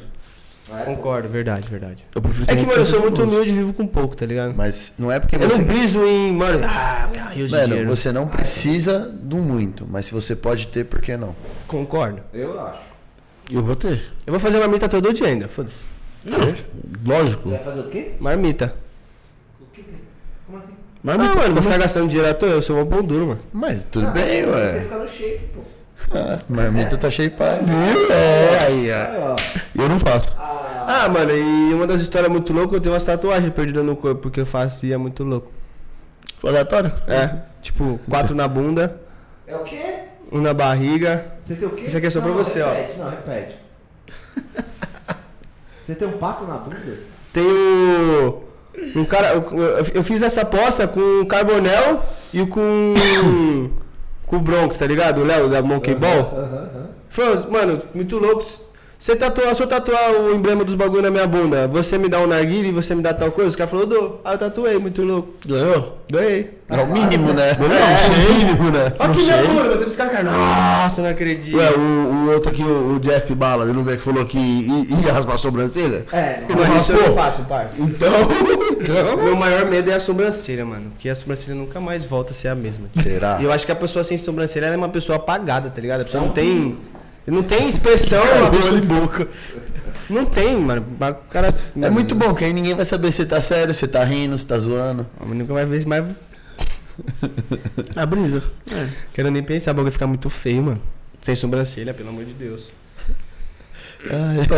Speaker 4: Concordo, verdade, verdade.
Speaker 2: Eu prefiro
Speaker 4: É
Speaker 2: ser
Speaker 4: que,
Speaker 2: rico
Speaker 4: mano, eu
Speaker 2: que
Speaker 4: sou
Speaker 2: ser
Speaker 4: muito
Speaker 2: famoso.
Speaker 4: humilde e vivo com pouco, tá ligado?
Speaker 5: Mas não é porque
Speaker 4: Eu
Speaker 5: você.
Speaker 4: não briso em, mano, ah, ah, eu
Speaker 5: Mano,
Speaker 4: dinheiro.
Speaker 5: você não precisa do muito, mas se você pode ter, por que não?
Speaker 4: Concordo.
Speaker 6: Eu acho.
Speaker 2: Eu vou ter.
Speaker 4: Eu vou fazer marmita todo dia ainda, foda-se.
Speaker 2: Não. Lógico.
Speaker 6: Você vai fazer o quê?
Speaker 4: Marmita.
Speaker 6: O que? que- Como assim?
Speaker 2: Mas
Speaker 4: Ah,
Speaker 2: me-
Speaker 4: mano, você tá gastando dinheiro à toa, eu sou um pão duro, mano.
Speaker 5: Mas tudo
Speaker 6: Ah,
Speaker 4: é.
Speaker 5: bem,
Speaker 6: Você
Speaker 5: ué.
Speaker 6: fica no shape, pô.
Speaker 5: Ah, marmita tá cheia de pai.
Speaker 2: É, aí, é.
Speaker 6: Aí, ó.
Speaker 2: Eu não faço.
Speaker 4: Ah, mano, e uma das histórias muito loucas, eu tenho umas tatuagens perdidas no corpo, porque eu faço e é muito louco.
Speaker 2: Aleatório?
Speaker 4: É, tipo, quatro na bunda,
Speaker 6: É o quê?
Speaker 4: um na barriga.
Speaker 6: Você tem o quê?
Speaker 4: Isso aqui é só
Speaker 6: Não,
Speaker 4: pra
Speaker 6: não,
Speaker 4: você, ó.
Speaker 6: repete, Não, repete.
Speaker 4: <laughs>
Speaker 6: você tem um pato na bunda?
Speaker 4: Tem o. Um cara. eu- Eu eu fiz essa aposta com o Carbonel e com. <coughs> com o Bronx, tá ligado? O Léo da Monkey Ball.
Speaker 6: Aham, aham.
Speaker 4: Falou, mano, muito louco. Você tatuar, se eu tatuar o emblema dos bagulho na minha bunda, você me dá um narguile e você me dá tal coisa? Os caras falaram, eu dou. Ah, eu tatuei, muito louco.
Speaker 2: Ganhou?
Speaker 4: Ganhei.
Speaker 5: É o mínimo, né?
Speaker 2: Não, sei.
Speaker 5: É o mínimo, né?
Speaker 4: Ó,
Speaker 2: Não
Speaker 4: que minha
Speaker 2: sei.
Speaker 4: bunda, você buscar cara. Nossa, não acredito.
Speaker 2: Ué, o, o outro aqui, o, o Jeff Bala, ele não vê que falou que i- ia raspar a sobrancelha?
Speaker 6: É, não.
Speaker 2: Ele não
Speaker 4: Mano, isso eu não
Speaker 2: raspou?
Speaker 4: faço, parça.
Speaker 2: Então, <laughs> então.
Speaker 4: Meu maior medo é a sobrancelha, mano. Porque a sobrancelha nunca mais volta a ser a mesma.
Speaker 5: Será?
Speaker 4: E eu acho que a pessoa sem sobrancelha ela é uma pessoa apagada, tá ligado? A pessoa não tem. Não tem expressão, a pessoa-
Speaker 5: e boca.
Speaker 4: não tem, mano. O cara.
Speaker 5: É muito bom, que aí ninguém vai saber se tá sério, se tá rindo, se tá zoando.
Speaker 4: Ah, mas Nunca mais vez mais.
Speaker 2: A brisa.
Speaker 4: Quero nem pensar, o bagulho ficar muito feio, mano. Sem sobrancelha, pelo amor de Deus.
Speaker 5: Então,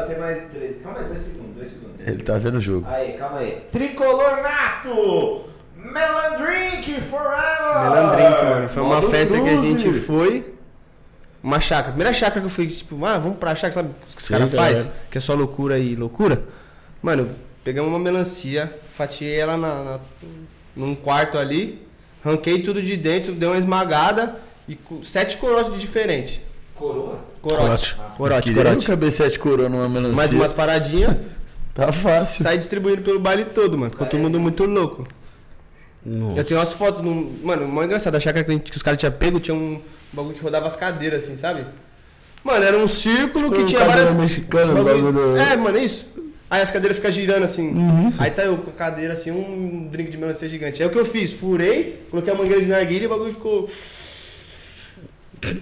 Speaker 6: Não, tem mais três. Calma aí, dois segundos, dois segundos.
Speaker 4: É.
Speaker 5: Ele tá vendo o jogo.
Speaker 6: Aí, calma aí. Tricolor Nato! Melandrink Forever!
Speaker 4: Melandrink, mano. Foi uma
Speaker 6: Modo
Speaker 4: festa que a gente
Speaker 6: Cruzes.
Speaker 4: foi. Uma chácara. Primeira chácara que eu fui, tipo, ah, vamos pra chácara, sabe? o Que os caras
Speaker 5: tá
Speaker 2: Eita,
Speaker 4: fazem,
Speaker 2: é.
Speaker 4: que é só loucura e loucura. Mano, pegamos uma melancia, fatiei ela na, na- num quarto ali, ranquei tudo de dentro, dei uma esmagada e com sete corotes diferentes.
Speaker 6: Coroa?
Speaker 4: Corote. Corote,
Speaker 5: Queria um
Speaker 4: corote.
Speaker 5: cabecete coroa numa melancia.
Speaker 4: Mais umas paradinhas,
Speaker 5: Tá fácil.
Speaker 4: saí distribuindo pelo baile todo, mano. Ficou todo mundo muito louco. Eu tenho umas fotos, num... mano, mó engraçado, a chácara que, a gente- que os caras tinham pego tinha um bagulho que rodava as cadeiras, assim, sabe? Mano, era um círculo que
Speaker 2: Tipo,
Speaker 4: tinha
Speaker 2: cadeira
Speaker 4: várias...
Speaker 2: mexicana,
Speaker 5: um
Speaker 2: bagulho do- Uhum.
Speaker 4: É, mano, é isso. Aí as cadeiras ficam girando, assim. Aí tá eu com a cadeira, assim, um drink de melancia gigante. Aí o que eu fiz? Furei, coloquei a mangueira de narguilha e o bagulho ficou...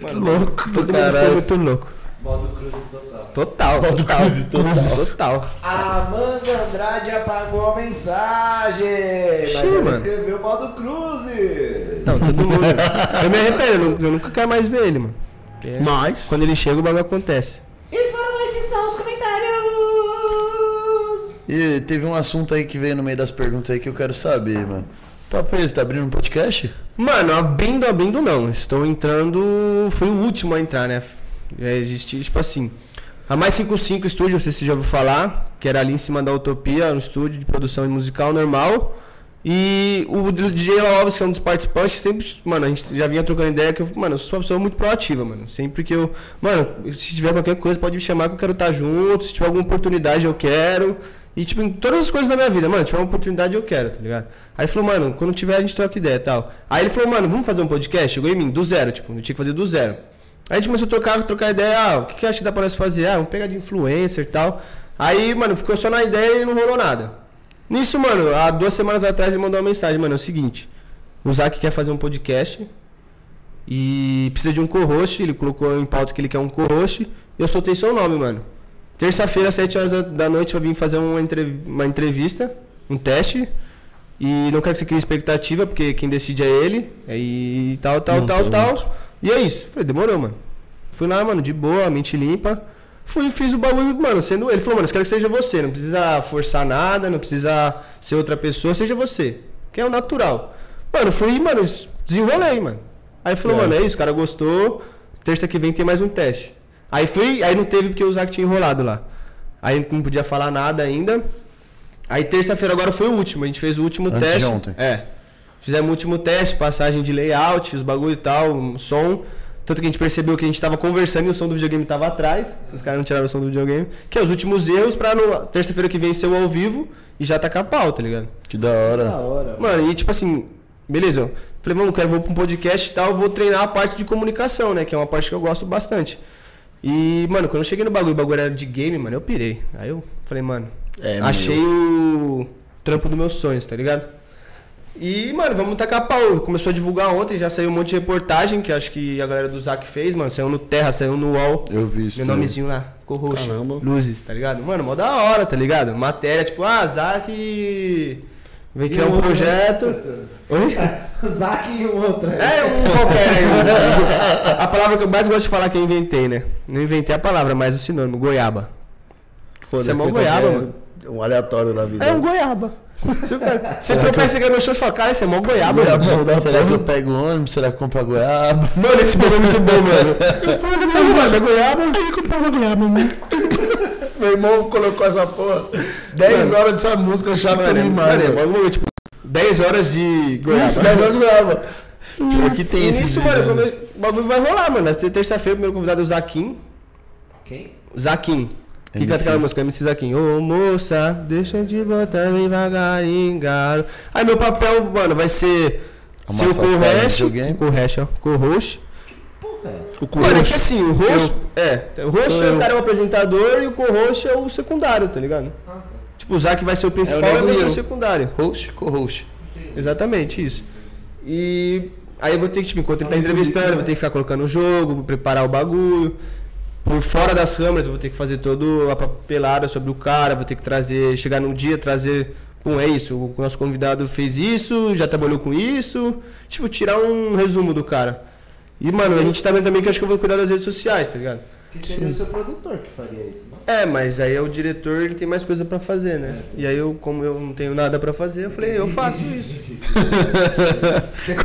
Speaker 4: Mano,
Speaker 2: Louco
Speaker 4: todo
Speaker 2: do
Speaker 4: mundo ficou
Speaker 2: caralho.
Speaker 4: muito louco.
Speaker 6: Modo Cruzes total.
Speaker 4: Total, total, total, total.
Speaker 6: Amanda Andrade apagou a mensagem! Mas
Speaker 4: Xiii,
Speaker 6: ela
Speaker 4: mano.
Speaker 6: escreveu Modo Cruzes!
Speaker 4: Não, todo
Speaker 2: <laughs>
Speaker 4: mundo. eu me arrependo, eu nu- eu nunca quero mais ver ele, mano. É.
Speaker 2: Mas.
Speaker 4: Quando ele chega, o bagulho acontece.
Speaker 6: E foram esses só os comentários!
Speaker 5: E teve um assunto aí que veio no meio das perguntas aí que eu quero saber, mano. Papo é esse, tá abrindo um podcast?
Speaker 4: Mano, abrindo, abrindo não. Estou entrando. Fui o último a entrar, né? Já existe, tipo assim. A Mais 55 Estúdio, não sei se você já ouviu falar, que era ali em cima da Utopia, um estúdio de produção de musical normal. E o DJ Alves, que é um dos participantes, sempre, mano, a gente já vinha trocando ideia que eu, mano, eu sou uma pessoa muito proativa, mano. Sempre que eu, mano, se tiver qualquer coisa, pode me chamar que eu quero estar junto, se tiver alguma oportunidade, eu quero. E, tipo, em todas as coisas da minha vida, mano, tiver uma oportunidade, eu quero, tá ligado? Aí ele falou, mano, quando tiver, a gente troca ideia e tal. Aí ele falou, mano, vamos fazer um podcast? Chegou em mim, do zero, tipo, eu tinha que fazer do zero. Aí a gente começou a trocar, trocar ideia, ah, o que, que acha que dá pra nós fazer? Ah, vamos pegar de influencer e tal. Aí, mano, ficou só na ideia e não rolou nada. Nisso, mano, há duas semanas atrás ele mandou uma mensagem, mano, é o seguinte, o Zac quer fazer um podcast E precisa de um co-host, ele colocou em pauta que ele quer um co-host. E eu soltei seu nome, mano. Terça-feira, às 7 horas da- da noite, eu vim fazer uma, entrev- uma entrevista, um teste. E não quero que você crie expectativa, porque quem decide é ele. E tal, tal, tal, tal. E é isso. Falei, demorou, mano. Fui lá, mano, de boa, mente limpa. Fui, fiz o bagulho, mano, sendo ele. Falou, mano, eu quero que seja você. Não precisa forçar nada, não precisa ser outra pessoa, seja você. Que é o natural. Mano, fui, mano, es- desenrolei, mano. Aí falou, mano, é isso, o cara gostou. Terça que vem tem mais um teste. Aí fui, aí não teve porque o Zac tinha enrolado lá. Aí não podia falar nada ainda. Aí terça-feira agora foi o último, a gente fez o último
Speaker 5: Antes de
Speaker 4: teste.
Speaker 5: ontem.
Speaker 4: É. Fizemos o último teste, passagem de layout, os bagulho e tal, um som. Tanto que a gente percebeu que a gente tava conversando e o som do videogame tava atrás. Os caras não tiraram o som do videogame. Que é os últimos erros pra no- terça-feira que vem ser o ao vivo e já tacar pau, tá ligado?
Speaker 5: Que da hora.
Speaker 3: Da hora.
Speaker 4: Mano, e tipo assim, beleza. eu Falei, vamos, quero, vou pra um podcast e tal, vou treinar a parte de comunicação, né? Que é uma parte que eu gosto bastante. E, mano, quando eu cheguei no bagulho, o bagulho era de game, mano, eu pirei. Aí eu falei, mano,
Speaker 5: É,
Speaker 4: achei o trampo dos meus sonhos, tá ligado? E, mano, vamos tacar pau. Começou a divulgar ontem, já saiu um monte de reportagem que acho que a galera do Zac fez, mano. Saiu no Terra, saiu no UOL.
Speaker 5: Eu vi isso.
Speaker 4: Meu é
Speaker 5: também.
Speaker 4: nomezinho lá, Corroxo.
Speaker 2: Caramba.
Speaker 4: Luzes, tá ligado? Mano, mó da hora, tá ligado? Matéria, tipo, ah, Zac vem criar um
Speaker 3: outro,
Speaker 4: projeto. <laughs> Oi?
Speaker 3: Zac e outra.
Speaker 4: É um qualquer né? aí. mano. <laughs> A palavra que eu mais gosto de falar que eu inventei, né? Não inventei a palavra, mas o sinônimo, goiaba. Você é mó goiaba, mano.
Speaker 5: É um aleatório da vida.
Speaker 4: É um goiaba. Se o <laughs> cara- Você tropeça e ganha no chão e fala, cara, isso é mó goiaba,
Speaker 5: Goiaba,
Speaker 4: mano.
Speaker 5: não dá Será que eu pego o ônibus? Será que compra goiaba?
Speaker 4: Mano, esse bagulho é muito bom, mano. <laughs> Eu falo, mano, é goiaba.
Speaker 2: Aí comprar uma goiaba, mano.
Speaker 5: Meu irmão colocou essa porra. 10 horas dessa música chata
Speaker 4: Mano, é-
Speaker 5: demais.
Speaker 4: mano, é
Speaker 5: Tipo, mano.
Speaker 4: bagulho, tipo, 10 horas de
Speaker 5: Isso,
Speaker 4: goiaba.
Speaker 5: 10 horas de goiaba. Pior que tem esse.
Speaker 4: Isso,
Speaker 5: vídeo,
Speaker 4: mano,
Speaker 5: né?
Speaker 4: quando- o bagulho vai rolar, mano. Essa Terça-feira, o primeiro convidado é o Zaquim.
Speaker 6: Quem?
Speaker 4: Zaquim. Que
Speaker 5: MC.
Speaker 4: canta aquela música, MC Zaquim. Ô moça, deixa eu te botar devagarinho, garo. Aí meu papel, mano, vai ser ser o
Speaker 5: Amassar os caras no
Speaker 4: co-host.
Speaker 5: videogame.
Speaker 4: Co-host, ó. Co-host.
Speaker 6: Porra, é.
Speaker 4: O Mano, é que assim, o host. É, o host
Speaker 5: Sou
Speaker 4: é
Speaker 5: eu.
Speaker 4: o cara é o apresentador e o co-host é o secundário, tá ligado?
Speaker 6: Ah, tá.
Speaker 4: Tipo, o Zac vai ser o principal
Speaker 5: nego
Speaker 4: e vai ser
Speaker 5: eu.
Speaker 4: o secundário.
Speaker 5: Host, co-host.
Speaker 4: Exatamente, isso. E aí eu vou ter que, tipo, enquanto ele tá entrevistando, eu vou ter que ficar colocando o jogo, preparar o bagulho. Por fora das câmeras, eu vou ter que fazer toda a papelada sobre o cara, vou ter que trazer, chegar num dia, trazer. Bom, é isso, o nosso convidado fez isso, já trabalhou com isso. Tipo, tirar um resumo do cara. E, mano, a gente tá vendo também que eu acho que eu vou cuidar das redes sociais, tá ligado?
Speaker 6: Que seria o seu produtor que faria isso, né? não?
Speaker 4: É, mas aí é o diretor, ele tem mais coisa pra fazer, né? E aí eu, como eu não tenho nada pra fazer, eu falei, eu faço isso.
Speaker 5: <laughs>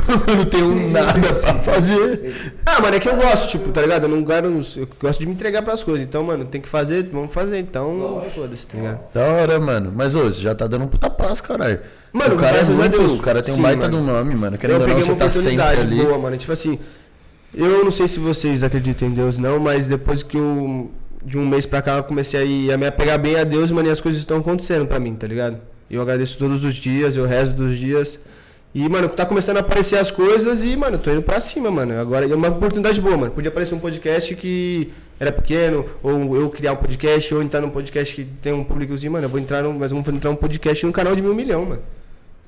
Speaker 5: Como eu não tenho nada pra fazer.
Speaker 4: Ah, mano, é que eu gosto, tipo, tá ligado? Eu não quero. Eu gosto de me entregar pras coisas. Então, mano, tem que fazer, vamos fazer. Então, foda-se, tá ligado?
Speaker 5: Da hora, mano. Mas hoje já tá dando um puta passo, caralho.
Speaker 4: Mano,
Speaker 5: o cara é
Speaker 4: graças a
Speaker 5: muito,
Speaker 4: Deus.
Speaker 5: o cara tem um
Speaker 4: Sim,
Speaker 5: baita
Speaker 4: mano.
Speaker 5: do nome, mano.
Speaker 4: eu
Speaker 5: Querendo ou
Speaker 4: peguei uma
Speaker 5: não, você tá sempre
Speaker 4: oportunidade
Speaker 5: ali.
Speaker 4: boa, mano. Tipo assim, eu não sei se vocês acreditam em Deus, não, mas depois que eu. De um mês pra cá, eu comecei a, ir- a me apegar bem a Deus, mano, e as coisas estão acontecendo pra mim, tá ligado? Eu agradeço todos os dias, eu rezo dos dias. E, mano, tá começando a aparecer as coisas e, mano, eu tô indo pra cima, mano. Agora é uma oportunidade boa, mano. Podia aparecer um podcast que era pequeno, ou eu criar um podcast, ou entrar num podcast que tem um públicozinho, mano. Eu vou entrar num. Mas vamos entrar num podcast e um canal de mil milhão, mano.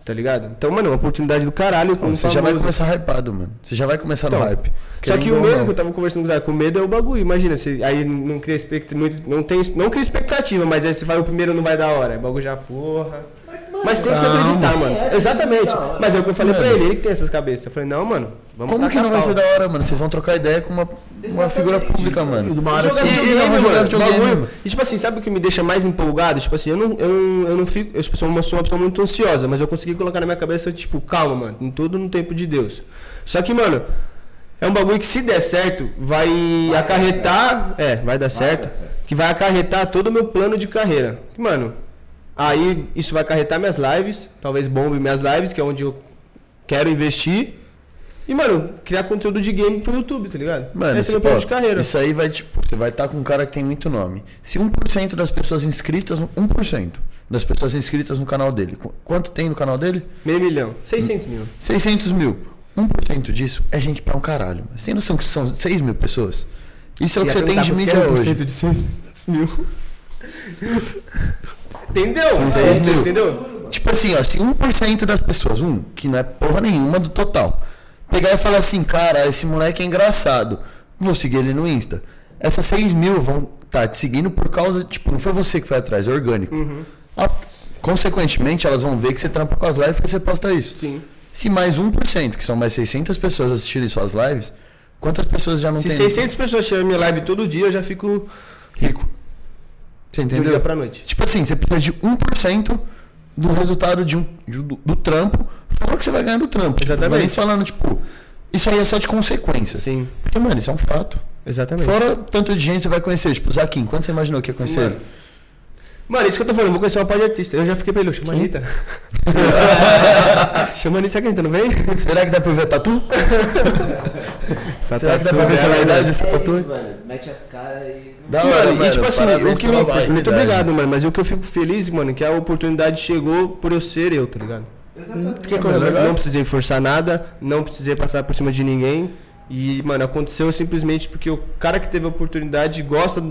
Speaker 4: Tá ligado? Então, mano, é uma oportunidade do caralho.
Speaker 5: Não,
Speaker 4: Como
Speaker 5: você já vai
Speaker 4: famoso.
Speaker 5: começar hypado, mano. Você já vai começar no
Speaker 4: Então,
Speaker 5: hype.
Speaker 4: Só que
Speaker 5: Querendo
Speaker 4: o
Speaker 5: ou
Speaker 4: medo
Speaker 5: não.
Speaker 4: que eu tava conversando com o Zé, com o medo é o bagulho. Imagina, você, aí não cria expectativa, não, tem, não cria expectativa, mas aí você vai o primeiro não vai da hora. O bagulho já porra. Mas tem que
Speaker 5: Não,
Speaker 4: acreditar, mano.
Speaker 6: essa é
Speaker 4: Exatamente.
Speaker 6: da hora.
Speaker 4: Mas é o que eu falei pra
Speaker 5: Mano.
Speaker 4: ele, ele que tem essas cabeças. Eu falei, não, mano, vamos
Speaker 5: Como que
Speaker 4: tacar
Speaker 5: não vai
Speaker 4: pau.
Speaker 5: ser da hora, mano? Vocês vão trocar ideia com uma, uma figura pública, mano.
Speaker 2: Uma hora
Speaker 4: Jogar
Speaker 5: que-
Speaker 4: videogame,
Speaker 5: E- e não vai jogar
Speaker 4: mano,
Speaker 5: videogame.
Speaker 4: bagulho. E tipo assim, sabe o que me deixa mais empolgado? Tipo assim, eu não, eu não, eu não fico. Eu tipo, sou uma, sou uma pessoa muito ansiosa, mas eu consegui colocar na minha cabeça, tipo, calma, mano, em tudo no tempo de Deus. Só que, mano, é um bagulho que se der certo, vai, acarretar. É, vai dar certo.
Speaker 6: dar certo.
Speaker 4: Que vai acarretar todo o meu plano de carreira. Mano, aí isso vai acarretar minhas lives, talvez bombe minhas lives, que é onde eu quero investir. E, mano, criar conteúdo de game pro YouTube, tá ligado?
Speaker 5: Mano,
Speaker 4: Esse é
Speaker 5: isso,
Speaker 4: meu plano
Speaker 5: ó,
Speaker 4: de carreira.
Speaker 5: isso aí vai, tipo, você vai estar com um cara que tem muito nome. Se 1% das pessoas inscritas, 1% das pessoas inscritas no canal dele, qu- quanto tem no canal dele?
Speaker 4: Meio milhão. 600 mil.
Speaker 5: 600 mil. 1% disso é gente pra um caralho. mano. Você tem noção que são 6 mil pessoas? Isso é o que você tem de
Speaker 4: um
Speaker 5: mídia hoje.
Speaker 4: de 600 mil. Entendeu?
Speaker 5: seis
Speaker 4: Você
Speaker 5: mil.
Speaker 4: Entendeu?
Speaker 5: um, Tipo assim, ó, se 1% das pessoas, um, que não é porra nenhuma do total, pegar e falar assim, cara, esse moleque é engraçado. Vou seguir ele no Insta. Essas 6 mil vão estar te seguindo por causa, tipo, não foi você que foi atrás, é orgânico. Ah, consequentemente, elas vão ver que você trampa com as lives porque você posta isso.
Speaker 4: Sim.
Speaker 5: Se mais 1%, que são mais 600 pessoas assistirem suas lives, quantas pessoas já não
Speaker 4: Se
Speaker 5: tem?
Speaker 4: 600 pessoas tiverem minha live todo dia, eu já fico rico.
Speaker 5: Você
Speaker 4: Do
Speaker 5: entendeu?
Speaker 4: dia pra noite.
Speaker 5: Tipo assim, você precisa de 1% do resultado de um, de- do, do trampo, fora o que você vai ganhar do trampo. Tipo,
Speaker 4: Exatamente.
Speaker 5: não é nem falando, tipo, isso aí é só de consequência.
Speaker 4: Sim,
Speaker 5: Porque, mano, isso é um fato.
Speaker 4: exatamente.
Speaker 5: Fora o tanto de gente que você vai conhecer. Tipo, Zaquim, quando você imaginou que ia conhecer
Speaker 4: Mano.
Speaker 5: ele?
Speaker 4: Mano, isso que eu tô falando, eu vou conhecer uma par de artista. Eu já fiquei pra ele, chama a
Speaker 5: <laughs>
Speaker 4: Anitta. chama a Anitta, será que a Anitta não vem?
Speaker 5: Será que é dá pra ver tatu?
Speaker 4: Essa
Speaker 5: Será que dá
Speaker 4: tatu,
Speaker 5: pra ver
Speaker 4: velho.
Speaker 5: se é verdade essa
Speaker 6: É isso,
Speaker 5: tatu?
Speaker 6: velho. Mete as caras e.
Speaker 5: Da
Speaker 4: E,
Speaker 5: hora,
Speaker 4: mano, e
Speaker 5: mano,
Speaker 4: tipo assim,
Speaker 5: parabéns
Speaker 4: o que eu,
Speaker 5: pela
Speaker 4: muito
Speaker 5: oportunidade.
Speaker 4: obrigado, mano, mas o que eu fico feliz, mano, é que a oportunidade chegou por eu ser eu, tá ligado?
Speaker 6: Exatamente.
Speaker 5: Que coisa
Speaker 4: Mano,
Speaker 5: legal.
Speaker 4: não precisei forçar nada, não precisei passar por cima de ninguém. E, mano, aconteceu simplesmente porque o cara que teve a oportunidade gosta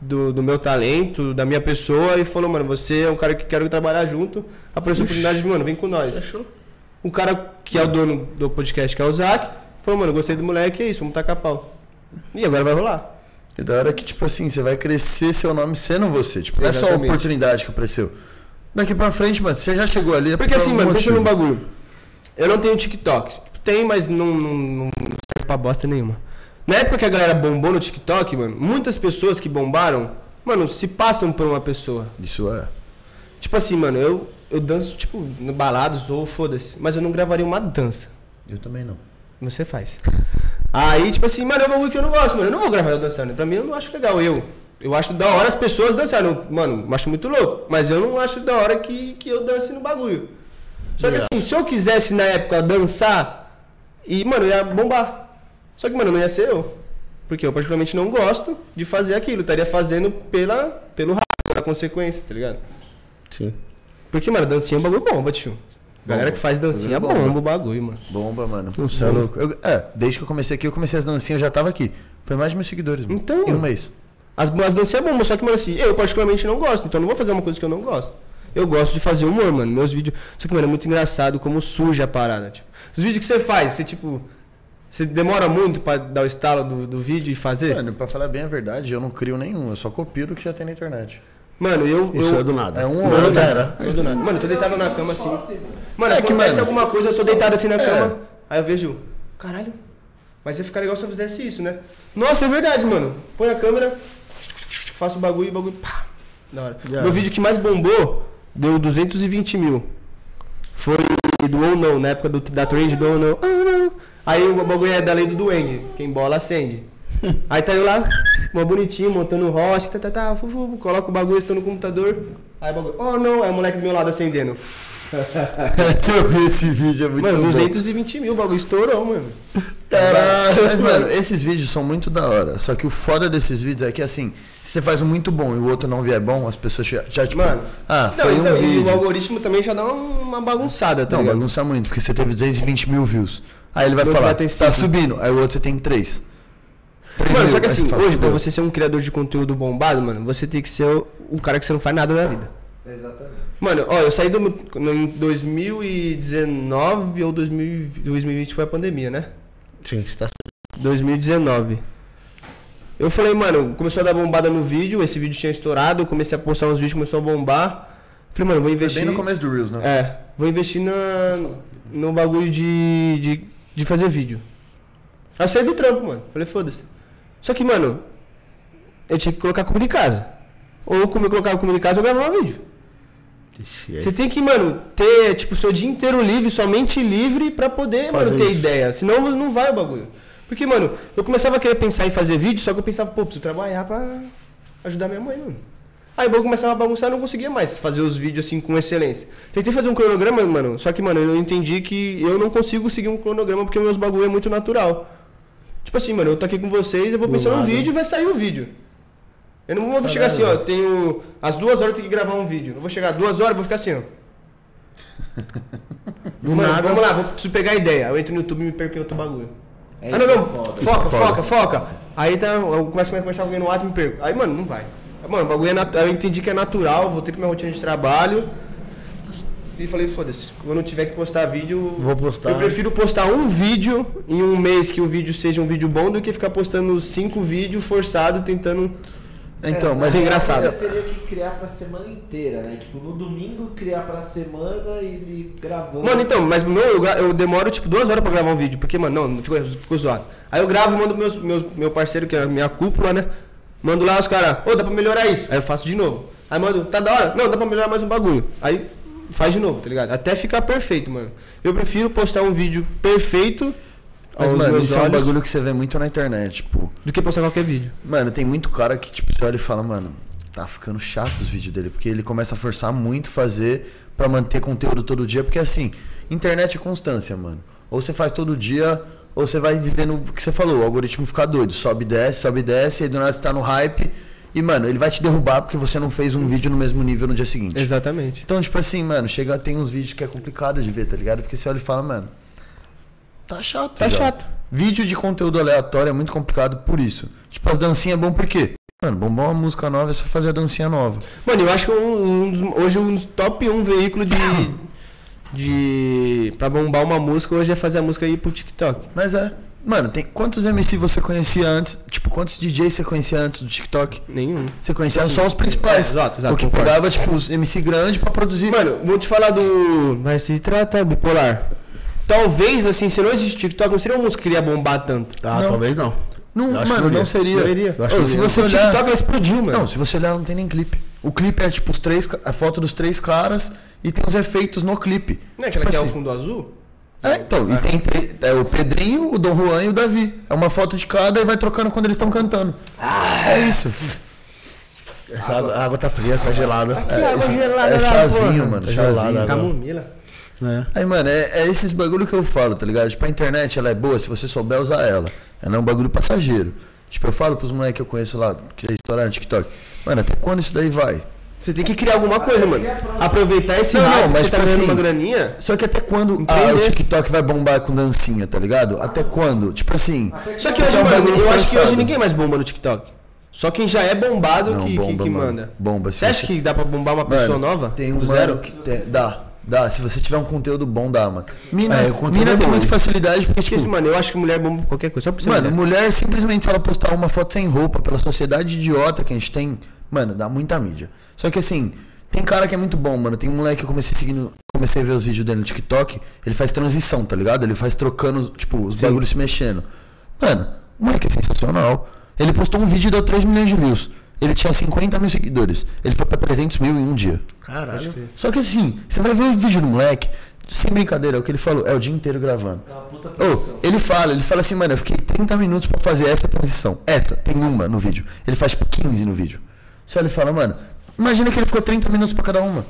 Speaker 4: do, do meu talento, da minha pessoa, e falou, mano, você é um cara que quero trabalhar junto. Apareceu a oportunidade, mano, vem com nós. Achou? O cara que é o dono do podcast, que é o Zac, falou, mano, gostei do moleque, é isso, vamos tacar pau. E agora vai rolar.
Speaker 5: E da hora que, tipo assim, você vai crescer seu nome sendo você. Tipo, não é só a
Speaker 4: Exatamente.
Speaker 5: oportunidade que apareceu. Daqui pra frente, mano, você já chegou ali. é
Speaker 4: Porque
Speaker 5: por
Speaker 4: assim,
Speaker 5: algum
Speaker 4: mano, deixa eu ver um
Speaker 5: motivo.
Speaker 4: bagulho. Eu não tenho TikTok. Tipo, Tem, mas não, não, não serve pra bosta nenhuma. Na época que a galera bombou no TikTok, mano, muitas pessoas que bombaram, mano, se passam por uma pessoa.
Speaker 5: Isso é.
Speaker 4: Tipo assim, mano, eu, eu danço, tipo, no balados ou foda-se, mas eu não gravaria uma dança.
Speaker 5: Eu também não.
Speaker 4: Você faz. Aí, tipo assim, mano, é um bagulho que eu não gosto, mano. Eu não vou gravar eu dançando. Pra mim, eu não acho legal. Eu, eu acho da hora as pessoas dançarem. Eu, Mano, eu acho muito louco. Mas eu não acho da hora que, que eu dance no bagulho. Só que assim, se eu quisesse na época dançar, e, mano, eu ia bombar. Só que, mano, não ia ser eu. Porque eu particularmente não gosto de fazer aquilo. Eu Estaria fazendo pela, pelo rabo, pela consequência, tá ligado?
Speaker 2: Sim.
Speaker 4: Porque, mano, dancinha é um bagulho bomba, tio. Galera que faz dancinha
Speaker 5: Bomba.
Speaker 4: bomba, o bagulho, mano.
Speaker 5: Bomba, mano. Você é louco. Eu- é, desde que eu comecei aqui, eu comecei as dancinhas, eu já tava aqui. Foi mais de mil seguidores, mano.
Speaker 4: Então.
Speaker 5: Em um mês.
Speaker 4: As, as danças é bom, mas só que, mano, assim, eu particularmente não gosto, então eu não vou fazer uma coisa que eu não gosto. Eu gosto de fazer humor, mano. Meus vídeos. Só que, mano, é muito engraçado como suja a parada. Tipo, os vídeos que você faz, você, tipo. Você demora muito pra dar o estalo do, do vídeo e fazer? Mano,
Speaker 5: Mano, pra falar bem a verdade, eu não crio nenhum. Eu só copio do que já tem na internet.
Speaker 4: eu.
Speaker 2: Isso
Speaker 4: eu,
Speaker 2: é do nada.
Speaker 5: É um ou
Speaker 2: Não,
Speaker 5: outro.
Speaker 2: já era.
Speaker 4: eu do nada. Mano, eu tô deitado na cama assim. Mano,
Speaker 5: É que,
Speaker 4: acontece
Speaker 5: mano-
Speaker 4: alguma coisa, eu tô deitado assim na
Speaker 5: É.
Speaker 4: cama. Aí eu vejo, caralho, mas ia ficar legal se eu fizesse isso, né? Nossa, é verdade, mano. Põe a câmera, faço o bagulho, o bagulho, pá. Da hora.
Speaker 5: Já.
Speaker 4: Meu vídeo que mais bombou deu 220 mil. Foi do ou não, na época do, da trend do ou não. Oh, não. Aí o bagulho é da lei do duende, quem bola acende. Aí tá eu lá, uma bonitinha, montando rocha, tá, tá, tá, fu, fu, fu, coloca o bagulho, estou no computador. Aí o bagulho, oh não, é o moleque do meu lado acendendo.
Speaker 5: Se <laughs> eu ver esse vídeo é muito
Speaker 4: Mano,
Speaker 5: bom.
Speaker 4: 220 mil, o bagulho estourou, mano.
Speaker 5: Caralho. Mas, <laughs> mano, esses vídeos são muito da hora. Só que o foda desses vídeos é que, assim, se você faz um muito bom e o outro não vier bom, as pessoas já, já, tipo...
Speaker 4: Mano,
Speaker 5: ah,
Speaker 4: Não,
Speaker 5: foi
Speaker 4: então,
Speaker 5: um
Speaker 4: E o
Speaker 5: vídeo.
Speaker 4: algoritmo também já dá uma bagunçada, tá
Speaker 5: Não,
Speaker 4: ligado?
Speaker 5: bagunça muito, porque você teve 220 mil views. Aí ele vai
Speaker 4: O outro
Speaker 5: falar,
Speaker 4: vai ter
Speaker 5: tá
Speaker 4: cinco.
Speaker 5: subindo. Aí o outro você tem 3.
Speaker 4: Mano, só que assim, hoje,
Speaker 5: né?
Speaker 4: pra você ser um criador de conteúdo bombado, mano, você tem que ser o, o cara que você não faz nada da vida.
Speaker 6: Exatamente.
Speaker 4: Mano, ó, eu saí do. meu- no- Em 2019 ou 2000, 2020 foi a pandemia, né?
Speaker 2: Sim, você tá
Speaker 4: 2019. Eu falei, mano, começou a dar bombada no vídeo, esse vídeo tinha estourado, eu comecei a postar uns vídeos, começou a bombar. Falei, mano, vou investir.
Speaker 5: Bem no começo do Reels, né?
Speaker 4: É, vou investir na, no bagulho de, de, de fazer vídeo. Aí eu saí do trampo, mano. Falei, foda-se. Só que, mano, eu tinha que colocar comida em casa. Ou como eu colocava comida em casa, eu gravava vídeo. Você tem que, mano, ter, tipo, seu dia inteiro livre, somente livre, pra poder, mano, ter ideia. Senão não vai o bagulho. Porque, mano, eu começava a querer pensar em fazer vídeo, só que eu pensava, pô, preciso trabalhar pra ajudar minha mãe, mano. Aí o bagulho começava a bagunçar, eu não conseguia mais fazer os vídeos, assim, com excelência. Tentei fazer um cronograma, mano, só que, mano, eu entendi que eu não consigo seguir um cronograma porque meus bagulho é muito natural. Tipo assim, mano, eu tô aqui com vocês, eu vou pensar num vídeo e vai sair o vídeo. Eu não vou chegar assim, ó, tenho. Às duas horas eu tenho que gravar um vídeo. Eu vou chegar às duas horas e vou ficar assim, ó. Mano, vamos lá, vou preciso pegar a ideia. Aí Eu entro no YouTube e me perco em outro bagulho.
Speaker 6: É
Speaker 2: É
Speaker 4: ah, não, não. Foca, foca, foca. Aí tá, eu começo a conversar com alguém no WhatsApp e me perco. Aí, mano, não vai. Mano, o bagulho é nat... eu entendi que é natural, voltei pra minha rotina de trabalho. e falei, foda-se, quando eu tiver que postar vídeo.
Speaker 2: Vou postar.
Speaker 4: Eu prefiro postar um vídeo em um mês que o vídeo seja um vídeo bom do que ficar postando cinco vídeos forçado tentando.
Speaker 5: Então, mas
Speaker 4: é
Speaker 6: Você
Speaker 4: engraçado.
Speaker 6: teria que criar pra semana inteira, né? Tipo, no domingo criar pra semana e ele gravando.
Speaker 4: Mano, então, mas meu, eu, gra- eu demoro tipo duas horas pra gravar um vídeo, porque, mano, não, ficou, ficou zoado. Aí eu gravo e mando meus, meus, meu parceiro, que é a minha cúpula, né? Mando lá os caras, ô, dá pra melhorar isso. Aí eu faço de novo. Aí mando, tá da hora? Não, dá pra melhorar mais um bagulho. Aí faz de novo, tá ligado? Até ficar perfeito, mano. Eu prefiro postar um vídeo perfeito
Speaker 5: Mas,
Speaker 4: aos
Speaker 5: mano,
Speaker 4: meus
Speaker 5: isso é um
Speaker 4: olhos
Speaker 5: bagulho que você vê muito na internet, tipo.
Speaker 4: do que postar qualquer vídeo.
Speaker 5: Mano, tem muito cara que, tipo, você olha e fala, mano, tá ficando chato os vídeos dele, porque ele começa a forçar muito fazer pra manter conteúdo todo dia, porque assim, internet é constância, mano. Ou você faz todo dia, ou você vai vivendo o que você falou, o algoritmo fica doido, sobe e desce, sobe e desce, aí do nada você tá no hype, e, mano, ele vai te derrubar porque você não fez um vídeo no mesmo nível no dia seguinte.
Speaker 4: Exatamente.
Speaker 5: Então, tipo assim, mano, chega, tem uns vídeos que é complicado de ver, tá ligado? Porque você olha e fala, mano, tá chato.
Speaker 4: Tá
Speaker 5: já.
Speaker 4: chato.
Speaker 5: Vídeo de conteúdo aleatório é muito complicado por isso. Tipo, as dancinhas é bom por quê? Mano, bombou uma música nova, é só fazer a dancinha nova.
Speaker 4: Mano, eu acho que um, um dos, hoje um dos top 1 veículo
Speaker 5: <coughs>
Speaker 4: de. de. pra bombar uma música hoje é fazer a música aí pro TikTok.
Speaker 5: Mas é. Mano, tem quantos MC você conhecia antes? Tipo, quantos DJs você conhecia antes do TikTok?
Speaker 4: Nenhum.
Speaker 5: Você conhecia só os principais.
Speaker 4: é, exato, exato,
Speaker 5: O que
Speaker 4: concordo.
Speaker 5: pegava, tipo, os MC grande pra produzir.
Speaker 4: Mano, vou te falar do. Vai se trata bipolar. Talvez assim, se não existisse TikTok, não seria uma música que iria bombar tanto.
Speaker 2: Tá,
Speaker 5: Não.
Speaker 2: talvez não.
Speaker 5: não,
Speaker 2: eu acho
Speaker 5: mano,
Speaker 2: que
Speaker 5: não
Speaker 2: não
Speaker 5: seria.
Speaker 4: Não iria.
Speaker 2: Eu acho
Speaker 5: Ô,
Speaker 2: que
Speaker 5: se
Speaker 2: não iria.
Speaker 5: você é um
Speaker 4: o
Speaker 5: olhar.
Speaker 4: TikTok ela explodiu, mano.
Speaker 5: Não, se você olhar, não tem nem clipe. O clipe é tipo os três, ca- a foto dos três caras e tem os efeitos no clipe.
Speaker 4: não é aquela
Speaker 5: tipo
Speaker 4: que é o
Speaker 5: assim,
Speaker 4: fundo azul?
Speaker 5: é, então, e tem tre- é o Pedrinho, o Dom Juan e o Davi. É uma foto de cada e vai trocando quando eles estão cantando.
Speaker 4: Ah,
Speaker 5: é isso.
Speaker 2: Essa água, a água tá fria, tá gelada.
Speaker 5: É,
Speaker 4: água
Speaker 5: isso-
Speaker 4: gelada
Speaker 5: é
Speaker 4: da
Speaker 5: chazinho,
Speaker 4: porra.
Speaker 5: mano,
Speaker 2: Tá gelada
Speaker 5: chazinho.
Speaker 2: agora.
Speaker 4: Camomila.
Speaker 2: né?
Speaker 5: Aí, mano, é, é esses bagulho que eu falo, tá ligado? Tipo, a internet, ela é boa se você souber usar ela. Ela é um bagulho passageiro. Tipo, eu falo pros moleques que eu conheço lá, que é estourar no TikTok. Mano, até quando isso daí vai?
Speaker 4: Você tem que criar alguma coisa, mano. Aproveitar esse
Speaker 5: Não, não,
Speaker 4: hype que
Speaker 5: mas
Speaker 4: você tá
Speaker 5: tipo
Speaker 4: ganhando
Speaker 5: assim,
Speaker 4: uma graninha.
Speaker 5: Só que até quando
Speaker 4: Entender.
Speaker 5: ah, o TikTok vai bombar com dancinha, tá ligado? Até quando? Tipo assim.
Speaker 4: Só Ah. que hoje,
Speaker 5: é um
Speaker 4: mano,
Speaker 5: bagulho
Speaker 4: eu acho que hoje
Speaker 5: forçado.
Speaker 4: ninguém mais bomba no TikTok. Só quem já é bombado
Speaker 5: Não,
Speaker 4: que, que-
Speaker 5: bomba,
Speaker 4: que
Speaker 5: mano.
Speaker 4: manda.
Speaker 5: Bomba,
Speaker 4: Você
Speaker 5: sim.
Speaker 4: acha que dá pra bombar uma pessoa
Speaker 5: Mano,
Speaker 4: nova?
Speaker 5: Tem um
Speaker 4: do
Speaker 5: mano
Speaker 4: zero?
Speaker 5: que tem- dá. Dá, se você tiver um conteúdo bom, dá, mano. Mina,
Speaker 2: É, o conteúdo
Speaker 5: mina
Speaker 2: é
Speaker 5: tem
Speaker 2: bom.
Speaker 5: muita facilidade porque, tipo,
Speaker 4: Esquece, mano, eu acho que mulher bomba qualquer coisa. Só por ser
Speaker 5: mano,
Speaker 4: mulher.
Speaker 5: mulher simplesmente se ela postar uma foto sem roupa pela sociedade idiota que a gente tem, mano, dá muita mídia. Só que assim, tem cara que é muito bom, mano. Tem um moleque que eu comecei seguindo, comecei a ver os vídeos dele no TikTok, ele faz transição, tá ligado? Ele faz trocando, tipo, os bagulhos se mexendo. Mano, o moleque é sensacional. Ele postou um vídeo e deu 3 milhões de views. Ele tinha 50 mil seguidores. Ele foi pra 300 mil em um dia.
Speaker 2: Caralho.
Speaker 5: Só que assim, você vai ver o vídeo do moleque, sem brincadeira, é o que ele falou, é o dia inteiro gravando. Ô, ele fala, ele fala assim, mano, eu fiquei 30 minutos pra fazer essa transição. Essa, tem uma no vídeo. Ele faz tipo 15 no vídeo. Você olha e fala, mano, imagina que ele ficou 30 minutos pra cada uma.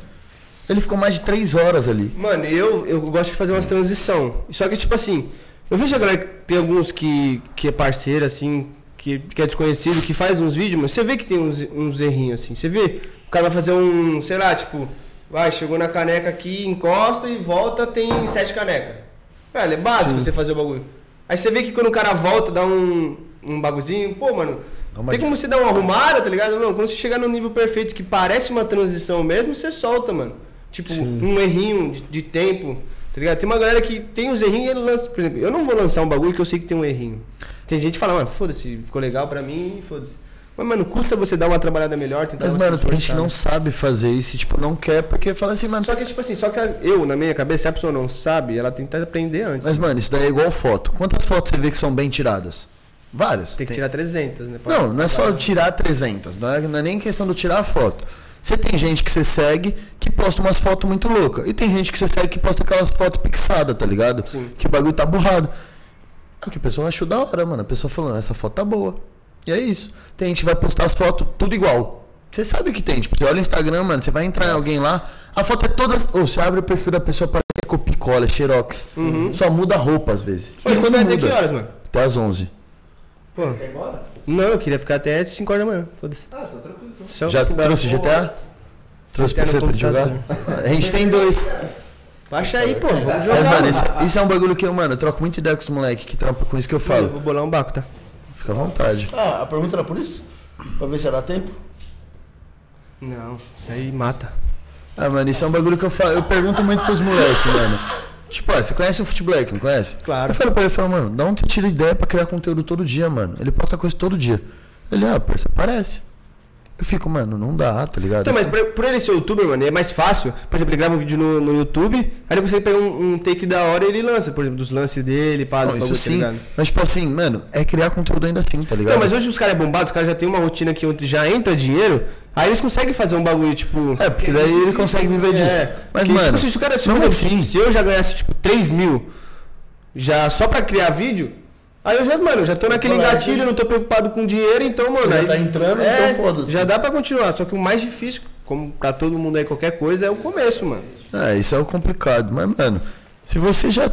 Speaker 5: Ele ficou mais de 3 horas ali.
Speaker 4: Mano, eu, eu gosto de fazer umas transição. Só que, tipo assim, eu vejo a galera que tem alguns que, que é parceiro, assim, que, que é desconhecido, que faz uns vídeos, mas você vê que tem uns, uns errinhos, assim. Você vê, o cara vai fazer um, sei lá, tipo, vai, chegou na caneca aqui, encosta e volta, tem sete canecas. Velho, é básico você fazer o bagulho. Aí você vê que quando o cara volta, dá um, um bagulhozinho, pô, mano.
Speaker 5: Dá uma
Speaker 4: Tem como você dar uma arrumada, tá ligado? Não, quando você chegar no nível perfeito que parece uma transição mesmo, você solta, mano. Tipo, um errinho de, de tempo, tá ligado? Tem uma galera que tem os errinhos e ele lança. Por exemplo, eu não vou lançar um bagulho que eu sei que tem um errinho. Tem gente que fala, mano, foda-se, ficou legal pra mim, foda-se. Mas, mano, custa você dar uma trabalhada melhor, tentar
Speaker 5: Mas,
Speaker 4: você
Speaker 5: mano, tem gente que
Speaker 4: esforçar,
Speaker 5: não
Speaker 4: né?
Speaker 5: sabe fazer isso e, tipo, não quer porque fala assim, mano,
Speaker 4: Só que, tipo assim, só que eu, na minha cabeça, se a pessoa não sabe, ela tenta aprender antes.
Speaker 5: mas, mano, isso daí é igual foto. Quantas fotos você vê que são bem tiradas? Várias.
Speaker 4: Tem que
Speaker 5: Tem-
Speaker 4: tirar 300, né? pra-
Speaker 5: Não, não é só tirar 300, não é, não é nem questão do tirar a foto. Você tem gente que você segue que posta umas fotos muito loucas. E tem gente que você segue que posta aquelas fotos pixadas, tá ligado?
Speaker 4: Sim.
Speaker 5: Que o bagulho tá borrado. É o que a pessoa achou da hora, mano. A pessoa falando, essa foto tá boa. E é isso. Tem gente que vai postar as fotos tudo igual. Você sabe que tem, tipo, você olha o Instagram, mano, você vai entrar em alguém lá, a foto é todas. Ou você abre o perfil da pessoa, parece que é copicola, é xerox. Só muda a roupa às vezes.
Speaker 4: Oi,
Speaker 5: E
Speaker 4: Uhum. quando é
Speaker 5: muda.
Speaker 4: até que horas, mano?
Speaker 5: Até às 11.
Speaker 6: Quer ir embora?
Speaker 4: Não, eu queria ficar até 5 horas da manhã. Foda-se.
Speaker 6: Ah, tá tranquilo. então.
Speaker 4: Só-
Speaker 5: Já trouxe GTA? Trouxe
Speaker 4: GTA
Speaker 5: PC
Speaker 4: no
Speaker 5: pra jogar? A gente tem
Speaker 4: <laughs>
Speaker 5: dois.
Speaker 4: Baixa aí, pô. Vamos jogar.
Speaker 5: Mas,
Speaker 4: mano.
Speaker 5: mano, isso, isso é um bagulho que eu, mano, eu troco muito ideia com os moleques que trampa com isso que eu
Speaker 4: Eu
Speaker 5: falo.
Speaker 4: Vou bolar um baco, tá?
Speaker 5: Fica à vontade.
Speaker 2: Ah, a pergunta era por isso? Pra ver se dá tempo?
Speaker 4: Não, isso aí mata.
Speaker 5: Ah, mano, isso é um bagulho que eu falo. Eu pergunto muito pros moleques, mano. Tipo, ah, você conhece o Foot Black, não conhece?
Speaker 4: Claro.
Speaker 5: Eu falo pra ele, eu falo, mano, da onde você tira ideia pra criar conteúdo todo dia, mano? Ele posta coisa todo dia. Ele, ah, parça, parece. Eu fico, mano, não dá, tá ligado?
Speaker 4: Então, mas por, por ele ser youtuber, mano, é mais fácil. Por exemplo, ele grava um vídeo no, no YouTube, aí ele consegue pegar um, um take da hora e ele lança, por exemplo, dos lances dele, pá,
Speaker 5: Não,
Speaker 4: dos
Speaker 5: isso
Speaker 4: bagulho, tá
Speaker 5: sim.
Speaker 4: ligado?
Speaker 5: mas, tipo assim, mano, é criar conteúdo ainda assim, tá ligado?
Speaker 4: Então, mas hoje os caras é bombados, os caras já tem uma rotina que já entra dinheiro, aí eles conseguem fazer um bagulho, tipo.
Speaker 5: É, porque daí ele consegue viver disso. Mas,
Speaker 4: É, que,
Speaker 5: mano,
Speaker 4: tipo, se, o cara, se,
Speaker 5: não
Speaker 4: por
Speaker 5: é
Speaker 4: exemplo,
Speaker 5: assim.
Speaker 4: se eu já ganhasse, tipo, 3 mil já só pra criar vídeo, aí eu já, mano, já tô naquele
Speaker 2: Moleque.
Speaker 4: gatilho, não tô preocupado com dinheiro, então, mano.
Speaker 2: né? Já
Speaker 4: aí-
Speaker 2: tá entrando,
Speaker 4: é,
Speaker 2: então foda-se.
Speaker 4: Já dá pra continuar, só que o mais difícil, como pra todo mundo aí, qualquer coisa, é o começo, mano.
Speaker 5: É, isso é o complicado. Mas, mano, se você já.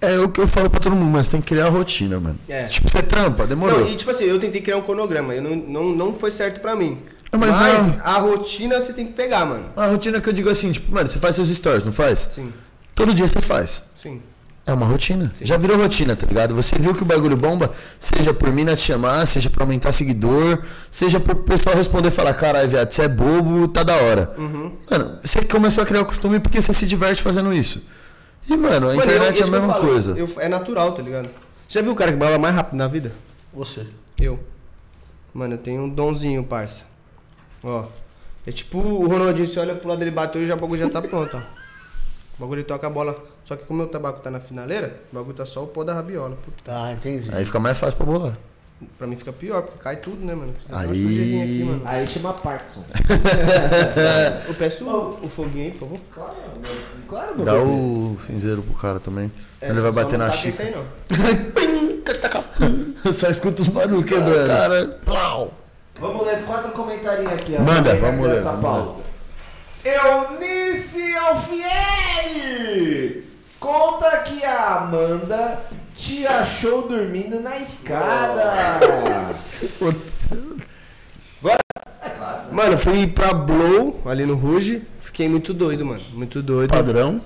Speaker 5: É o que eu falo pra todo mundo, mas tem que criar a rotina, mano.
Speaker 4: É.
Speaker 5: Tipo, você trampa, demorou.
Speaker 4: Não, e tipo assim, eu tentei criar um cronograma, eu não, não, não foi certo pra mim.
Speaker 5: Não,
Speaker 4: Mas,
Speaker 5: mas não.
Speaker 4: a rotina você tem que pegar, mano.
Speaker 5: A rotina que eu digo assim, tipo, mano, você faz seus stories, não faz?
Speaker 4: Sim,
Speaker 5: Todo dia você faz.
Speaker 4: sim.
Speaker 5: É uma rotina. Já virou rotina, tá ligado? Você viu que o bagulho bomba, seja por mina te chamar, seja pra aumentar seguidor, seja pro pessoal responder e falar, caralho, viado, você é bobo, tá da hora.
Speaker 4: Uhum.
Speaker 5: Mano, você começou a criar o costume porque você se diverte fazendo isso. E, mano, a
Speaker 4: Mano, eu-
Speaker 5: internet
Speaker 4: isso
Speaker 5: é a
Speaker 4: que eu
Speaker 5: mesma
Speaker 4: falo,
Speaker 5: coisa.
Speaker 4: eu- é natural, tá ligado? Você já viu o cara que bala mais rápido na vida?
Speaker 2: Você.
Speaker 4: Eu. Mano, eu tenho um donzinho, parça. Ó. É tipo o Ronaldinho, você olha pro lado dele bateu e já o bagulho já tá pronto, ó. O bagulho ele toca a bola. Só que como o meu tabaco tá na finaleira, o bagulho tá só o pó da rabiola. Puta,
Speaker 2: Tá, entendi.
Speaker 5: Aí fica mais fácil pra bolar.
Speaker 4: Pra mim fica pior, porque cai tudo, né, mano? Fica uma
Speaker 5: Aí-
Speaker 4: sujeirinha aqui, mano.
Speaker 6: Aí chama Parkinson.
Speaker 4: Eu peço o, o foguinho aí, por favor.
Speaker 6: Claro, meu, claro, meu
Speaker 5: Dá
Speaker 6: bebê.
Speaker 5: o cinzeiro pro cara também. ele
Speaker 4: É,
Speaker 5: vai
Speaker 4: só
Speaker 5: bater
Speaker 4: não
Speaker 5: na
Speaker 4: taca esse
Speaker 5: xícara.
Speaker 4: aí, não.
Speaker 5: <laughs> Só escuta os barulhos quebrando. Cara,
Speaker 6: Vamos ler quatro comentarinhos aqui. ó,
Speaker 5: Manda,
Speaker 6: pra
Speaker 5: vamos ler,
Speaker 6: essa
Speaker 5: vamos
Speaker 6: pausa. Eunice Alfieri! Conta que a Amanda te achou dormindo na escada.
Speaker 4: Mano, eu fui pra Blow, ali no Ruge. Fiquei muito doido, mano. Muito doido.
Speaker 2: Padrão.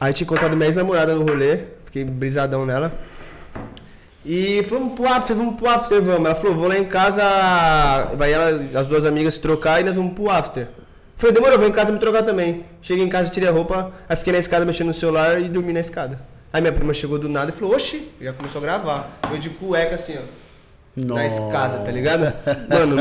Speaker 4: Aí tinha encontrado minha ex-namorada no rolê, fiquei brisadão nela. E vamos pro after, vamos pro after, vamos. Ela falou, vou lá em casa, vai ela, as duas amigas se trocar e nós vamos pro after. Falei, demorou, vou em casa me trocar também. Cheguei em casa, tirei a roupa, aí fiquei na escada mexendo no celular e dormi na escada. Aí minha prima chegou do nada e falou, oxi, já começou a gravar. Eu de cueca assim, ó. Na escada, tá ligado?
Speaker 5: <laughs>
Speaker 4: Mano,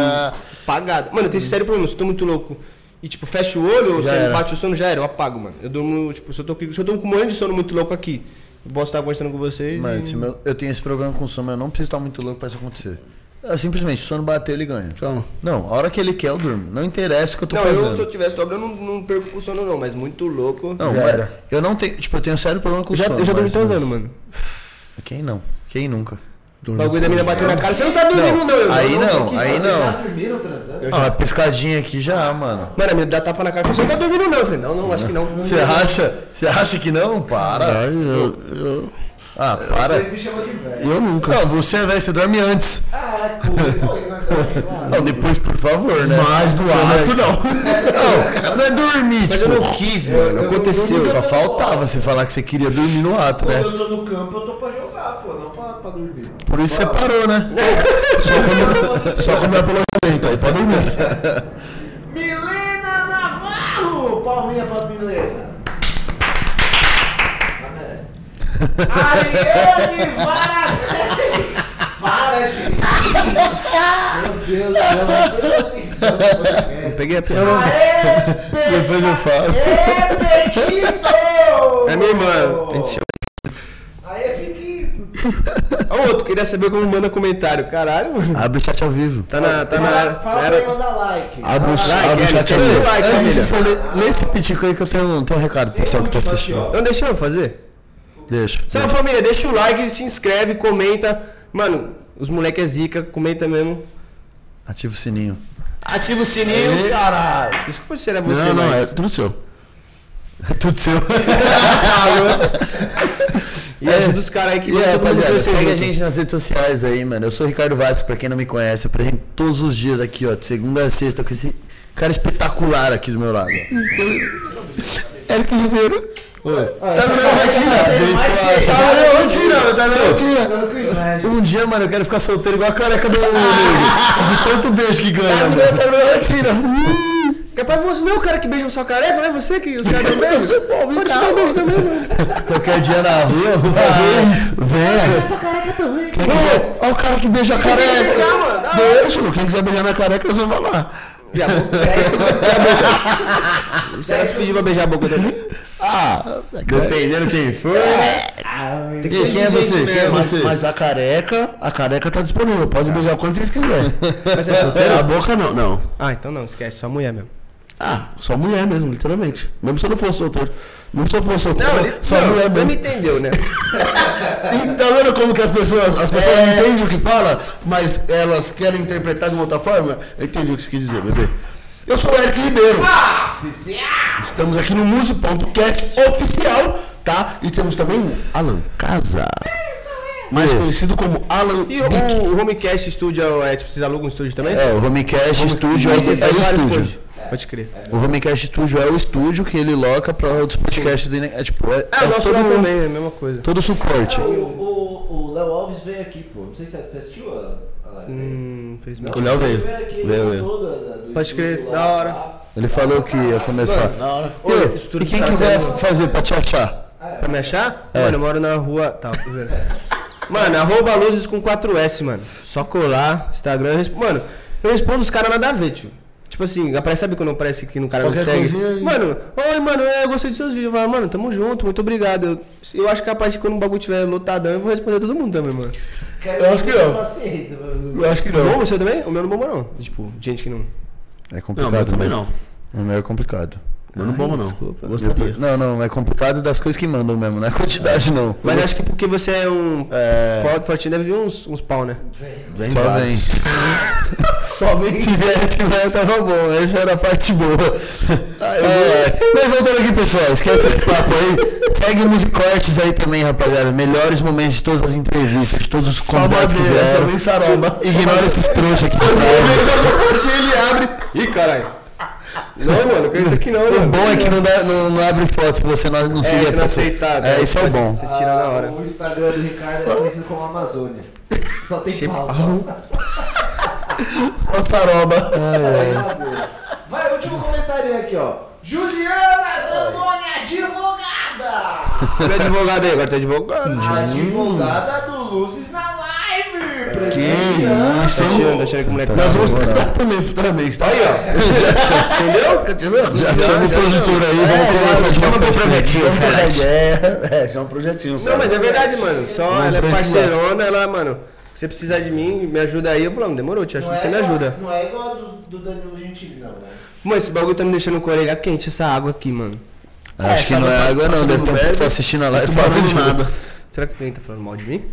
Speaker 4: apagado. Mano, eu tenho sério problema, se eu tô muito louco. E tipo, fecha o olho, ou
Speaker 5: Já
Speaker 4: se
Speaker 5: era.
Speaker 4: bate o sono, já era, eu apago, mano. Eu durmo, tipo, se eu tô, com- se eu tô com um monte de sono muito louco aqui, eu posso estar conversando com vocês.
Speaker 5: Mano,
Speaker 4: e-
Speaker 5: se meu- eu tenho esse problema com o sono, eu não preciso estar muito louco pra isso acontecer. Eu simplesmente, o sono bateu, ele ganha.
Speaker 2: Então,
Speaker 5: Não, a hora que ele quer, eu durmo. Não interessa o que eu tô
Speaker 4: Não,
Speaker 5: fazendo.
Speaker 4: eu, se eu tiver sobra, eu não, não perco o sono, não, mas muito louco.
Speaker 5: Não,
Speaker 2: Já
Speaker 5: mas
Speaker 2: era.
Speaker 5: eu não tenho. Tipo, eu tenho sério problema com
Speaker 4: eu
Speaker 5: o
Speaker 4: já,
Speaker 5: sono. né?
Speaker 4: eu já dormi
Speaker 5: mas-
Speaker 4: transando, mano.
Speaker 5: Quem não? Quem nunca?
Speaker 4: O bagulho da mina bateu na cara, você não tá dormindo, não. eu-
Speaker 5: aí
Speaker 4: eu
Speaker 5: não,
Speaker 4: aqui.
Speaker 5: aí
Speaker 6: Vocês já
Speaker 5: não.
Speaker 6: dormiram transando?
Speaker 4: Eu já-
Speaker 5: Ah, uma piscadinha aqui já, mano.
Speaker 4: Mano, a mina dá tapa na cara, você não tá dormindo, não. Eu falei, não, não, acho que não.
Speaker 5: <laughs> Você acha, você acha que não? Para.
Speaker 2: aí eu, eu,
Speaker 5: Ah, para.
Speaker 6: Vocês me chamam de velho.
Speaker 2: eu nunca.
Speaker 5: Não, você é velho, você dorme antes.
Speaker 6: Ah, pô, depois,
Speaker 5: <laughs>
Speaker 6: mas também, claro.
Speaker 5: Não, depois, por favor, né?
Speaker 2: Mas do
Speaker 5: Você
Speaker 2: ato, não.
Speaker 5: <laughs> não. Não, não é dormir,
Speaker 4: Mas
Speaker 5: tipo.
Speaker 4: eu não quis, mano.
Speaker 6: eu-
Speaker 4: Aconteceu.
Speaker 6: eu-
Speaker 5: Só faltava você falar que você queria dormir no ato,
Speaker 6: Quando
Speaker 5: né?
Speaker 6: eu tô no campo, eu tô pra jogar, pô, não pra, pra dormir.
Speaker 5: Por isso você parou, né? Só quando é prolongamento, aí pode dormir.
Speaker 6: Milena Navarro! Palminha pra Milena. Ela merece. Ariane Varadez! Para, gente! Meu Deus do céu, não presta atenção no podcast.
Speaker 4: Peguei a piada.
Speaker 6: Aê, Pe-
Speaker 5: Depois eu falo.
Speaker 6: Aê, Pequito!
Speaker 4: É minha irmã. A gente chama.
Speaker 6: Aê, Pequito!
Speaker 4: Ó, É outro, queria saber como manda comentário. Caralho, mano.
Speaker 5: Abre o chat ao vivo.
Speaker 4: Tá na. Tá na,
Speaker 6: Fala, fala
Speaker 4: na
Speaker 6: pra ele mandar like.
Speaker 5: Abre o,
Speaker 4: like,
Speaker 5: abre
Speaker 4: é,
Speaker 5: o chat ao
Speaker 4: esquece
Speaker 5: vivo.
Speaker 4: o like,
Speaker 5: Antes
Speaker 4: família.
Speaker 5: disso, lê, lê esse pitico aí que eu tenho, tenho um recado pro pessoal que tá assistindo.
Speaker 4: Não deixa eu fazer?
Speaker 5: Deixa.
Speaker 4: Salve família, deixa o like, se inscreve, comenta. Mano, os moleque é zica, comenta mesmo.
Speaker 5: Ativa o sininho.
Speaker 4: Ativa o sininho.
Speaker 5: Caralho.
Speaker 4: Desculpa se era você,
Speaker 2: Não, não, é
Speaker 4: mas.
Speaker 2: tudo seu.
Speaker 5: É tudo <laughs> seu.
Speaker 4: Ah,
Speaker 5: <laughs>
Speaker 4: E ajuda os caras aí que
Speaker 5: E é,
Speaker 4: todo mundo
Speaker 5: rapaziada,
Speaker 4: crescer
Speaker 5: segue a
Speaker 4: junto.
Speaker 5: gente nas redes sociais aí, mano. Eu sou o Ricardo Vaz, pra quem não me conhece, eu apresento todos os dias aqui, ó, de segunda a sexta, com esse cara espetacular aqui do meu lado.
Speaker 2: Eric Ribeiro.
Speaker 5: Tá no meu rotina, tá no meu rotina.
Speaker 6: Ficando com inveja.
Speaker 5: Um dia, mano, eu quero ficar <laughs> solteiro igual a careca do Nego. De tanto beijo que ganha, mano.
Speaker 2: Tá no meu rotina.
Speaker 4: Capaz, você assim, não é o cara que beija só careca, não é você que os caras não beijam? Pode te dar um beijo também, mano.
Speaker 5: Qualquer dia na rua,
Speaker 2: tá Ah, é
Speaker 5: vem, vem.
Speaker 3: Essa careca é também.
Speaker 5: Quem quiser- Ó o cara que beija a careca.
Speaker 4: beijar, mano. Ah, é. Da
Speaker 5: Deixa, mano. quem quiser beijar na careca, eu só vou falar.
Speaker 4: E se elas pedirem é pra beijar a boca também?
Speaker 5: Ah, dependendo quem for.
Speaker 4: Tem
Speaker 5: E quem é
Speaker 4: exigente
Speaker 5: você? Quem é
Speaker 4: mesmo.
Speaker 5: você?
Speaker 2: Mas a careca, a careca tá disponível. Pode beijar quando vocês quiserem.
Speaker 4: Mas é solteiro?
Speaker 2: A boca não, não.
Speaker 4: Ah, então não, esquece, só mulher mesmo.
Speaker 2: Ah, só mulher mesmo, literalmente. Mesmo se eu não fosse solteiro. Mesmo se eu fosse solteiro,
Speaker 4: Não, ele,
Speaker 2: só
Speaker 4: não
Speaker 2: mulher
Speaker 4: você
Speaker 2: mesmo.
Speaker 4: me entendeu, né?
Speaker 2: E Tá vendo como que as pessoas, as pessoas entendem o que fala, mas elas querem interpretar de uma outra forma? Eu entendi o que você quis dizer, bebê. Eu sou o Eric Ribeiro. Estamos aqui no Muse.cast oficial, tá? E temos também o Alan Casa. Mais conhecido como Alan
Speaker 4: E
Speaker 2: Bic.
Speaker 4: o, o Homecast Studio, é, tipo, vocês alugam um estúdio também?
Speaker 5: É, o Homecast Studio é,
Speaker 4: Aí você
Speaker 5: é
Speaker 4: faz
Speaker 5: o
Speaker 4: vários
Speaker 5: estúdio.
Speaker 4: estúdios. Pode crer.
Speaker 5: O Homecast Studio é o estúdio que ele loca pra outros podcasts do Ine- É tipo, é,
Speaker 4: Ah,
Speaker 5: é
Speaker 4: o nosso
Speaker 5: todo,
Speaker 4: lá também, é a mesma coisa.
Speaker 5: Todo o suporte.
Speaker 6: O- O o Léo Alves veio aqui, pô. Não sei se você assistiu a a live.
Speaker 4: Hum, fez
Speaker 6: Não,
Speaker 5: o Léo veio.
Speaker 6: Ele veio aqui, ele
Speaker 5: Veio,
Speaker 6: contou da- da- do
Speaker 4: Pode
Speaker 6: estúdio
Speaker 4: crer,
Speaker 6: lá,
Speaker 4: da hora.
Speaker 6: lá.
Speaker 5: Ele falou que ia começar.
Speaker 4: Ô,
Speaker 5: E-
Speaker 4: estúdio
Speaker 5: e quem
Speaker 4: tá É.
Speaker 5: quiser
Speaker 4: bom.
Speaker 5: fazer pra te achar?
Speaker 4: Pra me achar? Mano, eu moro na rua. Tá, tô zoando. Mano, arroba luzes com 4S, mano. Só colar, Instagram. eu resp- Mano, eu respondo os caras nada a ver, tio. Tipo assim, aparece, sabe quando aparece que no cara me
Speaker 2: Qualquer
Speaker 4: segue?
Speaker 2: coisinha aí.
Speaker 4: Mano, oi, mano, é, eu gostei dos seus vídeos. Eu falo, mano, tamo junto, muito obrigado. Eu, eu acho capaz que quando o bagulho tiver lotadão, eu vou responder todo mundo também, mano.
Speaker 6: Quero
Speaker 2: Eu acho que
Speaker 6: ter
Speaker 2: não.
Speaker 6: paciência pra fazer um-
Speaker 2: Eu acho que
Speaker 4: Bom,
Speaker 2: não.
Speaker 4: você também? O meu não bomba, não. Tipo, gente que não.
Speaker 5: É
Speaker 2: Não, mas
Speaker 5: complicado
Speaker 2: também
Speaker 5: mesmo.
Speaker 2: não. Ah,
Speaker 5: O meu é complicado.
Speaker 2: Eu não bomba, não.
Speaker 4: desculpa.
Speaker 2: Gostaria.
Speaker 5: Não, não, é complicado das coisas que mandam mesmo, não é quantidade não.
Speaker 4: Mas acho que porque você é um.
Speaker 5: É.
Speaker 4: Forte, fortinho, deve vir uns, uns pau, né?
Speaker 2: Vem,
Speaker 5: Só
Speaker 2: vai.
Speaker 5: <laughs> vem. Só vem. Se viesse, vai, tava bom. Essa era a parte boa.
Speaker 2: Ah,
Speaker 5: É, mas voltando aqui, pessoal, esquece esse papo aí. Segue o Musicortes aí também, rapaziada. Melhores momentos de todas as entrevistas, de todos os convidados que
Speaker 2: madeira, só
Speaker 5: vieram.
Speaker 2: vem saromba.
Speaker 5: Ignora esses trouxas aqui. atrás.
Speaker 4: ele abre. Ih, caralho. Não, mano, que isso aqui <laughs> não,
Speaker 5: O
Speaker 4: mano.
Speaker 5: bom é que não, dá- não- não abre foto se você não, não
Speaker 4: É,
Speaker 5: seguir a
Speaker 4: você não
Speaker 5: pessoa.
Speaker 4: aceitar.
Speaker 5: É,
Speaker 4: velho.
Speaker 5: isso é o
Speaker 4: Pode-
Speaker 5: bom.
Speaker 4: Você tira na hora.
Speaker 6: O Instagram do Ricardo é conhecido como Amazônia. Só tem pau. só-
Speaker 5: <laughs> Só saroba.
Speaker 6: Vai, último comentário aqui, ó. Juliana Zamboni, advogada!
Speaker 4: Você é advogado aí, agora tá advogado.
Speaker 6: Advogada do Luzes na live!
Speaker 2: Que
Speaker 6: prestigiando.
Speaker 2: isso,
Speaker 4: Tá tirando, tá tirando que o moleque tá.
Speaker 2: Nós vamos passar <laughs> também, também. Tá <laughs> aí, ó. Entendeu?
Speaker 5: Já chama o produtor aí,
Speaker 4: É,
Speaker 5: vamos colocar pra gente uma pecinha. Vamos trocar ideia.
Speaker 2: É, é, já é um projetinho.
Speaker 4: Não, mas é verdade, mano. Só ela é
Speaker 2: pra esse
Speaker 4: parceirona, ela, mano. Se você precisar de mim, me ajuda aí. Eu falo, não, demorou, te ajudo, você me
Speaker 6: igual-
Speaker 4: ajuda.
Speaker 6: Não é igual a do, do Danilo Gentili, não, né?
Speaker 4: Mano, esse bagulho tá me deixando com a orelha quente, essa água aqui, mano.
Speaker 5: Acho que não é água não, deve estar tá assistindo a live
Speaker 2: não
Speaker 5: falando
Speaker 2: bebe nada.
Speaker 5: nada.
Speaker 4: Será que alguém tá falando mal de <laughs> mim?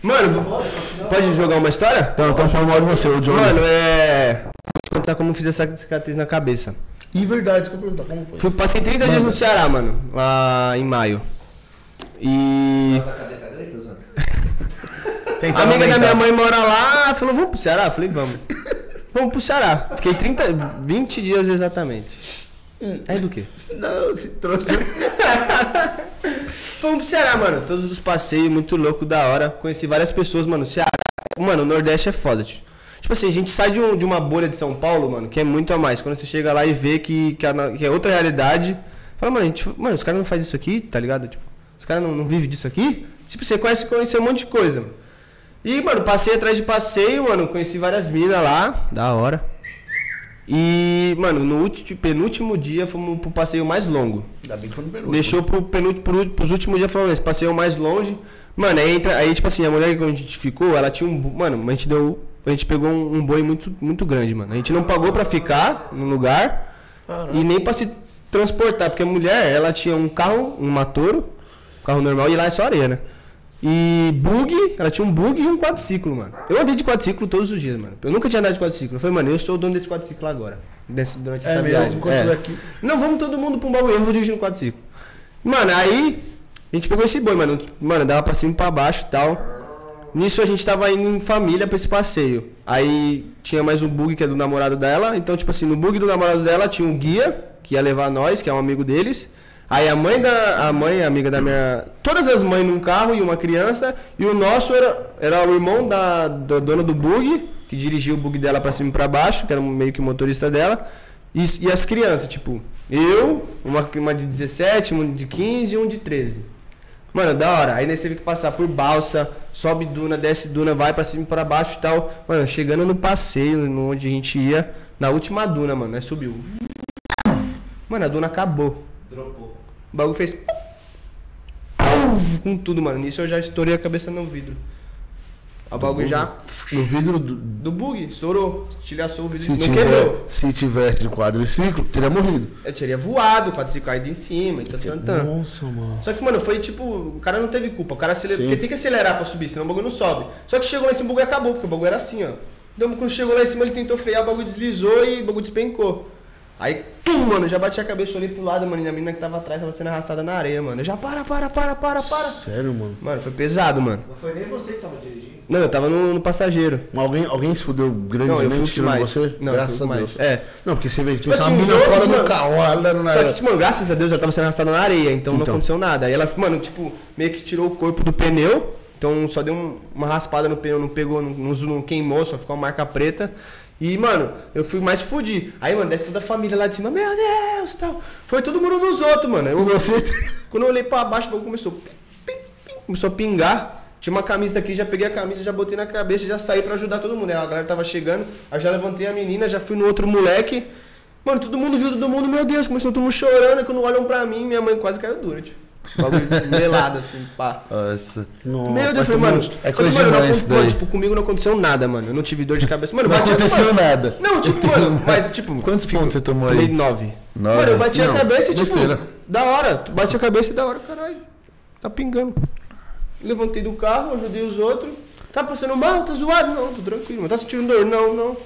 Speaker 4: Mano, pode jogar uma história?
Speaker 2: Então, então falando mal de você, o Johnny.
Speaker 4: Mano, é. Vou te contar como eu fiz essa cicatriz na cabeça.
Speaker 2: E verdade, que eu perguntar como foi.
Speaker 4: Fui, passei 30 dias no Ceará, mano, lá em maio. E.
Speaker 6: Da cabeça direita, Zona?
Speaker 4: A amiga da minha mãe mora lá, falou, vamos pro Ceará? Eu falei, <laughs> vamos. Vamos pro Ceará. Fiquei 30, 20 dias exatamente. Aí do quê?
Speaker 2: Não, se trouxe.
Speaker 4: Vamos pro Ceará, mano. Todos os passeios, muito louco, da hora. Conheci várias pessoas, mano. Ceará. Mano, o Nordeste é foda, tio. Tipo assim, a gente sai de, um- de uma bolha de São Paulo, mano, que é muito a mais. Quando você chega lá e vê que, que, a na- que é outra realidade, fala, mano, a gente, mano, os caras não fazem isso aqui, tá ligado? Tipo, os caras não, não vivem disso aqui. Tipo, você conhece, conhece um monte de coisa, mano. E, mano, passei atrás de passeio, mano. Conheci várias minas lá. Da hora. E, mano, no ulti- penúltimo dia fomos pro passeio mais longo.
Speaker 2: Ainda bem que eu não pergunto.
Speaker 4: Deixou pro penúltimo, pro, pros últimos dias falando, esse passeio é mais longe. Mano, aí entra. Aí, tipo assim, a mulher que a gente ficou, ela tinha um. bo- Mano, a gente deu. A gente pegou um, um boi muito, muito grande, mano. A gente não pagou pra ficar no lugar e nem pra se transportar, porque a mulher, ela tinha um carro, um matoro, um carro normal, e lá é só areia, né? E bug, ela tinha um bug e um quadriciclo, mano. Eu andei de quadriciclo todos os dias, mano. Eu nunca tinha andado de quadriciclo. Eu falei, mano, eu sou o dono desse quadriciclo agora. Desse, durante
Speaker 2: É
Speaker 4: essa
Speaker 2: mesmo,
Speaker 4: viagem.
Speaker 2: enquanto eu aqui.
Speaker 4: Não, vamos todo mundo pra um bagulho. Eu vou dirigir um quadriciclo. Mano, aí a gente pegou esse boi, mano. Mano, dava pra cima e pra baixo e tal. Nisso a gente tava indo em família pra esse passeio. Aí tinha mais um bug que é do namorado dela. Então, tipo assim, no bug do namorado dela tinha um guia que ia levar nós, que é um amigo deles. Aí a mãe da. A mãe, a amiga da minha. Todas as mães num carro e uma criança. E o nosso era, era o irmão da, da dona do bug, que dirigia o bug dela pra cima e pra baixo, que era meio que o motorista dela. E, s- e as crianças, tipo, eu, uma, uma de 17, uma de 15 e um de 13. Mano, da hora. Aí nós teve que passar por balsa, sobe duna, desce duna, vai pra cima e pra baixo e tal. Mano, chegando no passeio, no onde a gente ia, na última duna, mano, nós subiu. Mano, a duna acabou.
Speaker 6: Dropou.
Speaker 4: O bagulho fez. Com tudo, mano. Nisso eu já estourei a cabeça no vidro. O bagulho já.
Speaker 2: No vidro do.
Speaker 4: Do bug, estourou. Tilhaçou o vidro.
Speaker 2: Se,
Speaker 4: não quebrou.
Speaker 2: tiver, se tivesse de quadriciclo, teria morrido.
Speaker 4: Eu teria voado, o quadriciclo caído em cima, e tan, tan, tan.
Speaker 2: Nossa, mano.
Speaker 4: Só que, mano, foi tipo, o cara não teve culpa. O cara acelerou. Porque tem que acelerar pra subir, senão o bagulho não sobe. Só que chegou lá em cima, o bagulho acabou, porque o bagulho era assim, ó. Então, quando chegou lá em cima, ele tentou frear, o bagulho deslizou e o bagulho despencou. Aí, pum, mano, eu já bati a cabeça, olhei pro lado, mano, e a menina que tava atrás tava sendo arrastada na areia, mano. Eu já para, para, para, para, para.
Speaker 2: Sério, mano.
Speaker 4: Mano, foi pesado, mano.
Speaker 6: Não foi nem você que tava dirigindo.
Speaker 4: Não, eu tava no, no passageiro.
Speaker 2: Mas alguém, alguém se fudeu
Speaker 4: Não, eu
Speaker 2: grandemente
Speaker 4: fui o que
Speaker 2: tirando
Speaker 4: mais.
Speaker 2: você?
Speaker 4: Não, eu
Speaker 2: Graças
Speaker 4: fui
Speaker 2: a
Speaker 4: o que
Speaker 2: Deus.
Speaker 4: mais. É.
Speaker 2: Não, porque você veio pensar
Speaker 4: assim,
Speaker 2: uma
Speaker 4: os
Speaker 2: mina
Speaker 4: outros,
Speaker 2: fora do
Speaker 4: mano.
Speaker 2: carro, olhando na
Speaker 4: Só que, tipo, mano, graças a Deus ela tava sendo arrastada na areia, então, não
Speaker 2: Então.
Speaker 4: aconteceu nada. Aí ela, mano, tipo, meio que tirou o corpo do pneu, então só deu um- uma raspada no pneu, não pegou, não, não, zo- não queimou, só ficou uma marca preta. E, mano, eu fui mais fudir. Aí, mano, desce toda a família lá de cima, meu Deus, tal. Foi todo mundo nos outros, mano. Eu-
Speaker 2: Você.
Speaker 4: quando eu olhei pra baixo, o bagulho começou. pim, pim, pim, começou a pingar. Tinha uma camisa aqui, já peguei a camisa, já botei na cabeça, já saí pra ajudar todo mundo. Aí A galera tava chegando, aí já levantei a menina, já fui no outro moleque. Mano, todo mundo viu, todo mundo, meu Deus, começou todo mundo chorando. e Quando olham pra mim, minha mãe quase caiu dura, tipo. Bagulho melado, assim, pá.
Speaker 5: Nossa.
Speaker 4: Meu Deus, eu falei, mano.
Speaker 5: É
Speaker 4: falei,
Speaker 5: coisa
Speaker 4: mano, não
Speaker 5: demais isso
Speaker 4: aconteceu,
Speaker 5: daí.
Speaker 4: tipo, comigo não aconteceu nada, mano. Eu não tive dor de cabeça. Mano,
Speaker 5: Não
Speaker 4: bati-
Speaker 5: aconteceu
Speaker 4: mano,
Speaker 5: nada.
Speaker 4: Não, tipo, mano, mas tipo.
Speaker 5: Quantos
Speaker 4: tipo,
Speaker 5: pontos você tomou
Speaker 4: tomei
Speaker 5: aí?
Speaker 4: nove.
Speaker 5: Nove?
Speaker 4: Mano, eu bati
Speaker 5: Não,
Speaker 4: a cabeça e tipo.
Speaker 5: besteira.
Speaker 4: Da hora. Tu Bate a cabeça e da hora, caralho. Tá pingando. Levantei do carro, ajudei os outros. Tá passando mal? Tá zoado? Não, tô tranquilo. Mas tá sentindo dor? Não, não.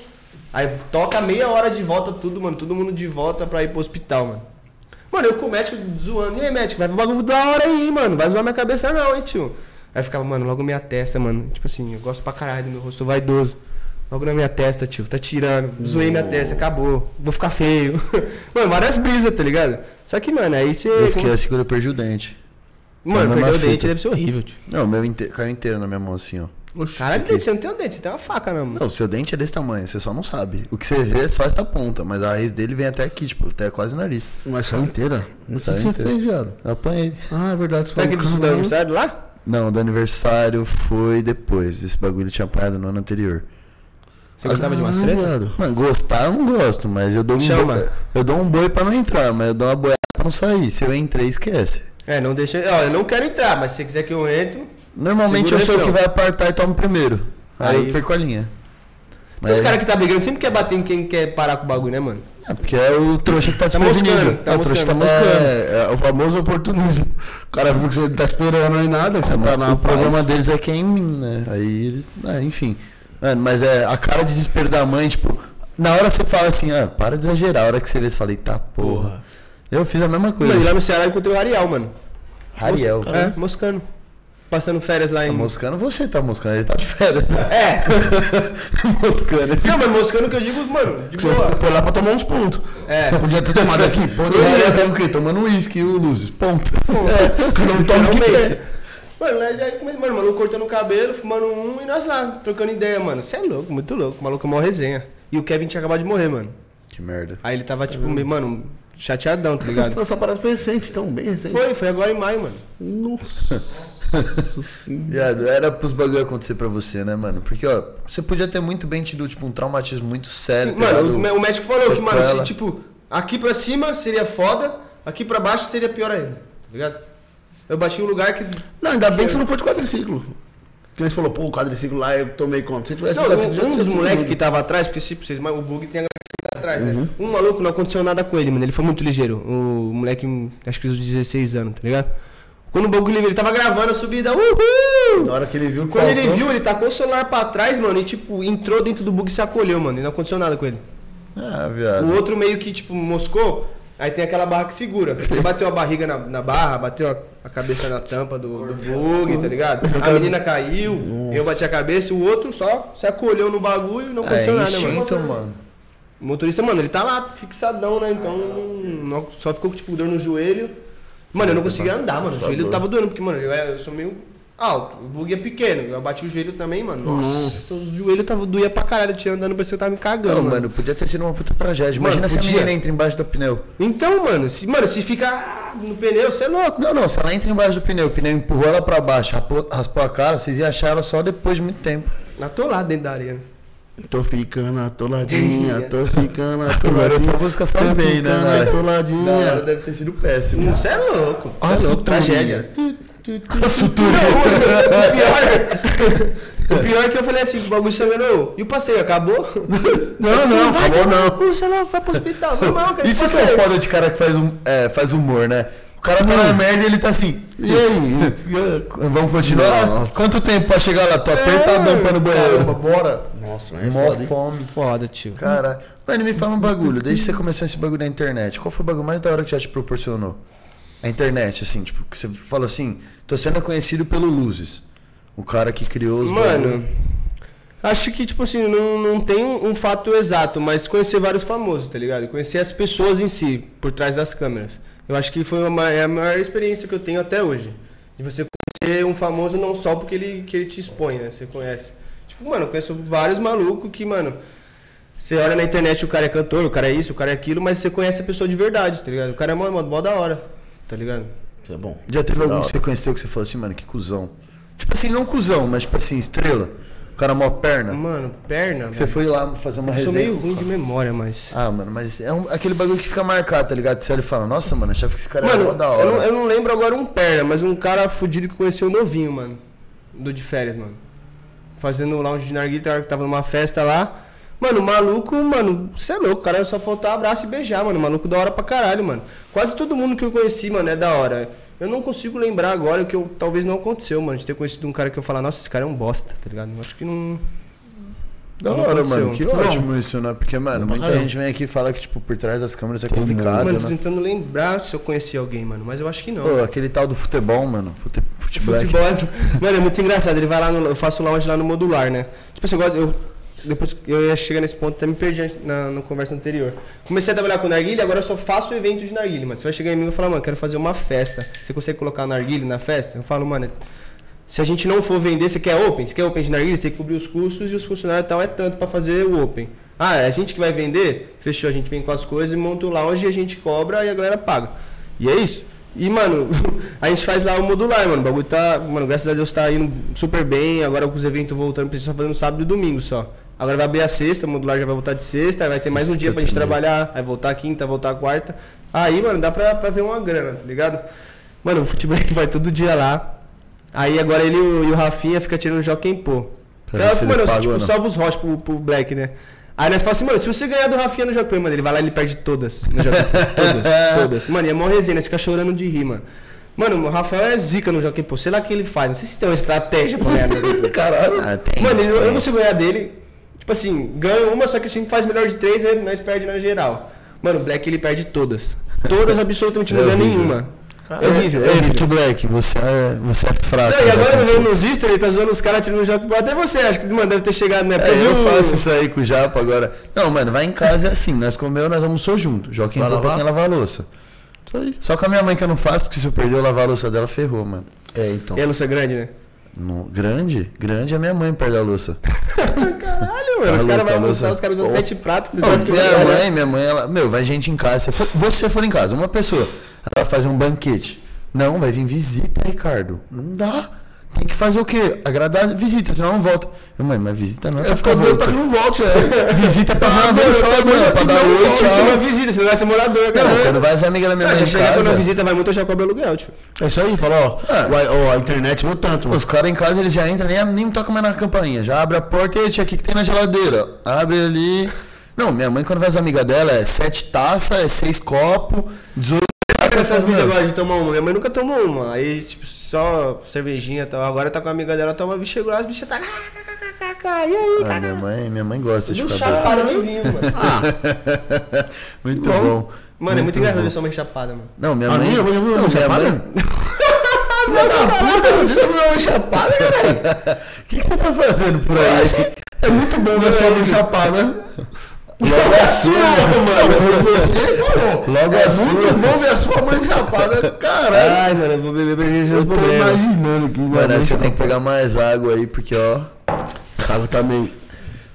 Speaker 4: Aí toca meia hora de volta tudo, mano. Todo mundo de volta pra ir pro hospital, mano. Mano, eu com o médico zoando. E aí, médico, vai pro bagulho da hora aí, mano. Vai zoar minha cabeça não, hein, tio. Aí ficava, mano, logo minha testa, mano. Tipo assim, eu gosto pra caralho do meu rosto, sou vaidoso. Logo na minha testa, tio. Tá tirando. Zoei minha testa, acabou. Vou ficar feio. <laughs> mano, várias brisas, tá ligado? Só que, mano, aí você...
Speaker 5: Eu fiquei assim quando eu perdi o dente.
Speaker 4: Mano,
Speaker 5: na
Speaker 4: perder o
Speaker 5: fita.
Speaker 4: dente deve ser horrível, tio.
Speaker 5: Não, o meu inte- caiu inteiro na minha mão assim, ó.
Speaker 4: Caralho, dente, você não tem um dente, você tem uma faca, não, mano.
Speaker 5: Não, o seu dente é desse tamanho, você só não sabe. O que você vê é só essa ponta, mas a raiz dele vem até aqui, tipo, até quase o nariz.
Speaker 2: Mas saiu inteira? Não sei o que
Speaker 5: Saiu
Speaker 2: você
Speaker 5: inteira.
Speaker 2: fez, viado.
Speaker 5: Eu apanhei.
Speaker 2: Ah, é verdade. você
Speaker 4: Foi
Speaker 2: falou,
Speaker 4: aquele do
Speaker 2: caralho.
Speaker 4: aniversário lá?
Speaker 5: Não, do aniversário foi depois. Esse bagulho tinha apanhado no ano anterior.
Speaker 4: Você gostava de umas
Speaker 2: Ah,
Speaker 4: treta?
Speaker 2: viado.
Speaker 5: Mano, gostar eu não gosto, mas eu dou um
Speaker 4: Chama.
Speaker 5: boi. Eu dou um boi pra não entrar, mas eu dou uma boiada pra não sair. Se eu entrei, esquece.
Speaker 4: É, não deixa... Ó, eu não quero entrar, mas se você quiser que eu entro...
Speaker 5: Normalmente
Speaker 4: Segura
Speaker 5: eu sou
Speaker 4: aí,
Speaker 5: o que
Speaker 4: então.
Speaker 5: vai apartar e tomo primeiro. Aí,
Speaker 4: Aí-
Speaker 5: eu perco a linha.
Speaker 4: Mas
Speaker 5: Mas
Speaker 4: os caras que tá brigando sempre quer bater em quem quer parar com o bagulho, né, mano?
Speaker 5: é porque é o trouxa que tá
Speaker 4: Tá
Speaker 5: desprevenido.
Speaker 4: moscando, tá
Speaker 5: é, o trouxa que tá
Speaker 4: moscando.
Speaker 5: moscando.
Speaker 2: É, é o famoso oportunismo. O cara viu que você não tá esperando aí nada, que você tá na
Speaker 5: o problema
Speaker 2: paz.
Speaker 5: deles é quem, né? Aí eles. ah, enfim. Mano, mas é a cara de desespero da mãe, tipo, na hora você fala assim, ah, para de exagerar. A hora que você vê, você fala, eita porra. Eu fiz a mesma coisa.
Speaker 4: Mano, e lá no Ceará eu encontrei o Ariel, mano.
Speaker 5: Rariel.
Speaker 4: É, moscando. Passando férias lá em.
Speaker 5: Tá moscando, você tá moscando, ele tá de férias.
Speaker 4: É! <laughs>
Speaker 5: moscando. ele-
Speaker 4: Não, mas moscando que eu digo, mano, de
Speaker 2: Você <laughs>
Speaker 4: boa.
Speaker 2: foi lá pra tomar uns pontos.
Speaker 4: É.
Speaker 2: Podia ter tomado aqui.
Speaker 5: Ele
Speaker 2: Poderia
Speaker 5: já
Speaker 2: ter.
Speaker 5: tava o quê? Tomando uísque e o luzes. Ponto.
Speaker 2: Não toma que
Speaker 4: Realmente.
Speaker 2: quer.
Speaker 4: Mano, lá já começa. Mano, o maluco cortando o cabelo, fumando um e nós lá, trocando ideia, mano. Você é louco, muito louco. O maluco é mó resenha. E o Kevin tinha acabado de morrer, mano.
Speaker 5: Que merda.
Speaker 4: Aí ele tava, tipo, meio, mano, chateadão, tá ligado?
Speaker 2: Essa parada foi recente, então, bem recente.
Speaker 4: Foi, foi agora em maio, mano.
Speaker 2: Nossa.
Speaker 5: Viado, era pros bagulho acontecer pra você, né, mano? Porque, ó, você podia ter muito bem tido, tipo, um traumatismo muito sério.
Speaker 2: É,
Speaker 4: Sim,
Speaker 5: tá
Speaker 4: mano,
Speaker 5: ligado?
Speaker 4: o, me- o médico falou que, mano,
Speaker 5: sequela.
Speaker 4: se, tipo, aqui pra cima seria foda, aqui pra baixo seria pior ainda, tá ligado? Eu bati em um lugar que.
Speaker 2: Não, ainda bem que você não foi de quadriciclo. Que eles falaram, pô, o quadriciclo lá eu tomei conta. Se tivesse
Speaker 4: Não,
Speaker 2: quadriciclo,
Speaker 4: um, um
Speaker 2: já
Speaker 4: dos
Speaker 2: tinha
Speaker 4: moleques
Speaker 2: morrido.
Speaker 4: que tava atrás, porque tipo, vocês, mas o bug tem a galera que tá atrás, né?
Speaker 2: Uhum.
Speaker 4: Um maluco não aconteceu nada com ele, mano. Ele foi muito ligeiro. O moleque, hum, acho que dos 16 anos, tá ligado? Quando o bug ele tava gravando a subida, uhul!
Speaker 2: tá Na hora que ele viu,
Speaker 4: Quando ele
Speaker 2: faltou.
Speaker 4: viu, ele tacou o celular pra trás, mano, e tipo, entrou dentro do bug e se acolheu, mano. E não aconteceu nada com ele.
Speaker 5: Ah,
Speaker 4: O
Speaker 5: viado.
Speaker 4: outro meio que, tipo, moscou, aí tem aquela barra que segura. Ele Bateu a barriga na, na barra, bateu a, a cabeça na tampa do, do bug, tá ligado? A menina caiu, eu bati a cabeça, o outro só se acolheu no bagulho e não
Speaker 5: É,
Speaker 4: aconteceu nada, mano.
Speaker 2: então,
Speaker 5: instinto, mano.
Speaker 4: O motorista, mano, ele tá lá fixadão, né? Então, não- só ficou, tipo, com dor no joelho. Mano, eu não conseguia andar, mano. O joelho tava doendo, porque, mano, eu, eu sou meio alto. O bug é pequeno. Eu bati o joelho também, mano. Nossa. O joelho tava, doía pra caralho. Eu tinha andando, parecia que eu tava me cagando.
Speaker 5: Não,
Speaker 4: mano.
Speaker 5: mano, podia ter sido uma puta tragédia.
Speaker 4: Mano,
Speaker 5: Imagina se
Speaker 4: podia.
Speaker 5: a menina entra embaixo do pneu.
Speaker 4: Então, mano, se, mano, se ficar no pneu, você é louco.
Speaker 5: Não, não, se ela entra embaixo do pneu, o pneu empurrou ela pra baixo, rapou- raspou a cara, vocês iam achar ela só depois de muito tempo.
Speaker 4: Atolado dentro da né? arena.
Speaker 2: Tô ficando atoladinha, tô ficando
Speaker 5: Agora
Speaker 2: atoladinha.
Speaker 5: essa música
Speaker 4: Tá
Speaker 5: só
Speaker 2: Tô
Speaker 5: bem, né?
Speaker 2: ficando
Speaker 5: na hora?
Speaker 2: atoladinha.
Speaker 5: Na hora deve ter sido péssimo.
Speaker 4: Você é louco.
Speaker 2: Olha a
Speaker 5: Essa é
Speaker 2: suturinha.
Speaker 5: tragédia.
Speaker 2: Tu, tu, tu.
Speaker 5: A sutura.
Speaker 4: <laughs> O pior, o pior é que eu falei assim, o bagulho sangrou. E o passeio, acabou?
Speaker 5: Não, não,
Speaker 4: vai
Speaker 5: acabou
Speaker 4: tomar
Speaker 5: não.
Speaker 4: no cu, Você não vai pro hospital. Não, não, cara.
Speaker 5: Isso que é
Speaker 4: passeio.
Speaker 5: o foda de cara que faz, um, é, faz humor, né? O cara tá
Speaker 2: Hum.
Speaker 5: na merda e ele tá assim.
Speaker 2: E aí?
Speaker 5: Vamos continuar?
Speaker 2: Nossa.
Speaker 5: Quanto tempo pra chegar lá? Tô
Speaker 4: É,
Speaker 5: apertadão pra ir no banheiro. bora.
Speaker 2: Nossa, mas é
Speaker 5: Mó
Speaker 2: foda, hein?
Speaker 5: fome.
Speaker 4: Foda, tio.
Speaker 5: Cara, mano, me fala um bagulho. Desde que você começou esse bagulho da internet, qual foi o bagulho mais da hora que já te proporcionou? A internet, assim, tipo, que você fala assim, tô sendo conhecido pelo Luzes. O cara que criou os
Speaker 4: Mano,
Speaker 5: bagulho.
Speaker 4: acho que, tipo assim, não, não tem um, um fato exato, mas conhecer vários famosos, tá ligado? Conhecer as pessoas em si, por trás das câmeras. Eu acho que foi uma, é a maior experiência que eu tenho até hoje. De você conhecer um famoso não só porque ele, que ele te expõe, né? Você conhece. Tipo, mano, eu conheço vários malucos que, mano, você olha na internet, o cara é cantor, o cara é isso, o cara é aquilo, mas você conhece a pessoa de verdade, tá ligado? O cara é mó, mó, mó da hora, tá ligado?
Speaker 2: Isso é bom.
Speaker 5: Já teve algum que você conheceu que você falou assim, mano, que cuzão. Tipo assim, não cuzão, mas tipo assim, estrela. O cara mó perna.
Speaker 4: Mano, perna,
Speaker 5: É. Você
Speaker 4: mano.
Speaker 5: foi lá fazer uma
Speaker 4: Eu
Speaker 5: resenha.
Speaker 4: sou meio
Speaker 5: com o
Speaker 4: ruim de
Speaker 5: cara.
Speaker 4: memória, mas...
Speaker 5: Ah, mano, mas é um- aquele bagulho que fica marcado, tá ligado? Você olha e fala, nossa, mano, achava que esse cara era
Speaker 4: Mano,
Speaker 5: mó da
Speaker 4: eu, não,
Speaker 5: hora.
Speaker 4: eu não lembro agora um perna, mas um cara fudido que conheceu novinho, mano. Do de férias, mano. Fazendo lounge de narguilha, tem hora que tava numa festa lá. Mano, o maluco, mano, você é louco, o cara só faltava abraço e beijar, mano. O Maluco da hora pra caralho, mano. Quase todo mundo que eu conheci, mano, é da hora. Eu não consigo lembrar agora o que eu, talvez não aconteceu, mano. De ter conhecido um cara que eu falar, nossa, esse cara é um bosta, tá ligado? Eu acho que não.
Speaker 5: Da
Speaker 4: Não
Speaker 5: hora,
Speaker 4: aconteceu.
Speaker 5: mano. Que
Speaker 2: Não.
Speaker 5: ótimo isso, né? Porque, mano, muita
Speaker 2: caramba.
Speaker 5: gente vem aqui e fala que, tipo, por trás das câmeras é complicado,
Speaker 4: mano, tô
Speaker 5: né?
Speaker 4: tentando lembrar se eu conheci alguém, mano. Mas eu acho que não.
Speaker 5: Pô, aquele tal do futebol, mano. Fute... Então, né? Futebol.
Speaker 4: Futebol é... Mano, é muito engraçado. Ele vai lá no. Eu faço lounge lá no modular, né? Tipo assim, eu, gosto- eu depois que eu ia chegar nesse ponto, até me perdi antes- na, na conversa anterior. Comecei a trabalhar com narguilha, agora eu só faço evento de narguilha, mano. Você vai chegar em mim e vai falar, mano, quero fazer uma festa. Você consegue colocar narguilha na festa? Eu falo, mano, se a gente não for vender, você quer open? Você quer open de narguilha? Você tem que cobrir os custos e os funcionários e tal é tanto pra fazer o open. Ah, é a gente que vai vender? Fechou, a gente vem com as coisas e monta o lounge e a gente cobra e a galera paga. E é isso. E, mano, <laughs> a gente faz lá o modular, mano. O bagulho tá. Mano, graças a Deus tá indo super bem. Agora com os eventos voltando, precisa fazer no sábado e domingo só. Agora vai abrir a sexta, o modular já vai voltar de sexta, aí vai ter mais um
Speaker 5: Isso
Speaker 4: dia
Speaker 5: que
Speaker 4: pra
Speaker 5: eu
Speaker 4: gente
Speaker 5: também.
Speaker 4: trabalhar, aí voltar quinta, voltar quarta. Aí, mano, dá pra, pra ver uma grana, tá ligado? Mano, o futebol <laughs> vai todo dia lá. Aí agora ele e o- e o Rafinha fica tirando o Joaquim Pô.
Speaker 5: Pra ver
Speaker 4: Cara,
Speaker 5: se ele
Speaker 4: mano, eu
Speaker 5: paga
Speaker 4: sou,
Speaker 5: ou
Speaker 4: tipo,
Speaker 5: não.
Speaker 4: salvo os roches pro, pro Black, né? Aí nós falamos assim, mano, se você ganhar do Rafinha no Joaquim, mano, ele vai lá e ele perde todas. No Joaquim,
Speaker 5: <laughs>
Speaker 4: todas, todas. Mano, e é mó resenha, você fica chorando de rir, mano. Mano, o Rafael é zica no Joaquim, pô. Sei lá o que ele faz. Não sei se tem uma estratégia pra ganhar no Joaquim. Pô.
Speaker 5: <laughs> Caralho. Ah, tem,
Speaker 4: Mano, ele-
Speaker 5: tem.
Speaker 4: eu não consigo ganhar dele. Tipo assim, ganho uma, só que sempre faz melhor de três, aí nós perde na geral. Mano, o Black ele perde todas. Todas, absolutamente não
Speaker 5: É
Speaker 4: ganha
Speaker 5: horrível.
Speaker 4: nenhuma.
Speaker 5: É horrível, é horrível. Black, você é, você é fraco.
Speaker 4: Não, e
Speaker 5: já
Speaker 4: agora
Speaker 5: comprei.
Speaker 4: vendo nos stories, ele tá zoando os caras tirando o jogo. Até você, acho que, mano, deve ter chegado, né?
Speaker 5: É,
Speaker 4: Pediu-
Speaker 5: eu faço isso aí com o Japa agora. Não, mano, vai em casa é assim. Nós comemos, nós almoçou junto. Joaquim
Speaker 2: Vai
Speaker 5: vai pra
Speaker 2: lavar?
Speaker 5: quem lavar a louça.
Speaker 2: Isso aí.
Speaker 5: Só com a minha mãe que eu não faço, porque se eu perder eu lavar a louça dela, ferrou, mano.
Speaker 2: É, então.
Speaker 4: E a Lúcia Grande, né?
Speaker 5: No, grande? Grande é minha mãe perde a louça.
Speaker 4: Caralho, mano, os
Speaker 5: Maluco,
Speaker 4: caras vão
Speaker 5: a
Speaker 4: almoçar,
Speaker 5: Lúcia-
Speaker 4: os caras usam
Speaker 5: Ô.
Speaker 4: sete pratos.
Speaker 5: tá Não,
Speaker 4: tanto que
Speaker 5: minha
Speaker 4: vai-
Speaker 5: mãe, minha mãe, ela. Meu, vai gente em casa. Se for- você for em casa, uma pessoa, ela vai fazer um banquete. Não, vai vir visita, Ricardo. Não dá. Tem que fazer o quê? Agradar a visita, senão não volta. Eu, mãe, mas visita não é pra
Speaker 2: Eu
Speaker 5: ficar
Speaker 2: fico doido pra que
Speaker 5: voltando.
Speaker 2: não volte,
Speaker 5: <laughs>
Speaker 2: é.
Speaker 5: Visita pra
Speaker 2: Ah,
Speaker 5: uma
Speaker 2: mano,
Speaker 5: vez só,
Speaker 2: eu tô
Speaker 5: mano,
Speaker 2: doido
Speaker 5: tá pra
Speaker 2: pra
Speaker 5: dar
Speaker 2: que não
Speaker 5: oi,
Speaker 2: volte,
Speaker 4: Isso é uma
Speaker 5: tchau.
Speaker 4: visita, você não vai ser morador, cara.
Speaker 5: Não, quando vai as amigas da minha
Speaker 4: Ah,
Speaker 5: mãe
Speaker 4: já
Speaker 5: em
Speaker 4: chega quando a
Speaker 5: casa,
Speaker 4: visita vai muito, eu já cobro aluguel, tio.
Speaker 2: É isso aí, fala, ó.
Speaker 5: Ah.
Speaker 2: uai, ó, a internet viu tanto, mano.
Speaker 5: os caras em casa, eles já entram, nem, nem tocam mais na campainha. Já abre a porta e aí, tia, o que, que tem na geladeira? Abre ali... Não, minha mãe, quando vai as amigas dela, é sete taças, é seis copos, 18...
Speaker 4: Cara, essas
Speaker 5: Mano.
Speaker 4: bichas agora de tomar uma. Minha mãe nunca tomou uma. Aí, tipo, só cervejinha e tal. Agora tá com a amiga dela, toma uma bicha igual, as bichas tá. E aí,
Speaker 5: Ah, minha mãe, minha mãe gosta de
Speaker 4: deu
Speaker 5: ficar doida.
Speaker 4: chapada nem vinho, mano.
Speaker 5: Muito bom.
Speaker 4: Mano, é muito engraçado
Speaker 5: bom.
Speaker 4: ver sua mãe chapada, mano.
Speaker 5: Não, minha
Speaker 2: Ah,
Speaker 5: mãe.
Speaker 2: minha mãe já viu
Speaker 5: não,
Speaker 2: uma
Speaker 5: minha
Speaker 2: chapada?
Speaker 5: mãe.
Speaker 2: Puta, você tá me dando chapada, caralho.
Speaker 5: O que, que você tá fazendo por aí?
Speaker 2: né,
Speaker 4: <laughs>
Speaker 2: É muito bom ver a sua mãe chapada.
Speaker 5: Logo assim,
Speaker 4: é
Speaker 2: Você falou.
Speaker 5: Logo
Speaker 2: é
Speaker 5: assim,
Speaker 2: muito
Speaker 5: mano.
Speaker 2: bom ver a sua mãe chapada. <laughs> Caralho.
Speaker 4: Ai, mano, eu vou beber pra gente os
Speaker 5: tô
Speaker 4: problemas.
Speaker 2: imaginando que
Speaker 5: Mano, acho que eu tenho que pegar mais água aí, porque ó. tá
Speaker 2: Tava também.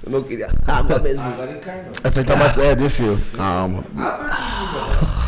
Speaker 4: Eu queria água mesmo.
Speaker 6: Agora encarnou.
Speaker 2: É, tentar matar. É, desceu. Calma.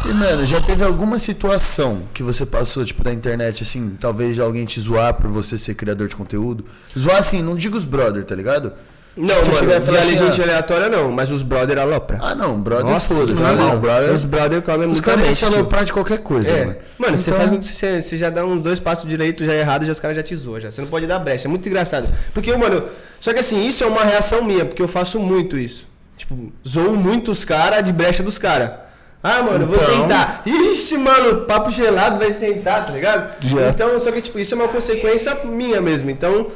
Speaker 5: E, mano, já teve alguma situação que você passou, tipo, da internet, assim, talvez de alguém te zoar por você ser criador de conteúdo? Zoar assim, não diga os brother, tá ligado?
Speaker 4: Não,
Speaker 5: Tipo,
Speaker 4: mano,
Speaker 5: chegar e
Speaker 4: de
Speaker 5: falar assim,
Speaker 4: gente
Speaker 5: ah,
Speaker 4: aleatória não, mas os brother alopra.
Speaker 5: ah, não, brother,
Speaker 4: Nossa,
Speaker 5: foda-se.
Speaker 4: os brother,
Speaker 5: Não, brother.
Speaker 4: os brother comem
Speaker 5: Os
Speaker 4: muita
Speaker 5: caras
Speaker 4: mente,
Speaker 5: te
Speaker 4: tio.
Speaker 5: aloprar de qualquer coisa,
Speaker 4: É.
Speaker 5: mano.
Speaker 4: Mano, você
Speaker 5: Então-
Speaker 4: faz com que você, você já dá uns dois passos direito, já é errado, já os caras já te zoam, já. Você não pode dar brecha. É muito engraçado. Porque, mano, só que assim, isso é uma reação minha, porque eu faço muito isso. Tipo, zoo muito os caras de brecha dos caras. Ah, mano, eu vou
Speaker 5: Então-
Speaker 4: sentar. Ixi, mano, papo gelado vai sentar, tá ligado?
Speaker 5: Já.
Speaker 4: Então, só que, tipo, isso é uma consequência minha mesmo. Então,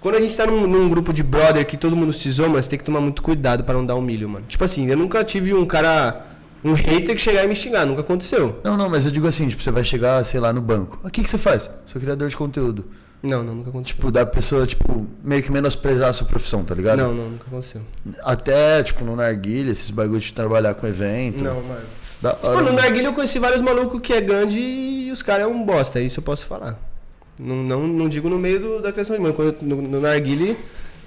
Speaker 4: quando a gente tá num, num grupo de brother que todo mundo se zoma, você tem que tomar muito cuidado pra não dar um milho, mano. Tipo assim, eu nunca tive um cara, um hater que chegar e me xingar, nunca aconteceu.
Speaker 5: Não, não, mas eu digo assim, tipo, você vai chegar, sei lá, no banco. O que, que você faz? Sou criador de conteúdo.
Speaker 4: Não, não, nunca aconteceu.
Speaker 5: Tipo, da pessoa, tipo, meio que menosprezar a sua profissão, tá ligado?
Speaker 4: Não, não, nunca aconteceu.
Speaker 5: Até, tipo, no narguilha, esses bagulho de trabalhar com evento.
Speaker 4: Não, mano.
Speaker 5: Da hora,
Speaker 4: Mano, no
Speaker 5: mano.
Speaker 4: Narguilha eu conheci vários malucos que é grande e os caras é um bosta, isso eu posso falar. Não, não, não digo no meio do- da criação de mano. Quando, eu- no, no Narguilha,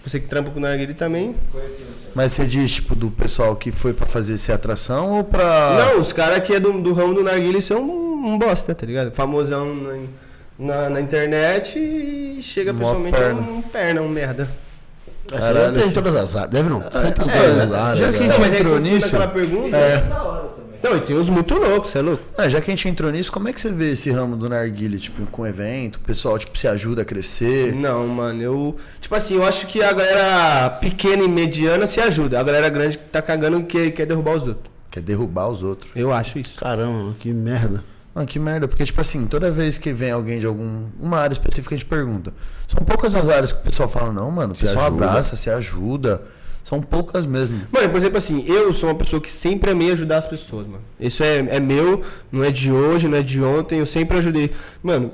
Speaker 4: você que trampa com o Narguilha também.
Speaker 5: Mas você diz, tipo, do pessoal que foi pra fazer essa atração ou pra.
Speaker 4: Não, os caras que é do, do ramo do Narguilha são um, um bosta, tá ligado? Famosão na, na, na internet e chega
Speaker 5: Mó
Speaker 4: pessoalmente
Speaker 5: perna.
Speaker 4: um, um perna, um merda.
Speaker 5: Caralho. Ah,
Speaker 2: Deve ter em todas as áreas. Deve não. Deve ter em todas as
Speaker 5: É,
Speaker 2: áreas.
Speaker 5: já que a
Speaker 2: velho.
Speaker 4: mas
Speaker 5: gente
Speaker 4: aí
Speaker 5: entrou
Speaker 4: quando
Speaker 5: nisso.
Speaker 4: aquela pergunta.
Speaker 6: é.
Speaker 4: Não, e tem uns muito loucos, você é louco?
Speaker 5: Ah, já que a gente entrou nisso, como é que você vê esse ramo do narguile, tipo, com evento? O pessoal, tipo, se ajuda a crescer?
Speaker 4: Não, mano, eu. Tipo assim, eu acho que a galera pequena e mediana se ajuda. A galera grande que tá cagando e quer, quer derrubar os outros.
Speaker 5: Quer derrubar os outros?
Speaker 4: Eu acho isso.
Speaker 2: Caramba, que merda.
Speaker 5: Mano, que merda, porque, tipo assim, toda vez que vem alguém de algum, uma área específica, a gente pergunta. São poucas as áreas que o pessoal fala, não, mano, o pessoal
Speaker 2: ajuda.
Speaker 5: abraça, se ajuda. São poucas mesmo.
Speaker 4: Mano, por exemplo assim, eu sou uma pessoa que sempre amei ajudar as pessoas, mano. Isso é, é meu, não é de hoje, não é de ontem, eu sempre ajudei. Mano,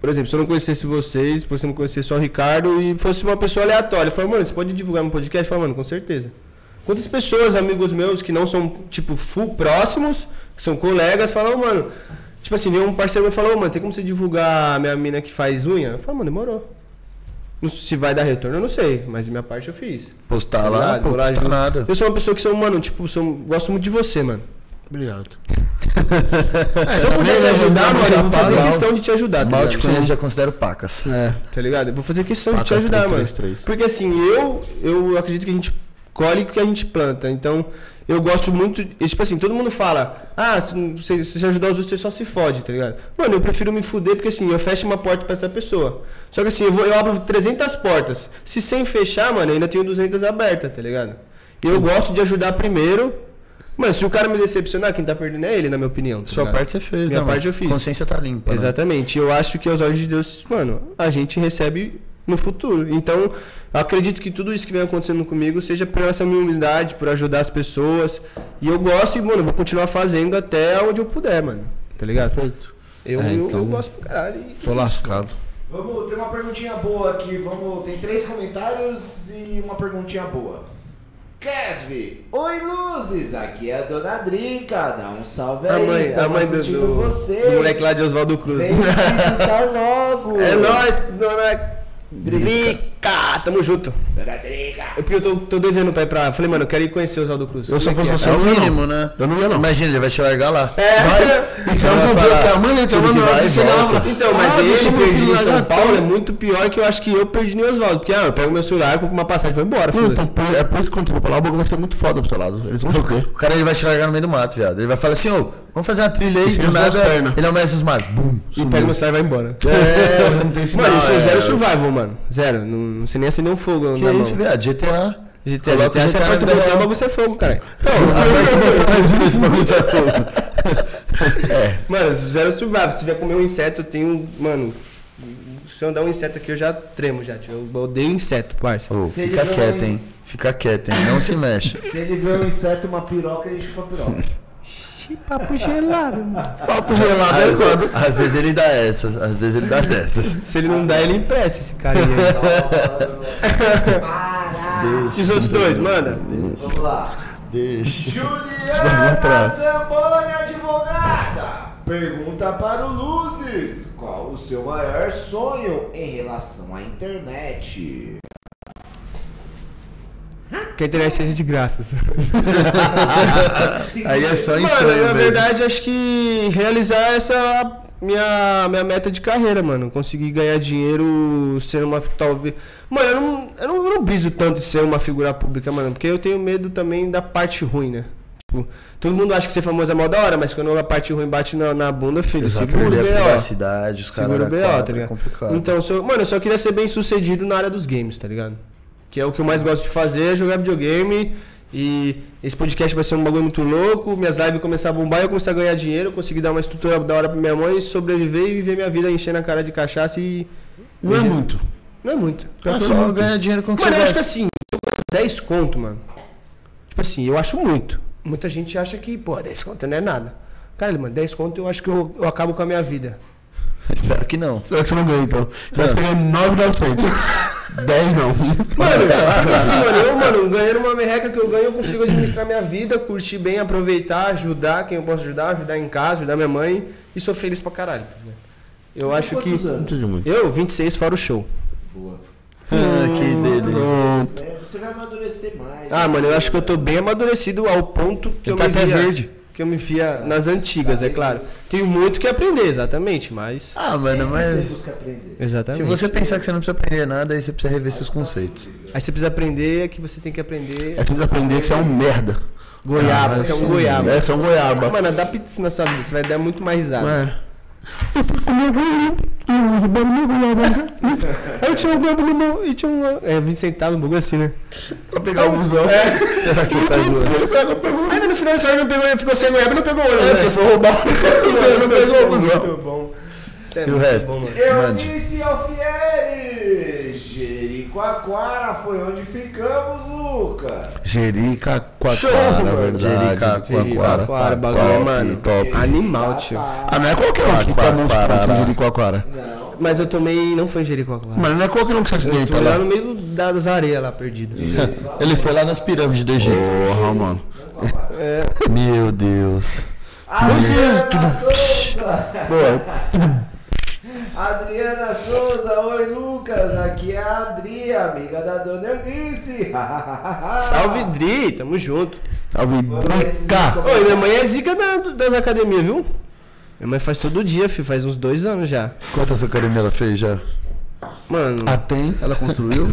Speaker 4: por exemplo, se eu não conhecesse vocês, se você não conhecesse só o Ricardo e fosse uma pessoa aleatória, eu falo, mano, você pode divulgar meu podcast? Eu falo, mano, com certeza. Quantas pessoas, amigos meus, que não são, tipo, full próximos, que são colegas, falam, mano. Tipo assim, veio um parceiro meu e falou, "Ô, mano, tem como você divulgar a minha mina que faz unha? Eu falo, mano, demorou. Não sei se vai dar retorno, eu não sei, mas minha parte eu fiz.
Speaker 5: Postar lá,
Speaker 4: Obrigado,
Speaker 5: pô,
Speaker 4: coragem.
Speaker 5: custa nada.
Speaker 4: Eu sou uma pessoa que sou, mano, tipo, sou, gosto muito de você, mano.
Speaker 2: Obrigado.
Speaker 4: Se eu puder te ajudar, mano, eu vou fazer
Speaker 5: Mal-
Speaker 4: questão de te ajudar, tá
Speaker 5: Mal te
Speaker 4: ligado?
Speaker 5: conheço, já considero pacas.
Speaker 2: É.
Speaker 4: Tá ligado? Eu vou fazer questão de te
Speaker 2: Paca,
Speaker 4: ajudar,
Speaker 2: três,
Speaker 4: mano.
Speaker 2: três, três.
Speaker 4: Porque assim, eu, eu acredito que a gente colhe o que a gente planta. Então, eu gosto muito. e, Tipo assim, todo mundo fala, ah, se não- se se você ajudar os outros, você só se fode, tá ligado? Mano, eu prefiro me fuder porque assim, eu fecho uma porta pra essa pessoa. Só que assim, eu, vou, eu abro 300 portas. Se sem fechar, mano, eu ainda tenho 200 abertas, tá ligado? Eu gosto de ajudar primeiro. Mano, se o cara me decepcionar, quem tá perdendo é ele, na minha opinião. tá
Speaker 5: Sua
Speaker 4: ligado?
Speaker 5: parte você fez,
Speaker 4: Minha
Speaker 5: né? mano?
Speaker 4: parte eu fiz.
Speaker 5: Consciência tá limpa. né?
Speaker 4: Exatamente. Eu acho que aos olhos de Deus, mano, a gente recebe no futuro. Então, eu acredito que tudo isso que vem acontecendo comigo seja por essa minha humildade, por ajudar as pessoas. E eu gosto e, mano, eu vou continuar fazendo até onde eu puder, mano. Tá ligado?
Speaker 2: Perfeito.
Speaker 4: Eu,
Speaker 2: É,
Speaker 4: eu-
Speaker 2: então-
Speaker 4: eu gosto pra caralho. e-
Speaker 2: Tô lascado.
Speaker 6: Vamos, tem uma perguntinha boa aqui. Vamos, tem três comentários e uma perguntinha boa. Kesvi, oi luzes, aqui é a dona Drica, dá um salve
Speaker 4: A
Speaker 6: aí,
Speaker 4: mãe, a
Speaker 6: estamos
Speaker 4: mãe do,
Speaker 6: assistindo
Speaker 4: do,
Speaker 6: vocês.
Speaker 4: do moleque lá de Oswaldo Cruz. <laughs>
Speaker 6: Vem visitar logo.
Speaker 4: É nóis, dona Drica. Tamo junto.
Speaker 6: Dona Drica.
Speaker 4: Eu, É porque eu tô, tô devendo pra ir pra. Falei, mano, eu quero ir conhecer Oswaldo Cruz.
Speaker 2: Eu só
Speaker 4: Como é
Speaker 2: fosse
Speaker 4: que é?
Speaker 2: você,
Speaker 5: É
Speaker 2: eu
Speaker 5: o
Speaker 2: não ia,
Speaker 5: mínimo,
Speaker 2: não.
Speaker 5: né?
Speaker 2: Eu não ia, não.
Speaker 5: Imagina, ele vai te largar lá.
Speaker 4: É. <laughs>
Speaker 5: Vai.
Speaker 2: Isso é um
Speaker 5: falar
Speaker 2: problema. Mãe, eu te
Speaker 5: tudo
Speaker 2: mando
Speaker 5: que
Speaker 2: lá,
Speaker 5: vai,
Speaker 2: você
Speaker 5: volta.
Speaker 2: lava.
Speaker 4: Então, mas
Speaker 2: Ah, deixa meu
Speaker 4: ele
Speaker 2: filho
Speaker 4: perdido em
Speaker 2: lá
Speaker 4: São
Speaker 2: na
Speaker 4: Paulo
Speaker 2: tela.
Speaker 4: é muito pior que eu acho que eu perdi em Oswaldo. Porque, ah, eu pego meu celular, compro uma passagem e vou embora,
Speaker 2: Não, então,
Speaker 4: foda-se.
Speaker 2: por- é por isso que quando tu for pra lá, o bagulho vai ser muito foda pro seu lado. Eles vão <laughs> chocar.
Speaker 5: O cara ele vai te largar no meio do mato, viado. Ele vai falar assim, ô, vamos fazer uma trilha aí,
Speaker 2: Isso
Speaker 5: do
Speaker 2: é as
Speaker 5: nada.
Speaker 2: pernas.
Speaker 5: Ele aumenta os matos. Bum,
Speaker 4: E pega meu celular e vai embora.
Speaker 5: É, não tem sinal.
Speaker 4: Mano, isso é
Speaker 5: é.
Speaker 4: zero survival, mano. Zero. Não, não sei nem acender um fogo
Speaker 5: Que
Speaker 4: na
Speaker 5: é isso,
Speaker 4: mão.
Speaker 5: viado? GTA.
Speaker 4: GTA,
Speaker 5: Coloca
Speaker 4: GTA, você
Speaker 5: GTA
Speaker 4: aperta o
Speaker 5: na
Speaker 4: botão, o
Speaker 5: real.
Speaker 4: bagulho você é fogo, cara.
Speaker 5: Então, aperta o botão, imagina esse bagulho sai fogo. É.
Speaker 4: Mano, zero survival. Se tiver comer um inseto, eu tenho. Mano, se eu andar um inseto aqui, eu já tremo já. tio. Eu odeio inseto, parça.
Speaker 5: Ô,
Speaker 6: Se
Speaker 5: fica
Speaker 6: eles
Speaker 5: quieto,
Speaker 6: não-
Speaker 5: hein? Fica quieto, hein? Não se mexe.
Speaker 6: Se ele vê um inseto, uma piroca, ele chupa a
Speaker 4: <laughs>
Speaker 6: piroca.
Speaker 4: Que papo gelado, mano.
Speaker 2: Papo gelado é quando.
Speaker 5: Às, às vezes ele dá essas, às vezes ele dá dessas.
Speaker 4: Se ele não dá, ele empresta esse carinha
Speaker 5: <laughs>
Speaker 6: Então,
Speaker 4: aí.
Speaker 6: Para!
Speaker 4: E os outros dois, manda.
Speaker 6: Vamos lá.
Speaker 5: Deixa.
Speaker 6: Juliana
Speaker 5: entrar.
Speaker 6: Zamboni, advogada, pergunta para o Luzes: qual o seu maior sonho em relação à internet?
Speaker 4: Que a internet seja de graças.
Speaker 5: <laughs> Aí é só insano,
Speaker 4: Mano, na
Speaker 5: velho.
Speaker 4: verdade, acho que realizar essa minha, minha meta de carreira, mano. Conseguir ganhar dinheiro sendo uma. Talvez. Mano, eu não, eu, não, eu não briso tanto em ser uma figura pública, mano. Porque eu tenho medo também da parte ruim, né? Tipo, todo mundo acha que ser famoso é mó da hora, mas quando a parte ruim bate na, na bunda, filho,
Speaker 5: Exato, é
Speaker 4: segura o
Speaker 5: perder
Speaker 4: B.O.
Speaker 5: a privacidade, os caras
Speaker 4: Segura o
Speaker 5: da
Speaker 4: B.O., tá
Speaker 5: quadra, é
Speaker 4: ligado?
Speaker 5: complicado.
Speaker 4: Então, se eu- mano, eu só queria ser bem sucedido na área dos games, tá ligado? Que é o que eu mais gosto de fazer, é jogar videogame. E esse podcast vai ser um bagulho muito louco. Minhas lives começar a bombar, eu começar a ganhar dinheiro, conseguir dar uma estrutura da hora pra minha mãe, sobreviver e viver minha vida enchendo a cara de cachaça e.
Speaker 2: Não é muito.
Speaker 4: Não é muito.
Speaker 5: é só ganhar dinheiro com o que
Speaker 4: Mano,
Speaker 5: você
Speaker 4: eu acho
Speaker 5: gosta.
Speaker 4: que assim, 10 conto, mano. Tipo assim, eu acho muito. Muita gente acha que, pô, 10 conto não é nada. Caralho, mano, 10 conto eu acho que eu, eu acabo com a minha vida.
Speaker 5: Espero que não.
Speaker 2: Será que você não ganha, então? Então você ganha 9,900. 10 não. <laughs>
Speaker 4: Mano, tipo <laughs> assim, mano, eu, mano, ganhando uma merreca que eu ganho, eu consigo administrar minha vida, curtir bem, aproveitar, ajudar quem eu posso ajudar, ajudar em casa, ajudar minha mãe e sou feliz pra caralho. tá ligado? Eu acho que.
Speaker 3: Quantos anos?
Speaker 2: Não precisa de muito.
Speaker 4: Eu, 26, fora o show.
Speaker 5: Ah, que delícia.
Speaker 2: Pronto.
Speaker 6: É, Você vai amadurecer mais.
Speaker 4: Ah, mano, eu acho que eu tô bem amadurecido ao ponto que eu
Speaker 5: tá
Speaker 4: me
Speaker 5: até
Speaker 4: via.
Speaker 5: verde.
Speaker 4: Que eu me via nas antigas, é claro. Tenho muito que aprender, exatamente, mas.
Speaker 5: Ah, mano, mas.
Speaker 6: Busca aprender.
Speaker 5: Se
Speaker 4: Exatamente.
Speaker 5: você pensar que você não precisa aprender nada, aí você precisa rever seus conceitos.
Speaker 4: Aí você precisa aprender é que você tem que aprender.
Speaker 2: É preciso aprender que você é um merda.
Speaker 4: Goiaba, você é um goiaba.
Speaker 2: É, você é um goiaba.
Speaker 4: Mano, dá pizza na sua vida, você vai dar muito mais risada.
Speaker 2: É. Eu fui comer goiaba. Eu roubei meu goiaba.
Speaker 4: Aí tinha um bebo limão e tinha um. É, 20 centavos, um bagulho assim, né?
Speaker 2: Pra pegar o busão.
Speaker 5: Será que tá zoando?
Speaker 4: Ainda no final do não pegou, ficou sem goiaba e não pegou o olho, né?
Speaker 5: É, porque foi roubado. Não pegou o busão.
Speaker 4: Muito bom. Isso é
Speaker 5: E o
Speaker 4: muito
Speaker 5: resto?
Speaker 4: bom, mano.
Speaker 5: Mande.
Speaker 6: Eunice Alfieri, Jericoacoara foi onde ficamos, Lucas.
Speaker 2: Jerica
Speaker 4: Show,
Speaker 2: Quaquara, na
Speaker 4: mano.
Speaker 2: verdade.
Speaker 5: Jericacoara.
Speaker 4: Jericoacoara, bagulho,
Speaker 2: top,
Speaker 4: mano.
Speaker 2: Top.
Speaker 4: Animal, tio.
Speaker 2: Ah, não é qualquer um que tá
Speaker 5: Quaquara.
Speaker 2: muito perto de Jericoacoara.
Speaker 6: Não,
Speaker 4: Mas eu tomei. Não foi em Jericoacoara.
Speaker 2: Mano, não é qualquer um que se
Speaker 4: Eu tô
Speaker 5: tá
Speaker 2: acidenta
Speaker 4: lá
Speaker 2: lá.
Speaker 4: no meio da- das areias lá, perdido.
Speaker 5: Ele foi lá nas pirâmides do Egito.
Speaker 2: Porra, mano.
Speaker 4: É,
Speaker 5: Meu Deus.
Speaker 6: Adriana Souza.
Speaker 2: Pô,
Speaker 6: Adriana Souza, oi Lucas, aqui é a Adri, amiga da dona Eunice. <laughs>
Speaker 4: Salve, Dri, tamo junto.
Speaker 2: salve, brinca.
Speaker 4: Oi, minha mãe é zica da, das academias, viu? Minha mãe faz todo dia, filho, faz uns dois anos já.
Speaker 5: Quantas academias ela fez já?
Speaker 4: Mano,
Speaker 2: Ah, tem? Ela
Speaker 5: <laughs>
Speaker 2: construiu?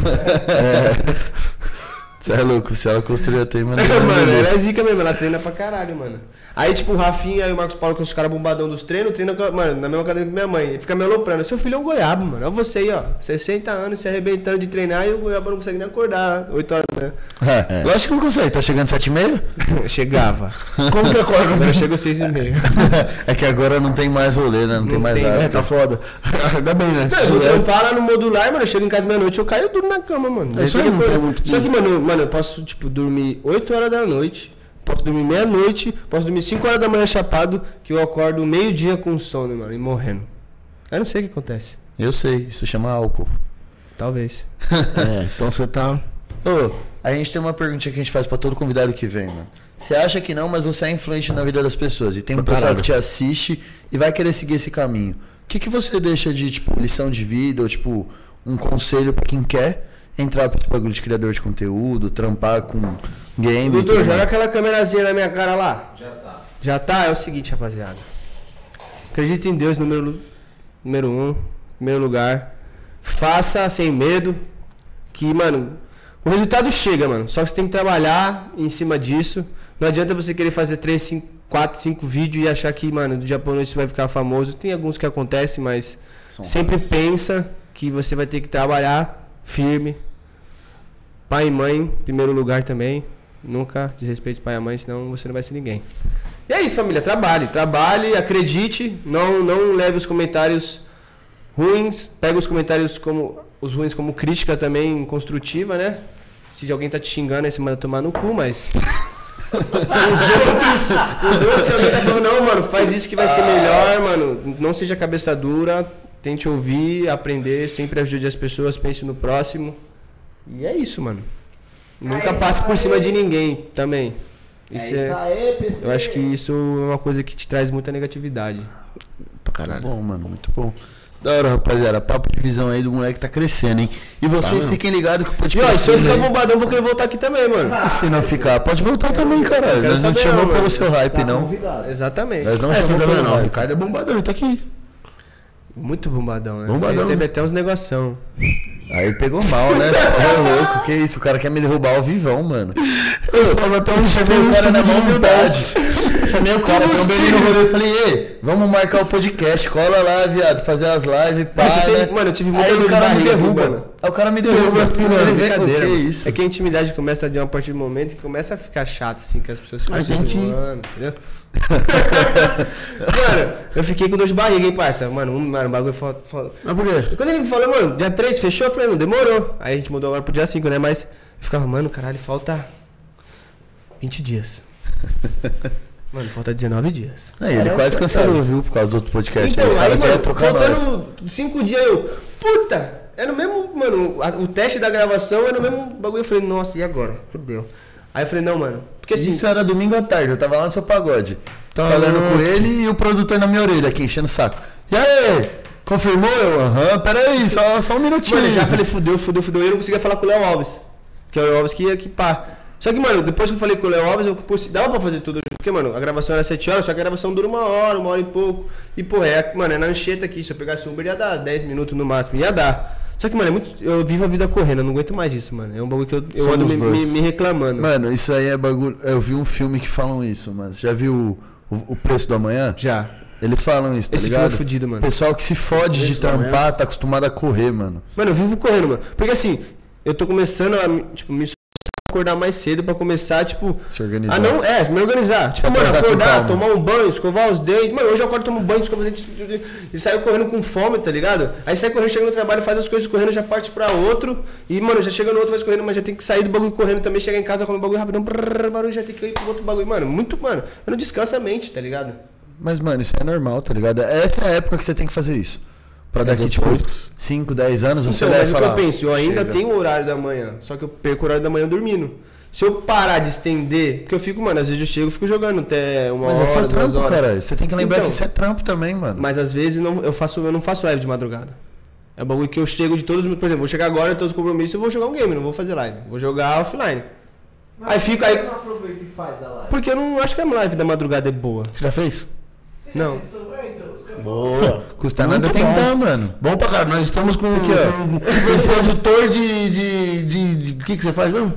Speaker 5: Você é louco, se ela construiu até, <laughs> mano.
Speaker 4: <laughs> mano, ela é zica mesmo, ela treina pra caralho, mano. Aí, tipo, o Rafinha e o Marcos Paulo, que são os caras bombadão dos treinos, treinam, com a- mano, na mesma academia que minha mãe. Ele fica me aloprando. Seu filho é um goiaba, mano. Olha você aí, ó. 60 anos se arrebentando de treinar e o goiaba não consegue nem acordar. 8 horas da manhã.
Speaker 5: É, Lógico que não consegue, tá chegando sete e meia?
Speaker 4: <laughs> Chegava.
Speaker 2: Como que acorda?
Speaker 4: Agora chega às 6 e meia.
Speaker 5: <laughs> é que agora não tem mais rolê, né? Não, tem mais
Speaker 4: tem,
Speaker 5: nada.
Speaker 2: É, tá foda. <laughs> Ainda bem, né?
Speaker 5: É,
Speaker 4: Eu vou trampar lá no modular, mano. Eu chego em casa meia-noite, eu caio duro na cama, mano.
Speaker 2: É isso
Speaker 4: Eu
Speaker 2: aí, não
Speaker 4: tenho
Speaker 2: tem
Speaker 4: que-
Speaker 2: muito que-
Speaker 4: Só que, mano, eu- mano, eu posso, tipo, dormir 8 horas da noite, posso dormir meia-noite, posso dormir 5 horas da manhã chapado, que eu acordo meio-dia com sono, mano, e morrendo. Eu não sei o que acontece.
Speaker 5: Eu sei, isso chama álcool.
Speaker 4: Talvez.
Speaker 2: É, então você tá.
Speaker 5: Ô, a gente tem uma perguntinha que a gente faz pra todo convidado que vem, mano. Você acha que não, mas você é influente na vida das pessoas. E tem um pessoal
Speaker 2: caralho.
Speaker 5: que te assiste e vai querer seguir esse caminho. O que, que você deixa de, tipo, lição de vida ou, tipo, um conselho pra quem quer entrar pra esse bagulho de criador de conteúdo, trampar com game? e
Speaker 4: Doutor,
Speaker 5: tudo
Speaker 2: né?
Speaker 4: joga
Speaker 5: mais?
Speaker 4: aquela câmerazinha na minha cara lá. Já tá. Já tá? É o seguinte, rapaziada. Acredita em Deus, número, lu- número um, primeiro lugar. Faça sem medo. Que, mano, o resultado chega, mano. Só que você tem que trabalhar em cima disso. Não adianta você querer fazer 3, 5, 4, 5 vídeos e achar que, mano, do dia pra noite você vai ficar famoso. Tem alguns que acontecem, mas sempre pensa que você vai ter que trabalhar firme. Pai e mãe, em primeiro lugar também. Nunca desrespeite pai e mãe, senão você não vai ser ninguém. E é isso, família. Trabalhe, trabalhe, acredite. Não, não leve os comentários ruins. Pega os comentários como os ruins como crítica também construtiva, né? Se alguém tá te xingando, aí você manda tomar no cu, <laughs> mas. os outros, os outros, se alguém tá falando, não, mano, faz isso que vai ser melhor, mano. Não seja cabeça dura, tente ouvir, aprender, sempre ajude as pessoas, pense no próximo. E é isso, mano. Nunca passe por cima de ninguém também. Isso
Speaker 6: aí
Speaker 4: é-
Speaker 6: tá aí, PC.
Speaker 4: Eu acho que isso é uma coisa que te traz muita negatividade.
Speaker 2: Pra caralho.
Speaker 5: Bom, mano, muito bom. Da hora, rapaziada. Papo de visão aí do moleque tá crescendo, hein? E vocês fiquem ligados que o
Speaker 4: Tá, E ó,
Speaker 5: podcast.
Speaker 4: e se eu
Speaker 5: dele
Speaker 4: ficar
Speaker 5: aí-
Speaker 4: bombadão, eu vou querer voltar aqui também, mano.
Speaker 5: E se não ficar, pode voltar também,
Speaker 2: É,
Speaker 5: caralho.
Speaker 4: quero
Speaker 5: Nós não
Speaker 4: saber,
Speaker 5: te chamamos
Speaker 4: não,
Speaker 5: pelo
Speaker 4: mano.
Speaker 5: seu hype,
Speaker 6: tá
Speaker 5: não.
Speaker 6: convidado.
Speaker 4: Exatamente.
Speaker 5: Nós não
Speaker 2: É, você não
Speaker 5: chamamos
Speaker 2: tá
Speaker 5: pelo
Speaker 2: vendo, não. O
Speaker 5: hype.
Speaker 2: Ricardo é bombadão, ele tá aqui.
Speaker 4: Muito bombadão, né?
Speaker 5: Bombadão.
Speaker 4: Você recebe até uns negoção.
Speaker 5: Aí pegou mal, né? Você é louco, que isso? O cara quer me derrubar ao vivão, mano.
Speaker 2: Eu tava até um
Speaker 5: Chamei o cara na mão
Speaker 2: <laughs>
Speaker 5: humildade. Chamei o cara pra um beijo no
Speaker 2: Combustível.
Speaker 5: rolê. Eu falei, ei, vamos marcar o podcast, cola lá, viado, fazer as lives, pá,
Speaker 4: Mas você tem-
Speaker 5: né?
Speaker 4: mano, eu tive muita
Speaker 5: Aí o
Speaker 4: dor de
Speaker 5: cara me
Speaker 4: barriga,
Speaker 5: derruba.
Speaker 4: mano.
Speaker 5: Aí o cara me derruba.
Speaker 2: assim, mano,
Speaker 5: Ele vem, o que
Speaker 4: Brincadeira,
Speaker 5: é
Speaker 4: mano.
Speaker 5: isso?
Speaker 4: É que a intimidade começa de uma partir do momento que começa a ficar chato, assim, que as pessoas ficam
Speaker 2: A
Speaker 4: se
Speaker 2: gente-
Speaker 4: zoando, entendeu? <laughs> mano, eu fiquei com dor de barriga, hein, parça? Mano, um, mano, o bagulho foi. foi-
Speaker 2: Mas por
Speaker 4: E
Speaker 2: quê?
Speaker 4: quando ele me falou, mano, dia 3 fechou, eu falei, não, demorou. Aí a gente mudou agora pro dia 5, né? Mas eu ficava, mano, caralho, falta 20 dias. mano, falta 19 dias.
Speaker 5: Aí, ele quase cancelou, viu? Por causa do outro podcast.
Speaker 4: é. Então,
Speaker 5: Aí o
Speaker 4: aí,
Speaker 5: cara já ia
Speaker 4: mano,
Speaker 5: trocar nós.
Speaker 4: faltando 5 dias eu, puta, era o mesmo, mano, a- o teste da gravação era o mesmo bagulho. Eu falei, nossa, e agora? Fudeu. Aí eu falei, não, mano, porque assim,
Speaker 5: Isso era domingo à tarde, eu tava lá no seu pagode.
Speaker 2: Tá
Speaker 5: falando
Speaker 2: louco.
Speaker 5: com ele e o produtor na minha orelha aqui, enchendo o saco. E aí? Confirmou? Eu, aham, peraí, só, só um minutinho.
Speaker 4: Mano, eu já
Speaker 5: <laughs>
Speaker 4: falei, fudeu, fudeu, fudeu. E eu não conseguia falar com o Léo Alves. Que é o Léo Alves que ia que pá. Só que, mano, depois que eu falei com o Léo Alves, eu putz, dava pra fazer tudo. Porque, mano, a gravação era 7 horas, só que a gravação dura uma hora, uma hora e pouco. E, porra, é, mano, é na ancheta aqui. Se eu pegasse um Uber, ia dar 10 minutos no máximo. Ia dar. Só que, mano, é muito. Eu vivo a vida correndo, eu não aguento mais isso, mano. É um bagulho que eu, eu ando me, me- me reclamando.
Speaker 5: Mano, isso aí é bagulho. Eu vi um filme que falam isso, mano. Já viu o, o, o preço do amanhã?
Speaker 4: Já.
Speaker 5: Eles falam isso, tá
Speaker 4: Esse filme
Speaker 5: ligado?
Speaker 4: é fudido, mano.
Speaker 5: Pessoal que se fode de trampar, tá acostumado a correr, mano.
Speaker 4: Mano, eu vivo correndo, mano. Porque assim, eu tô começando a me- tipo, me esforçar a acordar mais cedo pra começar, tipo.
Speaker 5: Se organizar.
Speaker 4: Ah, não, é, me organizar. Tipo, mano,
Speaker 5: atrasar com
Speaker 4: acordar,
Speaker 5: calma.
Speaker 4: tomar um banho, escovar os dentes. Mano, hoje eu acordo, tomo banho, escovo os dentes e saio correndo com fome, tá ligado? Aí sai correndo, chega no trabalho, faz as coisas correndo, já parte pra outro. E, mano, já chega no outro, faz correndo, mas já tem que sair do bagulho correndo também, chegar em casa, comer o bagulho rapidão, brrr, barulho, já tem que ir pro outro bagulho. Mano, muito, mano. Eu não descanso a mente, tá ligado?
Speaker 5: Mas, mano, isso é normal, tá ligado? Essa é a época que você tem que fazer isso. Pra daqui, tipo, 5, 10 anos, você
Speaker 4: É Então,
Speaker 5: vai
Speaker 4: mas o que
Speaker 5: falar.
Speaker 4: eu penso, eu ainda
Speaker 5: "Chega".
Speaker 4: tenho o horário da manhã, só que eu perco o horário da manhã dormindo. Se eu parar de estender, porque eu fico, mano, às vezes eu chego, eu fico jogando até uma
Speaker 5: Mas
Speaker 4: hora,
Speaker 5: é seu
Speaker 4: duas
Speaker 5: trampo,
Speaker 4: horas.
Speaker 5: cara. Você tem que lembrar
Speaker 4: Então,
Speaker 5: que isso é trampo também, mano.
Speaker 4: Mas às vezes não, eu, faço, eu não faço live de madrugada. É um bagulho que eu chego de todos os... Por exemplo, eu vou chegar agora, todos os compromissos, eu vou jogar um game, não vou fazer live. Vou jogar offline.
Speaker 6: Não,
Speaker 5: Ah.
Speaker 4: aí fica
Speaker 6: por que
Speaker 4: aí-
Speaker 6: Você não aproveita e faz a live.
Speaker 4: Porque eu não acho que a live da madrugada é boa.
Speaker 2: Você já fez?
Speaker 4: Não.
Speaker 6: Então, é, então, os caras
Speaker 2: Boa.
Speaker 5: Custa nada tentar, mano.
Speaker 2: Bom pra caralho, nós estamos com
Speaker 5: Aqui, ó.
Speaker 2: com- com esse auditor de. de. de. de- O que, que você faz mesmo?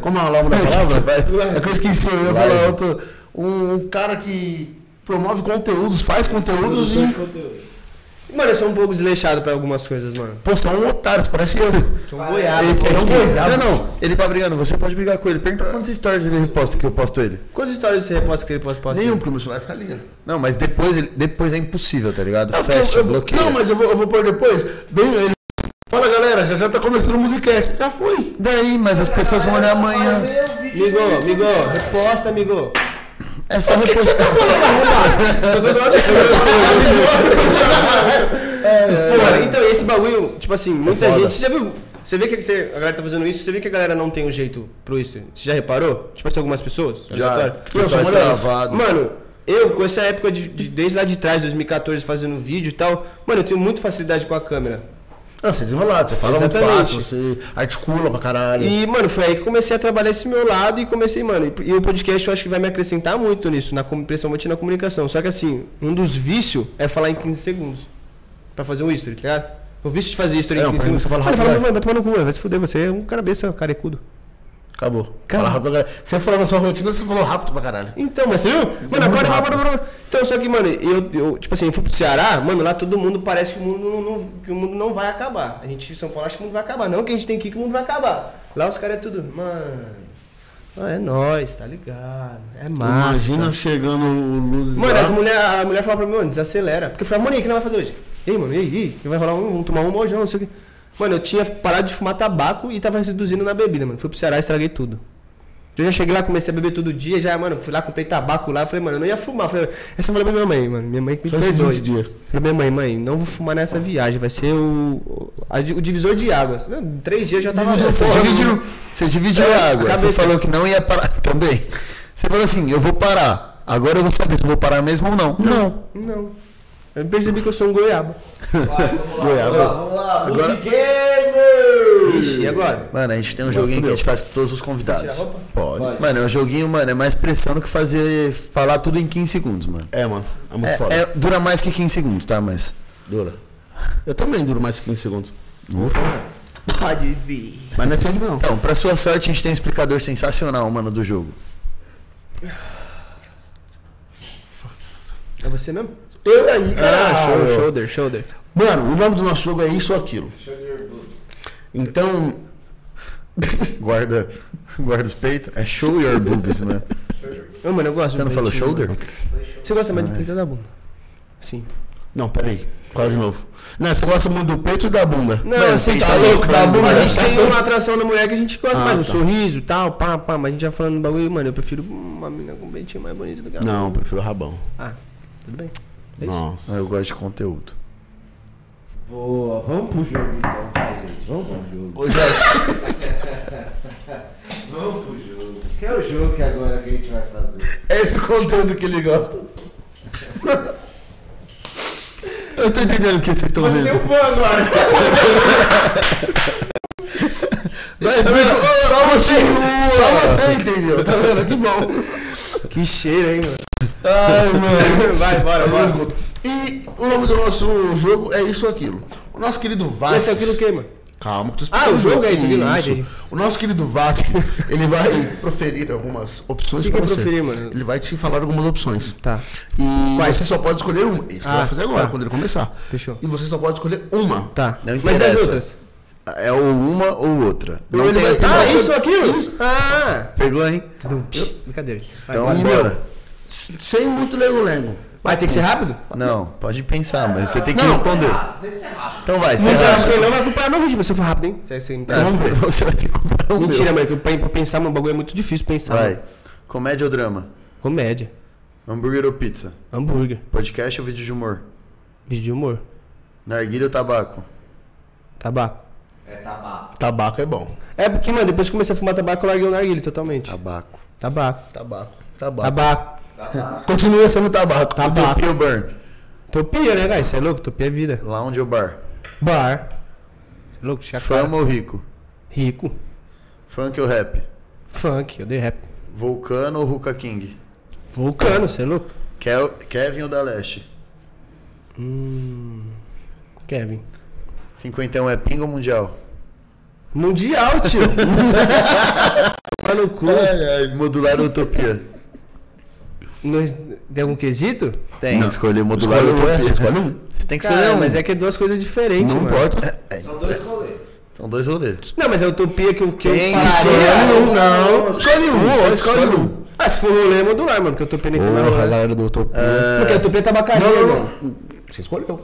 Speaker 2: Como é o nome da
Speaker 4: Tá
Speaker 2: palavra? É que eu esqueci, eu ia falar outro. Um, um cara que promove conteúdos, faz conteúdos
Speaker 6: produzem
Speaker 2: e.
Speaker 6: conteúdo.
Speaker 4: Mano, eu sou um pouco desleixado pra algumas coisas, mano.
Speaker 2: Pô, são um otário, você parece eu.
Speaker 4: Sou um
Speaker 6: Vai,
Speaker 4: boiado.
Speaker 5: Esse
Speaker 2: Não,
Speaker 5: aqui-
Speaker 2: não.
Speaker 5: Não, não. Ele tá brigando, você pode brigar com ele. Pergunta quantos stories ele reposta que eu posto ele.
Speaker 4: Quantas histórias você reposta que ele posta? posta?
Speaker 2: Nenhum, porque o meu celular fica ligado.
Speaker 5: Não, mas depois, ele- depois é impossível, tá ligado?
Speaker 2: Não, eu-
Speaker 5: Fecha,
Speaker 2: eu-
Speaker 5: bloqueia.
Speaker 2: Não, mas eu vou, eu vou pôr depois. Bem, ele. Fala galera, já já tá começando o musicast. Já foi.
Speaker 5: Daí, mas as pessoas vão olhar amanhã.
Speaker 4: Amigo, amigo, resposta, amigo.
Speaker 5: É só repostar.
Speaker 4: Mano, então esse bagulho, tipo assim, muita
Speaker 5: É, foda.
Speaker 4: gente. Você já viu? Você vê que você- a galera tá fazendo isso, você vê que a galera não tem um jeito pro isso. Você já reparou? Tipo assim, algumas pessoas? aleatório?
Speaker 5: Eu sou
Speaker 2: Olha isso.
Speaker 5: é travado.
Speaker 4: Mano, eu com essa época de, de- desde lá de trás, 2014, fazendo vídeo e tal, mano, eu tenho muita facilidade com a câmera.
Speaker 2: Não, você é desenrolado, você fala muito
Speaker 4: Exatamente.
Speaker 2: fácil, você articula pra caralho.
Speaker 4: E, mano, foi aí que eu comecei a trabalhar esse meu lado e comecei, mano. E, e o podcast eu acho que vai me acrescentar muito nisso, na, com- principalmente na comunicação. Só que assim, um dos vícios é falar em 15 segundos. Pra fazer um history, tá ligado? O vício de fazer history
Speaker 2: É,
Speaker 4: em
Speaker 2: pra
Speaker 4: 15
Speaker 2: mim
Speaker 4: segundos.
Speaker 2: você fala
Speaker 4: Mano,
Speaker 2: rápido,
Speaker 4: fala,
Speaker 2: vai.
Speaker 4: mano, vai tomar no cu, vai se fuder, você é um cabeça carecudo.
Speaker 2: Acabou.
Speaker 4: Cara.
Speaker 2: Fala rápido pra caralho. Você falou na sua rotina, você falou rápido pra caralho.
Speaker 4: Então, mas você viu? Mano, agora. Então, só que, mano, eu, eu, tipo assim, eu fui pro Ceará, mano, lá todo mundo parece que o mundo não, não- que o mundo não vai acabar. A gente em São Paulo acha que o mundo vai acabar. Não, que a gente tem que ir que o mundo vai acabar. Lá os caras é tudo, mano. É nóis, tá ligado? É massa.
Speaker 2: Imagina chegando o Luzes
Speaker 4: Mano,
Speaker 2: lá.
Speaker 4: as mulher, a mulher falava pra mim, mano, desacelera. Porque eu falava, mano, e aí, o que nós vamos fazer hoje? Ei, mano, ei, ei, que vai rolar um, vamos tomar um hoje, não, não sei o que. Mano, eu tinha parado de fumar tabaco e tava reduzindo na bebida, mano. Fui pro Ceará e estraguei tudo. Eu já cheguei lá, comecei a beber todo dia, já, mano, fui lá, comprei tabaco lá, falei, mano, eu não ia fumar. Falei, essa eu falei pra minha mãe, mano, minha mãe que me
Speaker 2: Só esses
Speaker 4: perdoe.
Speaker 2: 20 dias.
Speaker 4: Falei, minha mãe, mãe, não vou fumar nessa viagem, vai ser o, o, a di- o divisor de águas. Não, em três dias eu já tava.
Speaker 5: Você
Speaker 4: Porra,
Speaker 5: dividiu. Você dividiu
Speaker 4: É,
Speaker 5: a água. Você
Speaker 4: cabeça.
Speaker 5: falou que não ia parar. <laughs> Também. Você falou assim, eu vou parar. Agora eu vou saber se eu vou parar mesmo ou não. Não.
Speaker 4: Não. Eu percebi que eu sou um goiaba.
Speaker 6: Vai, vamos lá,
Speaker 5: Goiaba.
Speaker 6: vamos lá, vamos lá.
Speaker 5: Agora-
Speaker 6: Music Gamer!
Speaker 4: Ixi, e agora?
Speaker 5: Mano, a gente tem um joguinho que a gente faz com todos os convidados.
Speaker 4: Tirar a roupa?
Speaker 5: Pode. Mano, é um joguinho, mano, é mais pressão do que fazer falar tudo em 15 segundos, mano.
Speaker 2: É, mano. É muito
Speaker 5: É-
Speaker 2: foda.
Speaker 5: é- dura mais que 15 segundos, tá? Mas.
Speaker 2: Dura. Eu também duro mais que 15 segundos.
Speaker 4: Pode vir.
Speaker 2: Mas não é sempre não.
Speaker 5: Então, pra sua sorte, a gente tem um explicador sensacional, mano, do jogo.
Speaker 4: É você mesmo?
Speaker 2: Eu aí,
Speaker 4: Ah,
Speaker 2: cara.
Speaker 4: show, shoulder, shoulder.
Speaker 2: Mano, o nome do nosso jogo é isso ou aquilo. Então,
Speaker 5: Guarda. Guarda os peitos. É show your boobs, mano.
Speaker 4: Ô, mano, eu gosto.
Speaker 5: Você
Speaker 4: de
Speaker 5: não falou
Speaker 4: peitinho,
Speaker 5: shoulder?
Speaker 4: mano. Você gosta mais de peito ou da bunda? Sim.
Speaker 2: não, peraí. Fala de novo. Não, você gosta muito do peito ou da bunda?
Speaker 4: Não,
Speaker 5: Mano,
Speaker 4: assim,
Speaker 5: peito
Speaker 4: tá
Speaker 5: é
Speaker 4: louco,
Speaker 5: bacana,
Speaker 4: da bunda.
Speaker 5: mas
Speaker 2: né?
Speaker 4: A gente
Speaker 5: tá
Speaker 4: tem
Speaker 5: bom.
Speaker 4: uma atração na mulher que a gente gosta
Speaker 2: Ah,
Speaker 4: mais, um
Speaker 2: tá.
Speaker 4: sorriso e tal, pá, pá. Mas a gente já falando do bagulho, mano, eu prefiro uma menina com um peitinho mais bonito do que a
Speaker 2: Não, eu prefiro o rabão.
Speaker 4: Ah, tudo bem.
Speaker 2: Nossa.
Speaker 5: Ah, eu gosto de conteúdo.
Speaker 6: Boa, vamos pro jogo então, vai, gente. Vamos pro jogo.
Speaker 5: Ô, Jorge.
Speaker 6: <laughs> Vamos pro jogo. Que é o jogo que agora que a gente vai fazer?
Speaker 5: É esse conteúdo que ele gosta. Eu tô entendendo o que vocês estão vendo.
Speaker 6: um pão agora.
Speaker 5: Mas, mano, só você, só você entendeu. Tá vendo? Que bom.
Speaker 4: Que cheiro, hein, mano? <laughs>
Speaker 2: Ai, mano.
Speaker 4: Vai, bora, bora.
Speaker 2: E o nome do nosso jogo é isso ou aquilo. O nosso querido Vasquez.
Speaker 4: Esse é aquilo que, mano?
Speaker 2: Calma, que tu
Speaker 4: Ah, o jogo é isso, aquilo? Ah,
Speaker 2: Isso.
Speaker 4: entendi.
Speaker 2: O nosso querido Vasquez, <laughs> ele vai proferir algumas opções
Speaker 4: que
Speaker 2: pra
Speaker 4: é
Speaker 2: você.
Speaker 4: proferir, mano?
Speaker 2: Ele vai te falar algumas opções.
Speaker 4: Tá.
Speaker 2: E
Speaker 4: Quais?
Speaker 2: você só pode escolher uma. Isso que
Speaker 4: Ah,
Speaker 2: vai fazer agora,
Speaker 4: tá.
Speaker 2: quando ele começar.
Speaker 4: Fechou.
Speaker 2: E você só pode escolher uma.
Speaker 4: Tá.
Speaker 5: Não
Speaker 4: Mas as
Speaker 5: interessa.
Speaker 4: outras?
Speaker 5: É ou uma ou outra.
Speaker 2: Não
Speaker 5: Não
Speaker 2: tem
Speaker 5: tem
Speaker 2: opção.
Speaker 4: Ah,
Speaker 2: Mas-
Speaker 4: isso, aquilo? Ah!
Speaker 5: Pegou, hein?
Speaker 4: Tudum. Brincadeira. Vai,
Speaker 5: Então,
Speaker 4: bora.
Speaker 2: E,
Speaker 5: bora.
Speaker 2: meu, s- sem muito lengo-lengo.
Speaker 4: Vai, tem que ser rápido?
Speaker 5: Não, pode pensar, mas você tem que
Speaker 2: Não.
Speaker 5: responder.
Speaker 6: Ah, Tem que ser rápido.
Speaker 5: Então vai, você
Speaker 4: Não,
Speaker 5: acha.
Speaker 4: não, não vai acompanhar meu ritmo, se eu for rápido, hein? Você, você me tá...
Speaker 5: Vamos ver. Você vai ter que comprar um
Speaker 4: Mentira,
Speaker 5: meu.
Speaker 4: mano, que pra, pra pensar, meu bagulho é muito difícil pensar.
Speaker 5: Vai.
Speaker 4: mano.
Speaker 5: Comédia ou drama?
Speaker 4: Comédia,
Speaker 5: Hambúrguer ou pizza?
Speaker 4: hambúrguer,
Speaker 5: Podcast ou vídeo de humor?
Speaker 4: vídeo de humor,
Speaker 5: Narguilha ou tabaco?
Speaker 4: tabaco.
Speaker 6: É tabaco.
Speaker 2: Tabaco é bom.
Speaker 4: É porque, mano, depois que comecei a fumar tabaco, eu larguei o narguilho totalmente.
Speaker 5: Tabaco.
Speaker 4: Tabaco.
Speaker 2: Tabaco. Tabaco.
Speaker 4: Tabaco.
Speaker 6: tá
Speaker 2: Continua sendo tabaco.
Speaker 4: Tabaco.
Speaker 5: Utopia ou burn?
Speaker 4: Topia, né, guys? Você é louco? Topia é vida.
Speaker 5: Lounge ou bar?
Speaker 4: Bar. Cê é louco? Chacara.
Speaker 5: Fama ou rico?
Speaker 4: Rico.
Speaker 5: Funk ou rap?
Speaker 4: Funk, eu dei rap.
Speaker 5: Vulcano ou Ruka King?
Speaker 4: Vulcano, você é louco?
Speaker 5: Kel- Kevin ou da Leste?
Speaker 4: Hum. Kevin.
Speaker 5: 51 é pinga ou mundial?
Speaker 4: Mundial, tio.
Speaker 5: Tá no cu. Ai, ai, modular ou utopia?
Speaker 4: Nós- Tem algum quesito?
Speaker 5: Tem. escolher modular
Speaker 2: Escolhe
Speaker 5: ou
Speaker 2: um, é,
Speaker 5: utopia.
Speaker 2: você escolhe um.
Speaker 5: Você tem que escolher
Speaker 4: Cara,
Speaker 5: um.
Speaker 4: mas é que é duas coisas diferentes,
Speaker 2: Não
Speaker 4: mano.
Speaker 2: importa.
Speaker 6: São dois rolês.
Speaker 5: São dois rolês.
Speaker 4: Não, mas é utopia que eu, que eu
Speaker 5: Tem
Speaker 4: falaria.
Speaker 5: escolha.
Speaker 2: Não, escolhe um. só Escolhe um.
Speaker 4: Ah, se for rolê, é modular, mano, que eu tô penetrando.
Speaker 2: Porra, a galera do Utopia.
Speaker 4: Porque eu tô pé tabacaria,
Speaker 2: Não,
Speaker 4: irmão.
Speaker 2: não, não. Você escolheu.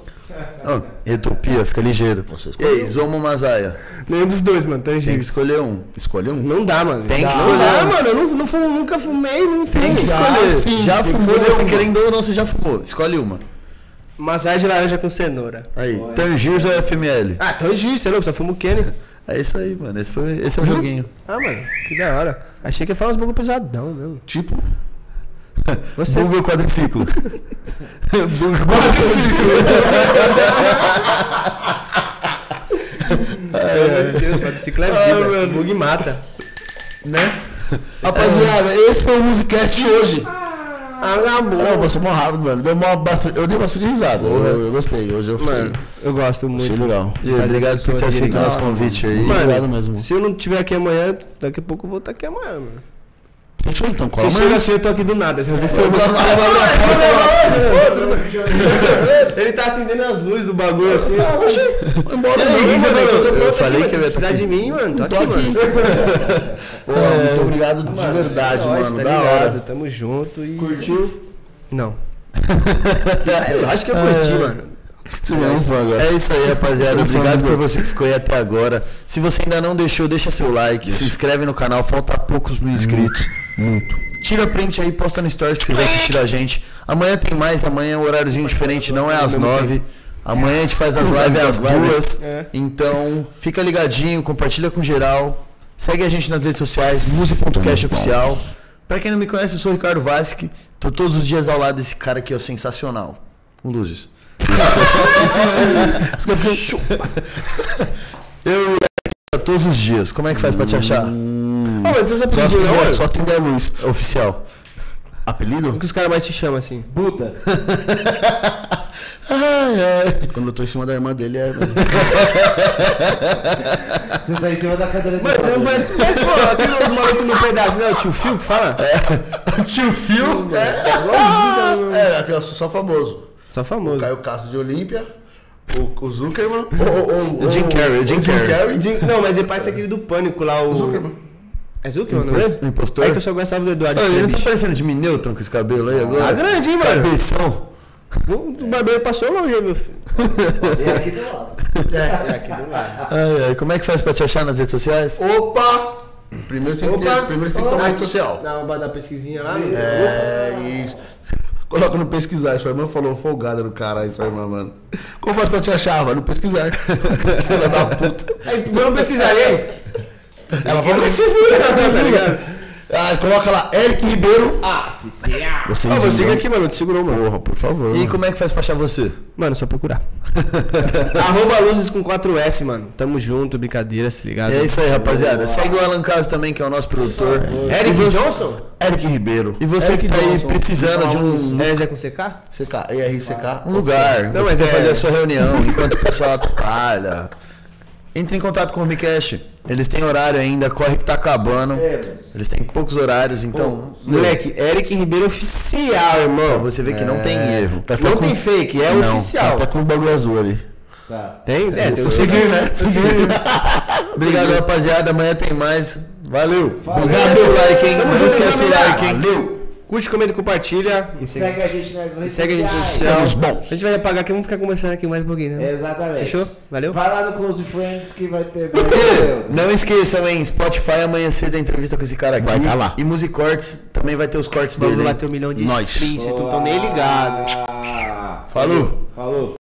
Speaker 5: Ah, utopia, fica ligeiro.
Speaker 2: Você
Speaker 5: E
Speaker 2: escolheu.
Speaker 5: aí, Zoma ou Mazaia?
Speaker 4: Nenhum dos dois, mano, tá
Speaker 5: um. Tem
Speaker 4: gente.
Speaker 5: que escolher um.
Speaker 2: Escolhe um.
Speaker 4: Não dá, mano.
Speaker 5: Tem que
Speaker 4: Dá.
Speaker 5: escolher. um.
Speaker 4: Não dá, mano. Eu não, não fumo, nunca fumei, não
Speaker 5: Tem que
Speaker 4: fumo. um.
Speaker 5: escolher. já
Speaker 2: tem que
Speaker 5: fumou,
Speaker 2: escolher
Speaker 5: você
Speaker 2: uma.
Speaker 5: querendo ou não, você já fumou. Escolhe uma.
Speaker 4: Massagem é de laranja com cenoura.
Speaker 5: Aí, Tangiers ou FML?
Speaker 4: Ah, então é giz, você é louco, só fumo Kenner.
Speaker 5: É isso aí, mano. Esse, foi, esse é o joguinho.
Speaker 4: Ah, mano, que da hora. Achei que ia falar uns bagulho pesadão mesmo.
Speaker 2: Tipo,
Speaker 4: Você.
Speaker 5: Buga ou quadriciclo? Buga ou
Speaker 4: Meu Deus, quadriciclo é vida. bug mata.
Speaker 2: né? Rapaziada, esse foi o Musicast de hoje.
Speaker 4: Ah, meu amor.
Speaker 2: Pô, passou mó rápido, mano. Deu mó bastante... Eu dei bastante risada. Eu, eu gostei. Hoje eu fiquei...
Speaker 4: Mano, eu gosto muito.
Speaker 2: Achei legal.
Speaker 5: E aí, obrigado por ter aceito o nosso convite aí.
Speaker 4: Mano,
Speaker 2: Obrigado mesmo.
Speaker 4: Se eu não tiver aqui amanhã, daqui a pouco eu vou estar aqui amanhã, mano.
Speaker 2: Fechou então, cola
Speaker 4: Você
Speaker 2: amanhã.
Speaker 4: chega assim, eu tô aqui do nada. Você vê se eu vou. um Ele tá acendendo as luzes do bagulho assim.
Speaker 2: assim,
Speaker 5: E aí,
Speaker 4: Não,
Speaker 5: Isa,
Speaker 4: mano,
Speaker 5: mano,
Speaker 4: tô pronto
Speaker 5: eu
Speaker 4: aqui,
Speaker 5: falei
Speaker 4: mas
Speaker 5: que
Speaker 4: se
Speaker 5: eu ia estar
Speaker 4: precisar de
Speaker 5: aqui.
Speaker 4: mim, mano, tô
Speaker 2: Tô
Speaker 4: aqui, mano.
Speaker 2: <laughs> Pô, muito obrigado de verdade,
Speaker 4: É nóis,
Speaker 2: É. mano.
Speaker 4: tá
Speaker 2: da
Speaker 4: ligado,
Speaker 2: hora.
Speaker 4: Tamo junto e. Curtiu? Não. eu acho que eu curti, mano.
Speaker 2: Você é um fã agora.
Speaker 5: É isso
Speaker 2: <laughs>
Speaker 5: aí, rapaziada. Obrigado por você que ficou aí até agora. Se você ainda não deixou, deixa seu like, se inscreve no canal, falta poucos mil inscritos.
Speaker 2: Muito.
Speaker 5: Tira print aí, posta no story se você vai assistir a gente. Amanhã tem mais, amanhã é um horáriozinho diferente, não é às nove. Amanhã a gente faz as lives
Speaker 2: é
Speaker 5: às duas. Então, fica ligadinho, compartilha com geral. Segue a gente nas redes sociais, muse.cast oficial. Pra quem não me conhece, eu sou o Ricardo Vasque. Tô todos os dias ao lado desse cara aqui, ó, sensacional. O <laughs> Luzes. eu tô todos os dias. Como é que faz pra te achar?
Speaker 4: mas então você
Speaker 5: Sócio
Speaker 2: né,
Speaker 4: apelidou,
Speaker 5: André-
Speaker 4: olha.
Speaker 5: Sócio André Luiz, oficial.
Speaker 2: Apelido?
Speaker 4: Como que os caras mais te chamam assim?
Speaker 3: Buda.
Speaker 2: <laughs>
Speaker 5: <laughs>
Speaker 2: Quando eu tô em cima da irmã dele é.
Speaker 3: Você tá em cima da cadeira de
Speaker 4: Mano, você não
Speaker 3: rodas.
Speaker 4: conhece pô, aquele maluco no pedaço, não é o tio Phil que fala? É.
Speaker 2: <laughs> Tio Phil? É, é aqui, ó, sou só famoso.
Speaker 4: Só famoso.
Speaker 2: Caio Castro de Olímpia, o, o Zuckerman. O,
Speaker 5: O Jim Carrey, o Jim Carrey.
Speaker 4: Jim- Não, mas ele parece aquele do pânico lá, o. É Zuckerman, não
Speaker 5: Impos-
Speaker 4: é?
Speaker 5: impostor?
Speaker 4: É que eu só gostava do Eduardo
Speaker 5: Olha, ele não tá
Speaker 4: Strebich.
Speaker 5: parecendo de Neutron com esse cabelo aí agora?
Speaker 4: Tá grande, hein, mano?
Speaker 5: Cabeção.
Speaker 4: O barbeiro passou longe, meu filho.
Speaker 6: É aqui do lado.
Speaker 5: É, Ai, ai, como é que faz pra te achar nas redes sociais?
Speaker 2: Opa! Primeiro você tem que,
Speaker 4: Opa!
Speaker 2: ter, primeiro você tem que tomar rede social.
Speaker 4: Na aba da pesquisinha lá,
Speaker 2: É isso. Coloca no pesquisar. Sua irmã falou folgada no caralho, sua irmã, mano. Como faz pra te achar, mano? No <laughs> pesquisar. Filha da puta.
Speaker 4: Vamos pesquisar aí.
Speaker 2: Ela falou que se
Speaker 4: né,
Speaker 2: vira, tá ligado? Ah, coloca lá, Eric Ribeiro.
Speaker 6: Ah,
Speaker 1: Oficial.
Speaker 2: Você
Speaker 4: Ó, você aqui, mano, te segurou, mano.
Speaker 2: Porra, por favor.
Speaker 4: Uhum.
Speaker 5: E como é que faz pra achar você?
Speaker 4: Mano, é só procurar. Arroba luzes com 4S, mano. Tamo junto, brincadeira, se ligado?
Speaker 5: É isso aí, rapaziada. Segue o Alan Casa também, que é o nosso produtor.
Speaker 4: Eric
Speaker 5: E você-
Speaker 4: Johnson?
Speaker 2: Eric Ribeiro.
Speaker 5: E você que tá aí precisando de um,
Speaker 4: É, Zé com CK?
Speaker 2: CK, ERCK.
Speaker 5: um lugar,
Speaker 4: Não,
Speaker 5: você
Speaker 4: mas
Speaker 5: quer
Speaker 4: é-
Speaker 5: fazer a sua reunião enquanto o pessoal atrapalha, entre em contato com o Micash. Eles têm horário ainda, corre que tá acabando.
Speaker 4: É.
Speaker 5: Eles têm poucos horários, então.
Speaker 4: Moleque, Eric Ribeiro oficial,
Speaker 5: Pra
Speaker 4: irmão.
Speaker 5: você vê que não tem
Speaker 4: É.
Speaker 5: erro.
Speaker 2: Tá
Speaker 4: Não
Speaker 2: com-
Speaker 4: tem fake, é
Speaker 2: Não,
Speaker 4: oficial.
Speaker 2: Tá com o bagulho azul ali.
Speaker 3: Tá.
Speaker 4: Tem? É, tem
Speaker 2: Seguir,
Speaker 4: <laughs>
Speaker 2: né? Seguir.
Speaker 5: Obrigado, rapaziada. Amanhã tem mais. Valeu. Não esquece o like, hein?
Speaker 4: Tamo
Speaker 5: Não
Speaker 4: junto,
Speaker 5: esquece o
Speaker 4: família.
Speaker 5: like, hein?
Speaker 4: Curte, comenta e compartilha.
Speaker 6: E segue a gente nas redes
Speaker 4: Segue a gente no
Speaker 6: sociais.
Speaker 4: social.
Speaker 5: bons.
Speaker 4: A gente vai apagar aqui, vamos ficar conversando aqui mais um pouquinho, né?
Speaker 6: Exatamente.
Speaker 4: Fechou? Valeu?
Speaker 6: Vai lá no Close Friends que vai ter.
Speaker 5: E <laughs> Não esqueçam, hein? Spotify amanhã cedo a entrevista com esse cara aqui.
Speaker 2: Vai tá lá.
Speaker 5: E Musicortes também vai ter os cortes
Speaker 4: Vamos
Speaker 5: dele. hein?
Speaker 4: bater um milhão de
Speaker 2: Nós.
Speaker 4: streams, vocês não estão nem ligados.
Speaker 6: Ah,
Speaker 5: Falou.
Speaker 6: falou.